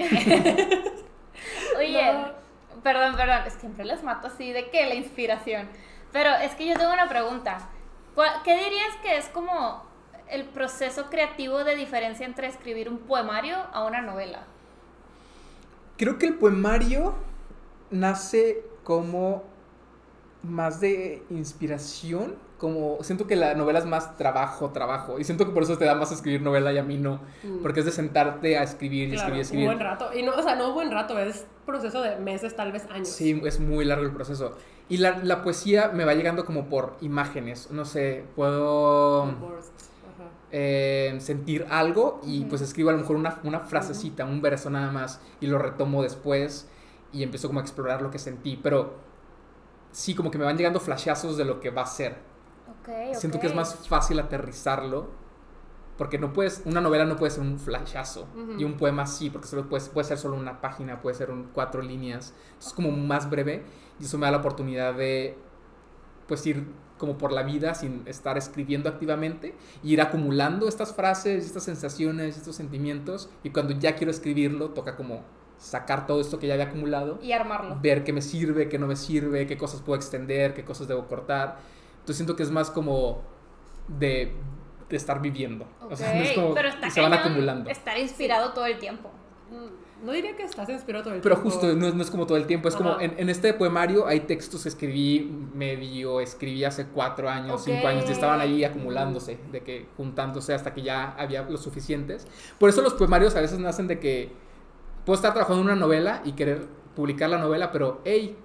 [SPEAKER 1] Oye,
[SPEAKER 2] No.
[SPEAKER 1] perdón, perdón, siempre las mato así de que la inspiración. Pero es que yo tengo una pregunta. ¿Cuál- ¿Qué dirías que es como el proceso creativo de diferencia entre escribir un poemario a una novela?
[SPEAKER 3] Creo que el poemario nace como más de inspiración, como siento que la novela es más trabajo, trabajo, y siento que por eso te da más escribir novela y a mí no,
[SPEAKER 2] Mm.
[SPEAKER 3] porque es de sentarte a escribir y
[SPEAKER 2] Claro,
[SPEAKER 3] escribir y
[SPEAKER 2] un
[SPEAKER 3] escribir.
[SPEAKER 2] buen rato. Y no, o sea, no un buen rato, es proceso de meses, tal vez años.
[SPEAKER 3] Sí, es muy largo el proceso. Y la, la poesía me va llegando como por imágenes, no sé, puedo...
[SPEAKER 2] Worst. Ajá.
[SPEAKER 3] eh, sentir algo y
[SPEAKER 1] Ujú.
[SPEAKER 3] pues escribo a lo mejor una, una frasecita, un verso nada más y lo retomo después y empiezo como a explorar lo que sentí, pero sí, como que me van llegando flashazos de lo que va a ser.
[SPEAKER 1] Ok,
[SPEAKER 3] Siento
[SPEAKER 1] ok.
[SPEAKER 3] que es más fácil aterrizarlo porque no puedes, una novela no puede ser un flashazo
[SPEAKER 2] Ujú.
[SPEAKER 3] y un poema sí, porque solo puede, puede ser solo una página, puede ser un, cuatro líneas, es como más breve y eso me da la oportunidad de pues ir como por la vida sin estar escribiendo activamente y ir acumulando estas frases, estas sensaciones, estos sentimientos y cuando ya quiero escribirlo toca como sacar todo esto que ya había acumulado
[SPEAKER 1] Y armarlo.
[SPEAKER 3] ver qué me sirve, qué no me sirve, qué cosas puedo extender, qué cosas debo cortar. Entonces siento que es más como de, de estar viviendo. O sea, no es
[SPEAKER 1] Ok,
[SPEAKER 3] como
[SPEAKER 1] pero está
[SPEAKER 3] se van
[SPEAKER 1] cañón
[SPEAKER 3] acumulando.
[SPEAKER 1] Estar inspirado todo el tiempo.
[SPEAKER 2] Mm, No diría que estás inspirado todo el
[SPEAKER 3] Pero
[SPEAKER 2] tiempo.
[SPEAKER 3] justo, no, es- no es como todo el tiempo, es como
[SPEAKER 2] Ajá.
[SPEAKER 3] en, en este poemario hay textos que escribí medio, escribí hace cuatro años, cinco
[SPEAKER 1] Ok.
[SPEAKER 3] años, y estaban ahí acumulándose, de que juntándose hasta que ya había los suficientes. Por eso los poemarios a veces nacen de que puedo estar trabajando en una novela y querer publicar la novela, pero hey,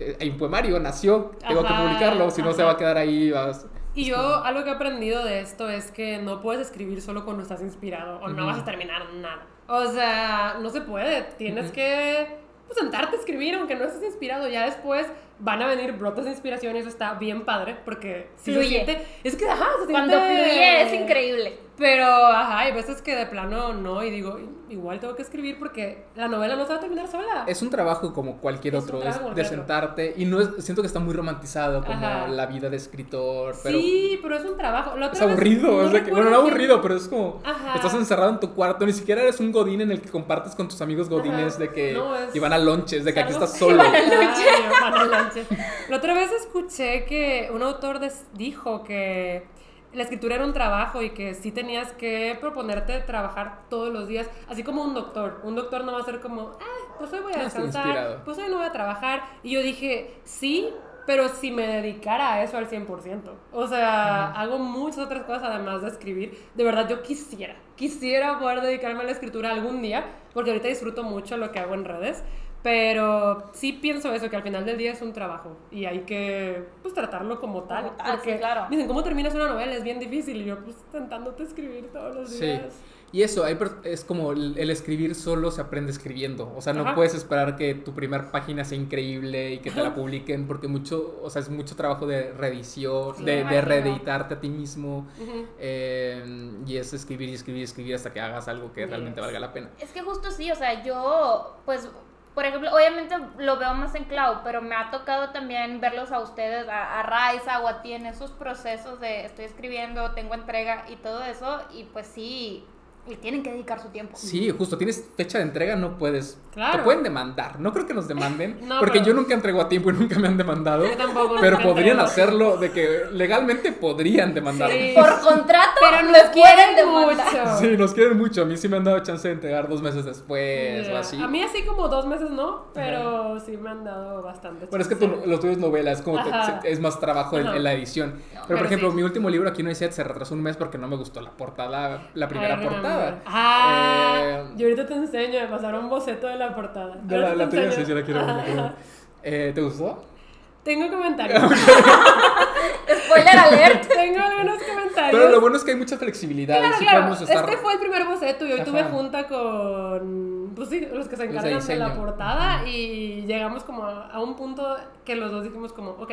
[SPEAKER 3] eh, hay un poemario, nació, tengo que
[SPEAKER 2] Ajá,
[SPEAKER 3] publicarlo, si no se
[SPEAKER 2] ajá.
[SPEAKER 3] va a quedar ahí. vas-
[SPEAKER 2] Y yo algo que he aprendido de esto es que no puedes escribir solo cuando estás inspirado o no
[SPEAKER 3] Ujú.
[SPEAKER 2] vas a terminar nada. O sea, no se puede. Tienes
[SPEAKER 3] Ujú.
[SPEAKER 2] que pues, sentarte a escribir aunque no estés inspirado. Ya después van a venir brotes de inspiración y eso está bien padre porque si
[SPEAKER 1] Fluye.
[SPEAKER 2] es que ajá, se
[SPEAKER 1] Cuando
[SPEAKER 2] siente-
[SPEAKER 1] fluye es increíble.
[SPEAKER 2] Pero, ajá, hay veces que de plano no y digo, igual tengo que escribir porque la novela no se va a terminar sola.
[SPEAKER 3] Es un trabajo como cualquier
[SPEAKER 2] Es un
[SPEAKER 3] otro, es
[SPEAKER 2] trabajo como
[SPEAKER 3] de
[SPEAKER 2] cualquier otro.
[SPEAKER 3] sentarte y no es- siento que está muy romantizado como
[SPEAKER 2] Ajá.
[SPEAKER 3] la vida de escritor, pero
[SPEAKER 2] sí, pero es un trabajo. La
[SPEAKER 3] Es
[SPEAKER 2] otra vez,
[SPEAKER 3] aburrido,
[SPEAKER 2] no
[SPEAKER 3] es de que- bueno, no
[SPEAKER 2] recuerdo quién-
[SPEAKER 3] aburrido, pero es como
[SPEAKER 2] Ajá.
[SPEAKER 3] estás encerrado en tu cuarto, ni siquiera eres un godín en el que compartes con tus amigos godines
[SPEAKER 2] Ajá.
[SPEAKER 3] de que
[SPEAKER 2] No, es-
[SPEAKER 3] y van a lonches, de que aquí
[SPEAKER 2] Salgo-
[SPEAKER 3] estás solo.
[SPEAKER 2] Van al lonche. Van al lonche. La otra vez escuché que un autor des- dijo que la escritura era un trabajo y que sí tenías que proponerte trabajar todos los días, así como un doctor. Un doctor no va a ser como, ah, pues hoy voy a
[SPEAKER 3] Ah, estoy
[SPEAKER 2] descansar,
[SPEAKER 3] inspirado.
[SPEAKER 2] pues hoy no voy a trabajar. Y yo dije, sí, pero si me dedicara a eso al 100%. O sea, hago muchas otras cosas además de escribir. De verdad, yo quisiera, quisiera poder dedicarme a la escritura algún día, porque ahorita disfruto mucho lo que hago en redes. Pero sí pienso eso, que al final del día es un trabajo y hay que pues, tratarlo como tal.
[SPEAKER 1] Como tal,
[SPEAKER 2] porque
[SPEAKER 1] sí, claro.
[SPEAKER 2] dicen, ¿cómo terminas una novela? Es bien difícil. Y yo, pues, intentándote escribir todos los
[SPEAKER 3] Sí.
[SPEAKER 2] días.
[SPEAKER 3] Y eso, hay per- es como el el escribir solo se aprende escribiendo. O sea, no
[SPEAKER 2] Ajá.
[SPEAKER 3] puedes esperar que tu primera página sea increíble y que te la publiquen, porque mucho, o sea, es mucho trabajo de reedición,
[SPEAKER 1] Sí, me
[SPEAKER 3] de, de
[SPEAKER 1] imagino.
[SPEAKER 3] reeditarte a ti mismo.
[SPEAKER 2] Ujú.
[SPEAKER 3] eh, y es escribir y escribir y escribir hasta que hagas algo que
[SPEAKER 2] Yes.
[SPEAKER 3] realmente valga la pena.
[SPEAKER 1] Es que justo sí, o sea, yo, pues, por ejemplo, obviamente lo veo más en Cloud, pero me ha tocado también verlos a ustedes, a, a Raiza o a ti en esos procesos de estoy escribiendo, tengo entrega y todo eso, y pues sí, le tienen que dedicar su tiempo.
[SPEAKER 3] Sí, justo, tienes fecha de entrega, no puedes. Te
[SPEAKER 2] Claro.
[SPEAKER 3] pueden demandar, no creo que nos demanden,
[SPEAKER 2] No,
[SPEAKER 3] porque
[SPEAKER 2] pero-
[SPEAKER 3] yo nunca entrego a tiempo y nunca me han demandado,
[SPEAKER 2] Yo tampoco.
[SPEAKER 3] pero
[SPEAKER 2] nunca
[SPEAKER 3] podrían
[SPEAKER 2] entrego.
[SPEAKER 3] hacerlo, de que legalmente podrían
[SPEAKER 2] Sí.
[SPEAKER 3] demandarme.
[SPEAKER 1] Por contrato,
[SPEAKER 2] Pero
[SPEAKER 1] los
[SPEAKER 2] nos
[SPEAKER 1] quieren
[SPEAKER 2] quieren
[SPEAKER 1] demandar.
[SPEAKER 2] mucho.
[SPEAKER 3] Sí, nos quieren mucho, a mí sí me han dado chance de entregar dos meses después o
[SPEAKER 2] Ya.
[SPEAKER 3] así.
[SPEAKER 2] A mí así como dos meses no, pero sí me han dado bastante.
[SPEAKER 3] Bueno, es que
[SPEAKER 2] chance.
[SPEAKER 3] tú- lo tuyo es novela, es como que
[SPEAKER 2] Ajá.
[SPEAKER 3] se- es más trabajo en,
[SPEAKER 2] Ajá.
[SPEAKER 3] en la edición. pero,
[SPEAKER 2] pero
[SPEAKER 3] por ejemplo,
[SPEAKER 2] sí.
[SPEAKER 3] mi último libro, Aquí no hay set, se retrasó un mes porque no me gustó la portada, la primera
[SPEAKER 2] Ay,
[SPEAKER 3] portada.
[SPEAKER 2] remember. Ah,
[SPEAKER 3] Eh,
[SPEAKER 2] yo ahorita te enseño, me pasaron un boceto de la portada.
[SPEAKER 3] de la,
[SPEAKER 2] Ahorita
[SPEAKER 3] la
[SPEAKER 2] te
[SPEAKER 3] tuya sí,
[SPEAKER 2] enseño.
[SPEAKER 3] yo la quiero ver, la quiero ver. Eh, ¿Te gustó?
[SPEAKER 2] Tengo comentarios.
[SPEAKER 1] Spoiler alert.
[SPEAKER 2] Tengo algunos comentarios.
[SPEAKER 3] Pero lo bueno es que hay mucha flexibilidad
[SPEAKER 2] Claro,
[SPEAKER 3] y sí
[SPEAKER 2] claro.
[SPEAKER 3] podemos estar.
[SPEAKER 2] Este fue el primer boceto y hoy
[SPEAKER 3] Ajá.
[SPEAKER 2] tuve junta con pues sí, los que se
[SPEAKER 3] Los de
[SPEAKER 2] encargan de la
[SPEAKER 3] diseño.
[SPEAKER 2] portada y llegamos como a, a un punto que los dos dijimos como, ok,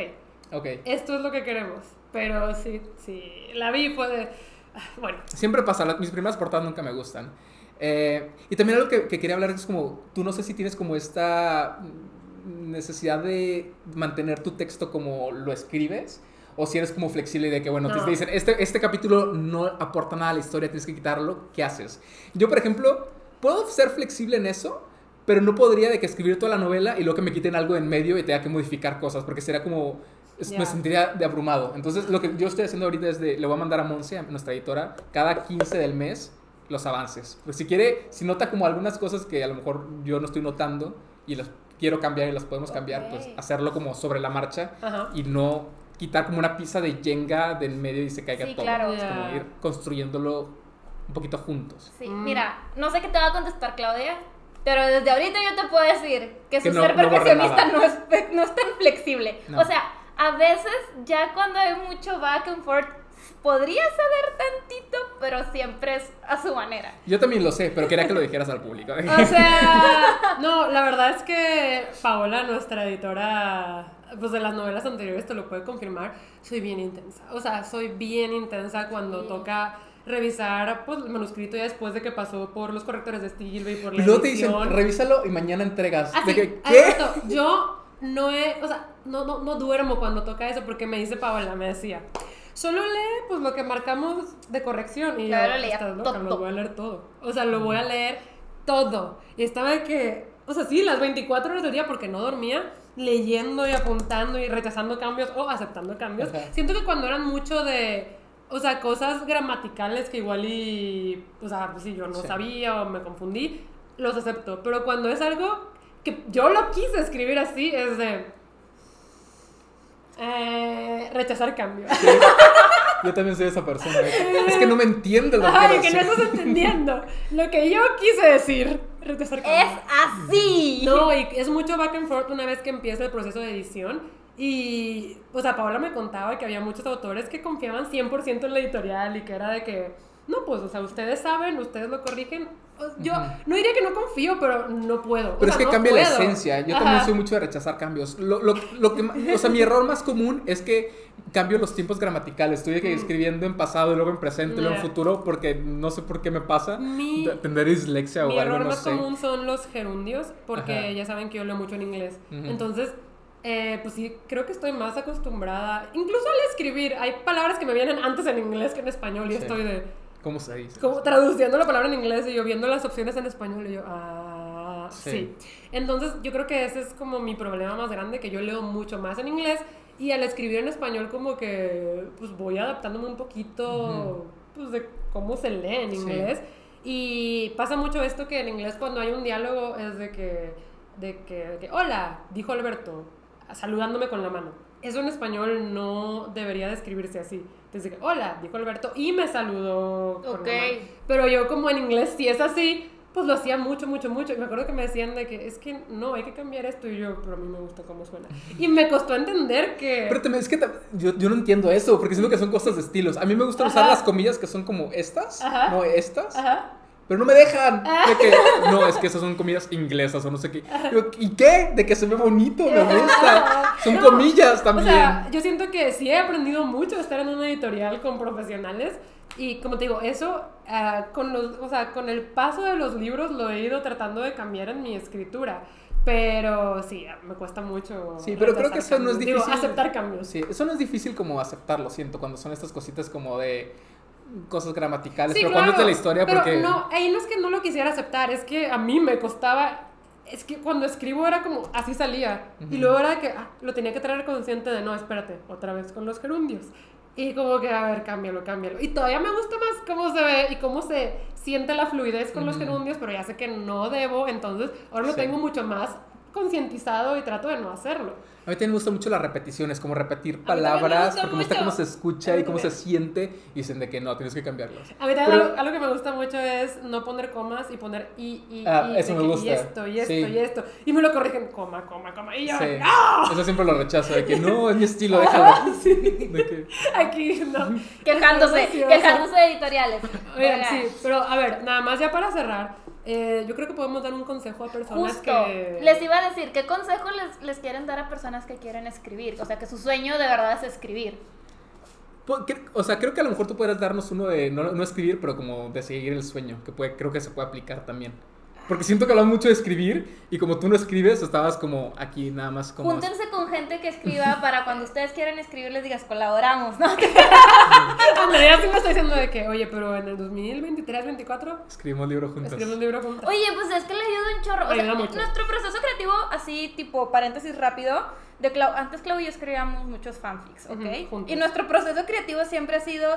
[SPEAKER 3] Ok.
[SPEAKER 2] esto es lo que queremos. Pero sí, sí, la vi fue de, ah, bueno,
[SPEAKER 3] Siempre pasa, la- mis primeras portadas nunca me gustan. Eh, y también algo que, que quería hablar es como, tú no sé si tienes como esta mm, necesidad de mantener tu texto como lo escribes. O si eres como flexible de que, bueno,
[SPEAKER 2] No.
[SPEAKER 3] te dicen, este, este capítulo no aporta nada a la historia, tienes que quitarlo, ¿qué haces? Yo, por ejemplo, puedo ser flexible en eso, pero no podría de que escribir toda la novela y luego que me quiten algo en medio y tenga que modificar cosas, porque sería como, es-
[SPEAKER 2] Ya.
[SPEAKER 3] me sentiría de abrumado. Entonces, lo que yo estoy haciendo ahorita es de, le voy a mandar a Monse, a nuestra editora, cada 15 del mes los avances. Pues si quiere, si nota como algunas cosas que a lo mejor yo no estoy notando y las quiero cambiar y las podemos cambiar, pues
[SPEAKER 1] Ok.
[SPEAKER 3] hacerlo como sobre la marcha
[SPEAKER 2] ajá.
[SPEAKER 3] y no quitar como una pieza de Jenga del medio y se caiga
[SPEAKER 1] Sí,
[SPEAKER 3] todo.
[SPEAKER 1] claro.
[SPEAKER 3] Es como
[SPEAKER 2] Ya.
[SPEAKER 3] ir construyéndolo un poquito juntos.
[SPEAKER 1] Sí,
[SPEAKER 2] Mm.
[SPEAKER 1] mira, no sé qué te va a contestar Claudia, pero desde ahorita yo te puedo decir que su
[SPEAKER 3] Que no-
[SPEAKER 1] ser
[SPEAKER 3] no borra
[SPEAKER 1] perfeccionista
[SPEAKER 3] nada.
[SPEAKER 1] no, es, pe- no es tan flexible.
[SPEAKER 3] No.
[SPEAKER 1] O sea, a veces ya cuando hay mucho back and forth, podría saber tantito, pero siempre es a su manera.
[SPEAKER 3] Yo también lo sé, pero quería que lo dijeras al público.
[SPEAKER 2] O sea, no, la verdad es que Paola, nuestra editora, pues de las novelas anteriores te lo puede confirmar, soy bien intensa. O sea, soy bien intensa cuando
[SPEAKER 1] Sí.
[SPEAKER 2] toca revisar pues, el manuscrito ya después de que pasó por los correctores de estilo y por
[SPEAKER 3] Y
[SPEAKER 2] la
[SPEAKER 3] luego te dicen,
[SPEAKER 2] edición.
[SPEAKER 3] revísalo y mañana entregas.
[SPEAKER 2] Así,
[SPEAKER 3] De que,
[SPEAKER 2] al
[SPEAKER 3] ¿Qué?
[SPEAKER 2] rato, yo no he, o sea, no, no, no duermo cuando toca eso porque me dice Paola, me decía, solo lee pues lo que marcamos de corrección. Y yo,
[SPEAKER 1] Claro, leía
[SPEAKER 2] "Estás loca,
[SPEAKER 1] todo".
[SPEAKER 2] lo voy a leer todo. O sea, lo voy a leer todo. Y estaba de que, o sea, sí, las 24 horas del día porque no dormía, leyendo y apuntando y rechazando cambios o aceptando cambios.
[SPEAKER 3] Ajá.
[SPEAKER 2] Siento que cuando eran mucho de... O sea, cosas gramaticales que igual y... O sea, pues sí, yo no
[SPEAKER 3] Sí.
[SPEAKER 2] sabía o me confundí, los acepto. Pero cuando es algo que yo lo quise escribir así, es de... eh, rechazar cambios.
[SPEAKER 3] Yo también soy esa persona. ¿eh? Es que no me entiendes lo que
[SPEAKER 2] Ay,
[SPEAKER 3] quiero
[SPEAKER 2] que no
[SPEAKER 3] hacer.
[SPEAKER 2] estás entendiendo lo que yo quise decir. Rechazar
[SPEAKER 1] Es
[SPEAKER 2] cambios.
[SPEAKER 1] así.
[SPEAKER 2] No, y es mucho back and forth una vez que empieza el proceso de edición. Y, o sea, Paola me contaba que había muchos autores que confiaban 100% en la editorial y que era de que, no, pues, o sea, ustedes saben, ustedes lo corrigen. O- Yo
[SPEAKER 3] Ujú.
[SPEAKER 2] no diría que no confío, pero no puedo. O
[SPEAKER 3] Pero
[SPEAKER 2] sea,
[SPEAKER 3] es que
[SPEAKER 2] no
[SPEAKER 3] cambia la
[SPEAKER 2] puedo.
[SPEAKER 3] esencia. Yo
[SPEAKER 2] Ajá.
[SPEAKER 3] también soy mucho de rechazar cambios. Lo, lo- lo que, ma- o sea, mi error más común es que cambio los tiempos gramaticales. Estoy de que
[SPEAKER 2] Mm.
[SPEAKER 3] escribiendo en pasado, luego en presente, luego en
[SPEAKER 2] Ya.
[SPEAKER 3] futuro, porque no sé por qué me pasa.
[SPEAKER 2] Mi-
[SPEAKER 3] De- Tendré
[SPEAKER 2] Mi
[SPEAKER 3] dislexia o algo,
[SPEAKER 2] error
[SPEAKER 3] no
[SPEAKER 2] más
[SPEAKER 3] sé.
[SPEAKER 2] común son los gerundios, porque
[SPEAKER 3] Ajá.
[SPEAKER 2] ya saben que yo leo mucho en inglés.
[SPEAKER 3] Ujú.
[SPEAKER 2] Entonces, eh, pues sí, creo que estoy más acostumbrada. Incluso al escribir, hay palabras que me vienen antes en inglés que en español y
[SPEAKER 3] Sí.
[SPEAKER 2] estoy de.
[SPEAKER 3] ¿Cómo se dice?
[SPEAKER 2] Como traduciendo la palabra en inglés y yo viendo las opciones en español y yo, ah,
[SPEAKER 3] Sí.
[SPEAKER 2] sí. Entonces, yo creo que ese es como mi problema más grande, que yo leo mucho más en inglés y al escribir en español como que, pues voy adaptándome un poquito, pues de cómo se lee en
[SPEAKER 3] Sí.
[SPEAKER 2] inglés. Y pasa mucho esto que en inglés cuando hay un diálogo es de que, de que, de que, hola, dijo Alberto, saludándome con la mano. Eso en español no debería describirse así. Desde que, hola, dijo Alberto y me saludó. con la
[SPEAKER 1] Ok.
[SPEAKER 2] mano". Pero yo como en inglés si es así, pues lo hacía mucho, mucho, mucho. Y me acuerdo que me decían de que es que no, hay que cambiar esto y yo, pero a mí me gusta cómo suena. Y me costó entender que...
[SPEAKER 3] Pero también es que ta- yo, yo no entiendo eso, porque siento que son cosas de estilos. A mí me gusta usar
[SPEAKER 2] Ajá.
[SPEAKER 3] las comillas que son como estas,
[SPEAKER 2] Ajá.
[SPEAKER 3] no estas,
[SPEAKER 2] Ajá.
[SPEAKER 3] pero no me dejan.
[SPEAKER 2] Ah.
[SPEAKER 3] De que, no, es que esas son comillas inglesas o no sé qué. Yo, ¿Y qué? De que se ve bonito, me gusta. Son
[SPEAKER 2] No,
[SPEAKER 3] comillas
[SPEAKER 2] O
[SPEAKER 3] también.
[SPEAKER 2] sea, yo siento que sí he aprendido mucho estar en una editorial con profesionales y como te digo, eso ah, con los, o sea, con el paso de los libros lo he ido tratando de cambiar en mi escritura, pero sí, me cuesta mucho.
[SPEAKER 3] Sí, pero creo que
[SPEAKER 2] rechazar
[SPEAKER 3] eso no es
[SPEAKER 2] cambios. Digo,
[SPEAKER 3] difícil.
[SPEAKER 2] aceptar cambios.
[SPEAKER 3] Sí, eso no es difícil como aceptarlo, siento, cuando son estas cositas como de cosas gramaticales, pero cuando es de la historia,
[SPEAKER 2] pero
[SPEAKER 3] porque...
[SPEAKER 2] no, ahí no es que no lo quisiera aceptar, es que a mí me costaba, es que cuando escribo era como, así salía, y
[SPEAKER 3] Ujú.
[SPEAKER 2] luego era que ah, lo tenía que traer consciente de, no, espérate, otra vez con los gerundios, y como que, a ver, cámbialo, cámbialo, y todavía me gusta más cómo se ve y cómo se siente la fluidez con los
[SPEAKER 3] Ujú.
[SPEAKER 2] gerundios, pero ya sé que no debo, entonces ahora lo
[SPEAKER 3] Sí.
[SPEAKER 2] tengo mucho más concientizado y trato de no hacerlo.
[SPEAKER 3] A mí también me gustan mucho las repeticiones, como repetir
[SPEAKER 2] también me
[SPEAKER 3] palabras,
[SPEAKER 2] gusta
[SPEAKER 3] porque me gusta
[SPEAKER 2] mucho.
[SPEAKER 3] cómo se escucha
[SPEAKER 2] A mí
[SPEAKER 3] y cómo se
[SPEAKER 2] también.
[SPEAKER 3] siente, y dicen de que no, tienes que cambiarlas.
[SPEAKER 2] A mí también
[SPEAKER 3] Pero-
[SPEAKER 2] algo, algo que me gusta mucho es no poner comas y poner y, y,
[SPEAKER 3] Ah,
[SPEAKER 2] y,
[SPEAKER 3] eso
[SPEAKER 2] de
[SPEAKER 3] me
[SPEAKER 2] que,
[SPEAKER 3] gusta.
[SPEAKER 2] y esto, y esto,
[SPEAKER 3] Sí.
[SPEAKER 2] y esto. Y me lo corrigen, coma, coma, coma. Y yo,
[SPEAKER 3] Sí.
[SPEAKER 2] ¡ah!
[SPEAKER 3] Eso siempre lo rechazo, de que no, es mi estilo, déjalo. De que-
[SPEAKER 2] aquí no.
[SPEAKER 1] Quejándose,
[SPEAKER 2] Es gracioso.
[SPEAKER 1] quejándose de editoriales.
[SPEAKER 2] Oigan,
[SPEAKER 1] Oigan,
[SPEAKER 2] sí, pero a ver, nada más ya para cerrar, eh, yo creo que podemos dar un consejo a personas
[SPEAKER 1] Justo,
[SPEAKER 2] que...
[SPEAKER 1] les iba a decir, ¿qué consejo les, les quieren dar a personas que quieren escribir? O sea, que su sueño de verdad es escribir.
[SPEAKER 3] Po- Pues, cre- O sea, creo que a lo mejor tú podrás darnos uno de no, no escribir, pero como de seguir el sueño, que puede, creo que se puede aplicar también. Porque siento que hablamos mucho de escribir, y como tú no escribes, estabas como aquí nada más como...
[SPEAKER 1] Júntense con gente que escriba para cuando ustedes quieran escribir les digas, colaboramos, ¿no?
[SPEAKER 2] Andrea Ah, sí me está diciendo de que, oye, pero en el 2023, 2024,
[SPEAKER 3] Escribimos libro juntos.
[SPEAKER 2] escribimos un libro juntos.
[SPEAKER 1] Oye, pues es que le ayuda un chorro. O sea,
[SPEAKER 2] Ayuda mucho.
[SPEAKER 1] nuestro proceso creativo, así tipo paréntesis rápido, de Clau, antes Clau y yo escribíamos muchos fanfics, ¿ok?
[SPEAKER 2] Ujú, juntos.
[SPEAKER 1] y nuestro proceso creativo siempre ha sido,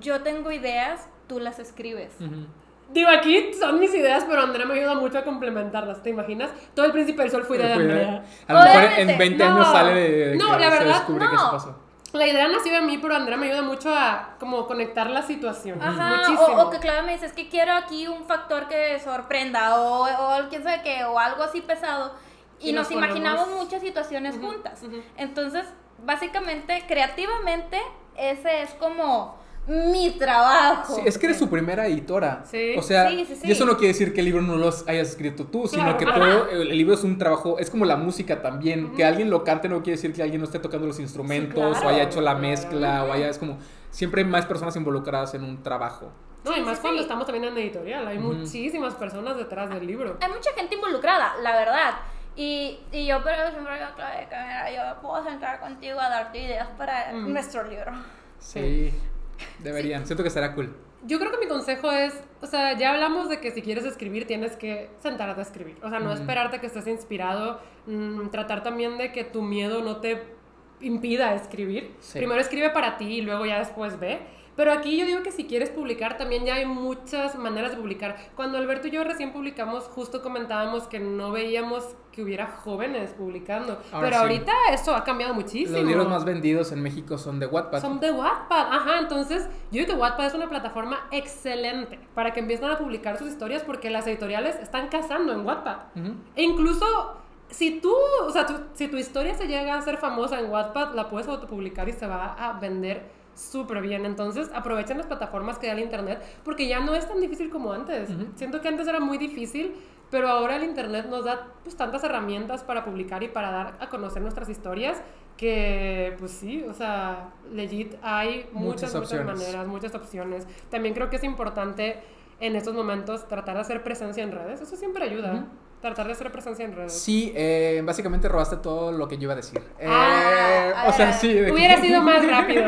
[SPEAKER 1] yo tengo ideas, tú las escribes.
[SPEAKER 3] Ujú.
[SPEAKER 2] Digo, aquí son mis ideas, pero Andrea me ayuda mucho a complementarlas, ¿te imaginas? Todo el Príncipe del Sol fue idea de
[SPEAKER 3] Fue idea.
[SPEAKER 2] Andrea.
[SPEAKER 3] A lo mejor
[SPEAKER 1] Obviamente,
[SPEAKER 3] en 20
[SPEAKER 2] no.
[SPEAKER 3] años sale de, de
[SPEAKER 2] No,
[SPEAKER 3] que
[SPEAKER 2] la
[SPEAKER 3] se
[SPEAKER 2] verdad,
[SPEAKER 3] descubre
[SPEAKER 1] no.
[SPEAKER 3] que eso pasó.
[SPEAKER 2] La idea nació de mí, pero Andrea me ayuda mucho a como conectar la situación.
[SPEAKER 1] Ajá,
[SPEAKER 2] Muchísimo.
[SPEAKER 1] o, o que Clau me dice, es que quiero aquí un factor que sorprenda, o, o quién sabe qué, o algo así pesado. Y,
[SPEAKER 2] Y
[SPEAKER 1] nos,
[SPEAKER 2] nos
[SPEAKER 1] imaginamos
[SPEAKER 2] ponemos-
[SPEAKER 1] muchas situaciones
[SPEAKER 2] Ujú,
[SPEAKER 1] juntas.
[SPEAKER 2] ujú.
[SPEAKER 1] Entonces, básicamente, creativamente, ese es como mi trabajo.
[SPEAKER 3] Sí, es que eres su primera editora.
[SPEAKER 2] Sí.
[SPEAKER 3] O sea,
[SPEAKER 1] Sí, sí, sí.
[SPEAKER 3] y eso no quiere decir que el libro no lo hayas escrito tú, sino
[SPEAKER 2] Claro.
[SPEAKER 3] que todo el, el libro es un trabajo, es como la música también. Que alguien lo cante no quiere decir que alguien no esté tocando los instrumentos,
[SPEAKER 1] claro,
[SPEAKER 3] o haya hecho la
[SPEAKER 2] claro.
[SPEAKER 3] mezcla, o haya, es como siempre hay más personas involucradas en un trabajo.
[SPEAKER 2] No,
[SPEAKER 1] Sí,
[SPEAKER 2] y más
[SPEAKER 1] sí,
[SPEAKER 2] cuando
[SPEAKER 1] sí.
[SPEAKER 2] estamos también en editorial, hay
[SPEAKER 3] Ujú.
[SPEAKER 2] muchísimas personas detrás del libro.
[SPEAKER 1] Hay mucha gente involucrada, la verdad. Y, y yo, pero siempre digo, "Claudia, que mira, yo puedo sentar contigo a darte ideas para
[SPEAKER 2] Mm.
[SPEAKER 1] nuestro libro.
[SPEAKER 3] Sí. Deberían. Siento que será cool.
[SPEAKER 2] Yo creo que mi consejo es, o sea, ya hablamos de que si quieres escribir tienes que sentarte a escribir, o sea, no
[SPEAKER 3] Ujú.
[SPEAKER 2] esperarte que estés inspirado, mm, tratar también de que tu miedo no te impida escribir.
[SPEAKER 3] Sí.
[SPEAKER 2] Primero escribe para ti y luego ya después ve. Pero aquí yo digo que si quieres publicar también ya hay muchas maneras de publicar. Cuando Alberto y yo recién publicamos, justo comentábamos que no veíamos que hubiera jóvenes publicando,
[SPEAKER 3] Ahora
[SPEAKER 2] pero
[SPEAKER 3] sí.
[SPEAKER 2] ahorita eso ha cambiado muchísimo.
[SPEAKER 3] Los libros más vendidos en México son de Wattpad.
[SPEAKER 2] Son de Wattpad, ajá, entonces yo digo que Wattpad es una plataforma excelente para que empiecen a publicar sus historias porque las editoriales están cazando en Wattpad.
[SPEAKER 3] Ujú.
[SPEAKER 2] E incluso si tú, o sea, tú- si tu historia se llega a ser famosa en Wattpad, la puedes autopublicar y se va a vender súper bien. Entonces aprovechen las plataformas que da el internet porque ya no es tan difícil como antes.
[SPEAKER 3] Ujú.
[SPEAKER 2] Siento que antes era muy difícil, pero ahora el internet nos da pues tantas herramientas para publicar y para dar a conocer nuestras historias que pues sí, o sea, legit hay muchas, muchas
[SPEAKER 3] Muchas opciones.
[SPEAKER 2] maneras, muchas opciones. También creo que es importante en estos momentos tratar de hacer presencia en redes. Eso siempre ayuda.
[SPEAKER 3] Ujú.
[SPEAKER 2] Tratar de hacer presencia en redes.
[SPEAKER 3] Sí, eh, básicamente robaste todo lo que yo iba a decir. Eh,
[SPEAKER 1] Ah,
[SPEAKER 3] o sea,
[SPEAKER 1] ah,
[SPEAKER 3] sí. de que-
[SPEAKER 2] Hubiera sido más rápido.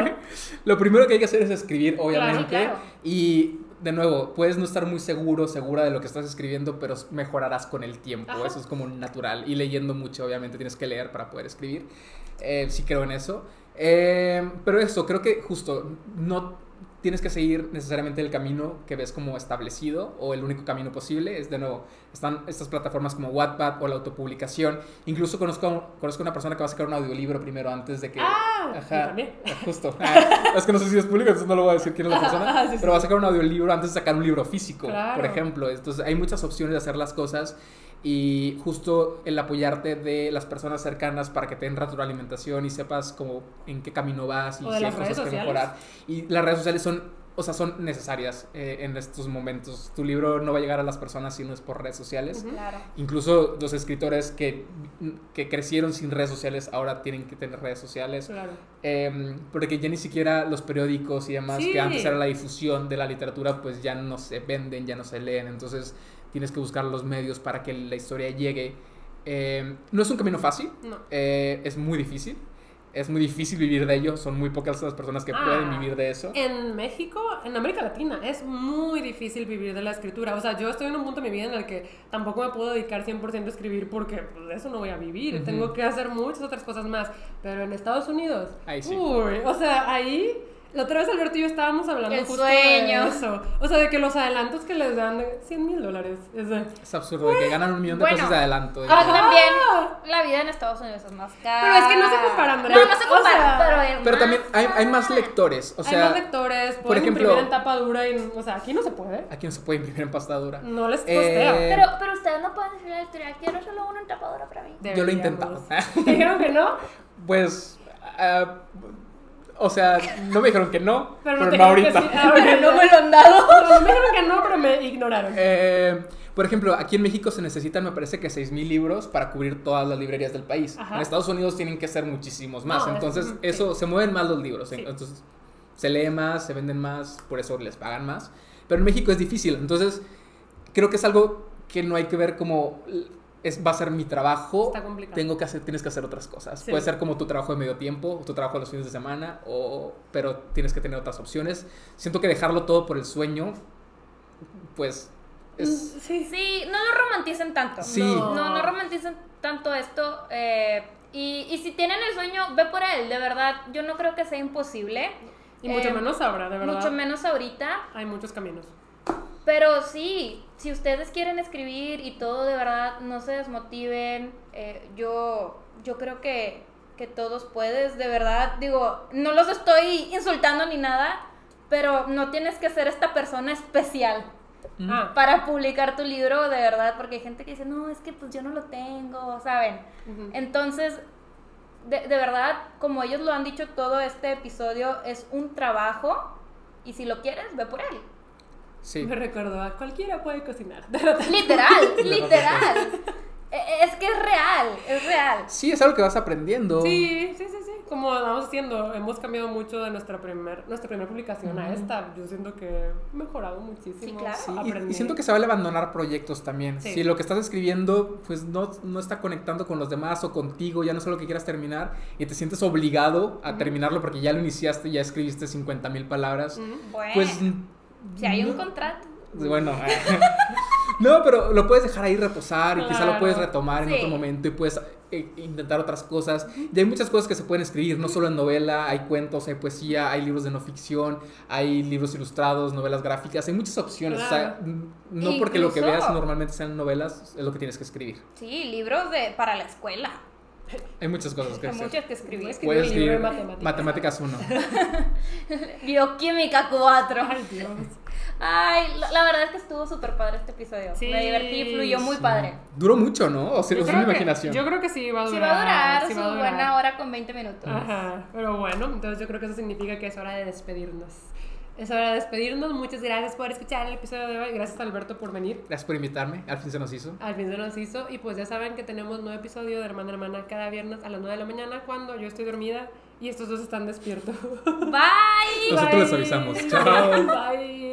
[SPEAKER 3] Lo primero que hay que hacer es escribir, obviamente.
[SPEAKER 1] claro.
[SPEAKER 3] Y de nuevo, puedes no estar muy seguro, segura de lo que estás escribiendo, pero mejorarás con el tiempo.
[SPEAKER 2] Ajá.
[SPEAKER 3] Eso es como natural. Y leyendo mucho, obviamente, tienes que leer para poder escribir. Eh, sí creo en eso. Eh, pero eso, creo que justo no tienes que seguir necesariamente el camino que ves como establecido o el único camino posible. Es de nuevo, están estas plataformas como Wattpad o la autopublicación. Incluso conozco, conozco una persona que va a sacar un audiolibro primero antes de que...
[SPEAKER 2] Ah, yo
[SPEAKER 3] Ajá.
[SPEAKER 2] también.
[SPEAKER 3] Justo. Ah, es que no sé si es público, entonces no lo voy a decir quién es la
[SPEAKER 2] Ah,
[SPEAKER 3] persona.
[SPEAKER 2] sí, sí.
[SPEAKER 3] Pero va a sacar un audiolibro antes de sacar un libro físico,
[SPEAKER 2] Claro.
[SPEAKER 3] por ejemplo. Entonces hay muchas opciones de hacer las cosas y justo el apoyarte de las personas cercanas para que te den retroalimentación y sepas como en qué camino vas y
[SPEAKER 2] O de
[SPEAKER 3] si hay
[SPEAKER 2] las redes
[SPEAKER 3] cosas que
[SPEAKER 2] sociales.
[SPEAKER 3] mejorar. Y las redes sociales son... O sea, son necesarias eh, en estos momentos. Tu libro no va a llegar a las personas si no es por redes sociales.
[SPEAKER 2] Ujú.
[SPEAKER 1] Claro.
[SPEAKER 3] Incluso los escritores que, que crecieron sin redes sociales ahora tienen que tener redes sociales.
[SPEAKER 2] Claro.
[SPEAKER 3] Em, porque ya ni siquiera los periódicos y demás
[SPEAKER 2] Sí.
[SPEAKER 3] que antes era la difusión de la literatura pues ya no se venden, ya no se leen, entonces tienes que buscar los medios para que la historia llegue. Em, no es un camino fácil,
[SPEAKER 2] No.
[SPEAKER 3] eh, es muy difícil, es muy difícil vivir de ello, son muy pocas las personas que
[SPEAKER 2] Ah.
[SPEAKER 3] pueden vivir de eso.
[SPEAKER 2] En México, en América Latina, es muy difícil vivir de la escritura. O sea, yo estoy en un punto de mi vida en el que tampoco me puedo dedicar 100% a escribir porque pues, de eso no voy a vivir.
[SPEAKER 3] Ujú.
[SPEAKER 2] Tengo que hacer muchas otras cosas más. Pero en Estados Unidos,
[SPEAKER 3] Ahí sí.
[SPEAKER 2] uy, o sea, ahí... La otra vez Alberto y yo estábamos hablando
[SPEAKER 1] El
[SPEAKER 2] justo
[SPEAKER 1] sueño.
[SPEAKER 2] de eso. O sea, de que los adelantos que les dan de 100 mil dólares. es de-
[SPEAKER 3] Es absurdo, de que ganan un millón de
[SPEAKER 1] Bueno.
[SPEAKER 3] pesos de adelanto. ¿eh? de que-
[SPEAKER 1] Pero también
[SPEAKER 2] Ah.
[SPEAKER 1] la vida en Estados Unidos es más cara.
[SPEAKER 2] Pero es que no se compara, Andrea.
[SPEAKER 1] No, no se
[SPEAKER 2] O
[SPEAKER 1] compara,
[SPEAKER 2] sea,
[SPEAKER 1] pero es
[SPEAKER 3] Pero
[SPEAKER 1] más
[SPEAKER 3] también hay, hay más
[SPEAKER 1] cara.
[SPEAKER 3] lectores, o sea,
[SPEAKER 2] Hay más lectores,
[SPEAKER 3] por
[SPEAKER 2] pueden
[SPEAKER 3] ejemplo-
[SPEAKER 2] imprimir en tapa dura y... O sea, aquí no se puede.
[SPEAKER 3] aquí no se puede imprimir en pasta dura.
[SPEAKER 2] No les
[SPEAKER 3] Eh,
[SPEAKER 2] costea.
[SPEAKER 1] Pero, pero ustedes no pueden decir a la editorial, quiero solo una tapadora para mí.
[SPEAKER 3] Yo lo he intentado.
[SPEAKER 2] ¿Te dijeron que no?
[SPEAKER 3] Pues, ah, o sea, no me dijeron que no, pero,
[SPEAKER 2] te
[SPEAKER 3] no
[SPEAKER 2] dijeron que
[SPEAKER 3] ahorita.
[SPEAKER 2] sí. Ah, ok, no me-
[SPEAKER 1] lo han dado.
[SPEAKER 2] no, me dijeron que no, pero me ignoraron.
[SPEAKER 3] Eh, por ejemplo, aquí en México se necesitan, me parece que 6.000 libros para cubrir todas las librerías del país.
[SPEAKER 2] Ajá.
[SPEAKER 3] En Estados Unidos tienen que ser muchísimos más.
[SPEAKER 2] No, es-
[SPEAKER 3] entonces,
[SPEAKER 2] mm,
[SPEAKER 3] eso, se mueven más los libros.
[SPEAKER 2] Sí.
[SPEAKER 3] Entonces, se lee más, se venden más, por eso les pagan más. Pero en México es difícil. Entonces, creo que es algo que no hay que ver como... Es, va a ser mi trabajo.
[SPEAKER 2] Está complicado.
[SPEAKER 3] Tengo que hacer, tienes que hacer otras cosas.
[SPEAKER 2] Sí.
[SPEAKER 3] Puede ser como tu trabajo de medio tiempo, o tu trabajo los fines de semana, o, pero tienes que tener otras opciones. Siento que dejarlo todo por el sueño, pues es,
[SPEAKER 2] Sí,
[SPEAKER 1] Sí, no lo romanticen tanto.
[SPEAKER 3] Sí.
[SPEAKER 1] No, no romanticen tanto esto. eh, y, y si tienen el sueño, ve por él. De verdad, yo no creo que sea imposible.
[SPEAKER 2] Y mucho
[SPEAKER 1] Eh,
[SPEAKER 2] menos ahora, de verdad.
[SPEAKER 1] Mucho menos ahorita.
[SPEAKER 2] Hay muchos caminos.
[SPEAKER 1] Pero sí, si ustedes quieren escribir y todo, de verdad, no se desmotiven. Eh, yo, yo creo que, que todos puedes, de verdad. Digo, no los estoy insultando ni nada, pero no tienes que ser esta persona especial
[SPEAKER 3] Mm.
[SPEAKER 2] Ah,
[SPEAKER 1] para publicar tu libro, de verdad, porque hay gente que dice, no, es que pues yo no lo tengo, ¿saben?
[SPEAKER 2] ujú.
[SPEAKER 1] Entonces, de, de verdad, como ellos lo han dicho todo este episodio, es un trabajo y si lo quieres, ve por él.
[SPEAKER 3] Sí.
[SPEAKER 2] Me recordó a cualquiera puede cocinar.
[SPEAKER 1] Literal, literal. E- Es que es real, es real.
[SPEAKER 3] Sí, es algo que vas aprendiendo.
[SPEAKER 2] Sí, sí, sí, sí. Como vamos haciendo, hemos cambiado mucho de nuestra primer, nuestra primera publicación a esta. Yo siento que he mejorado muchísimo.
[SPEAKER 1] Sí, claro.
[SPEAKER 3] Sí, y- y,
[SPEAKER 2] Aprendí.
[SPEAKER 3] siento que se vale abandonar proyectos también.
[SPEAKER 2] Sí.
[SPEAKER 3] Si lo que estás escribiendo pues no, no está conectando con los demás o contigo, ya no es algo que quieras terminar y te sientes obligado a terminarlo porque ya lo iniciaste, ya escribiste 50 mil palabras,
[SPEAKER 2] Ujú.
[SPEAKER 1] Mm, Bueno,
[SPEAKER 3] pues...
[SPEAKER 2] eh,
[SPEAKER 1] si hay un
[SPEAKER 3] no-
[SPEAKER 1] contrato.
[SPEAKER 3] Pues Bueno. no, pero lo puedes dejar ahí reposar y quizá lo
[SPEAKER 2] Claro.
[SPEAKER 3] puedes retomar en
[SPEAKER 1] Sí.
[SPEAKER 3] otro momento y puedes eh, intentar otras cosas. Y hay muchas cosas que se pueden escribir, no solo en novela, hay cuentos, hay poesía, hay libros de no ficción, hay libros ilustrados, novelas gráficas, hay muchas opciones. O sea,
[SPEAKER 2] Claro.
[SPEAKER 3] n- no porque lo que
[SPEAKER 1] Incluso-
[SPEAKER 3] veas normalmente sean novelas, es lo que tienes que escribir.
[SPEAKER 1] Sí, libros de para la escuela.
[SPEAKER 3] Hay muchas cosas que
[SPEAKER 1] Hay
[SPEAKER 3] hacer.
[SPEAKER 1] muchas que escribir.
[SPEAKER 2] Puedes
[SPEAKER 3] Puedes
[SPEAKER 2] Escribir
[SPEAKER 3] escribir
[SPEAKER 2] un libro de matemáticas.
[SPEAKER 3] matemáticas 1.
[SPEAKER 1] Bioquímica 4.
[SPEAKER 2] Ay, Dios.
[SPEAKER 1] Ay, la, la verdad es que estuvo súper padre este episodio.
[SPEAKER 2] Sí.
[SPEAKER 1] Me divertí, fluyó muy padre.
[SPEAKER 3] Duró mucho, ¿no? O sea,
[SPEAKER 2] Yo
[SPEAKER 3] es
[SPEAKER 2] creo
[SPEAKER 3] mi
[SPEAKER 2] que-
[SPEAKER 3] imaginación.
[SPEAKER 2] yo creo que sí va a
[SPEAKER 1] Sí
[SPEAKER 2] durar.
[SPEAKER 1] va a durar
[SPEAKER 2] sí
[SPEAKER 1] su
[SPEAKER 2] va a durar.
[SPEAKER 1] buena hora con 20 minutos.
[SPEAKER 2] Ajá, pero bueno, entonces yo creo que eso significa que es hora de despedirnos. Es hora de despedirnos. Muchas gracias por escuchar el episodio de hoy. Gracias, Alberto, por venir.
[SPEAKER 3] Gracias por invitarme, al fin se nos hizo.
[SPEAKER 2] Al fin se nos hizo. Y pues ya saben que tenemos nuevo episodio de Hermana Hermana cada viernes a las 9 de la mañana cuando yo estoy dormida y estos dos están despiertos.
[SPEAKER 1] Bye.
[SPEAKER 3] Nosotros les avisamos. Chao.
[SPEAKER 2] Bye.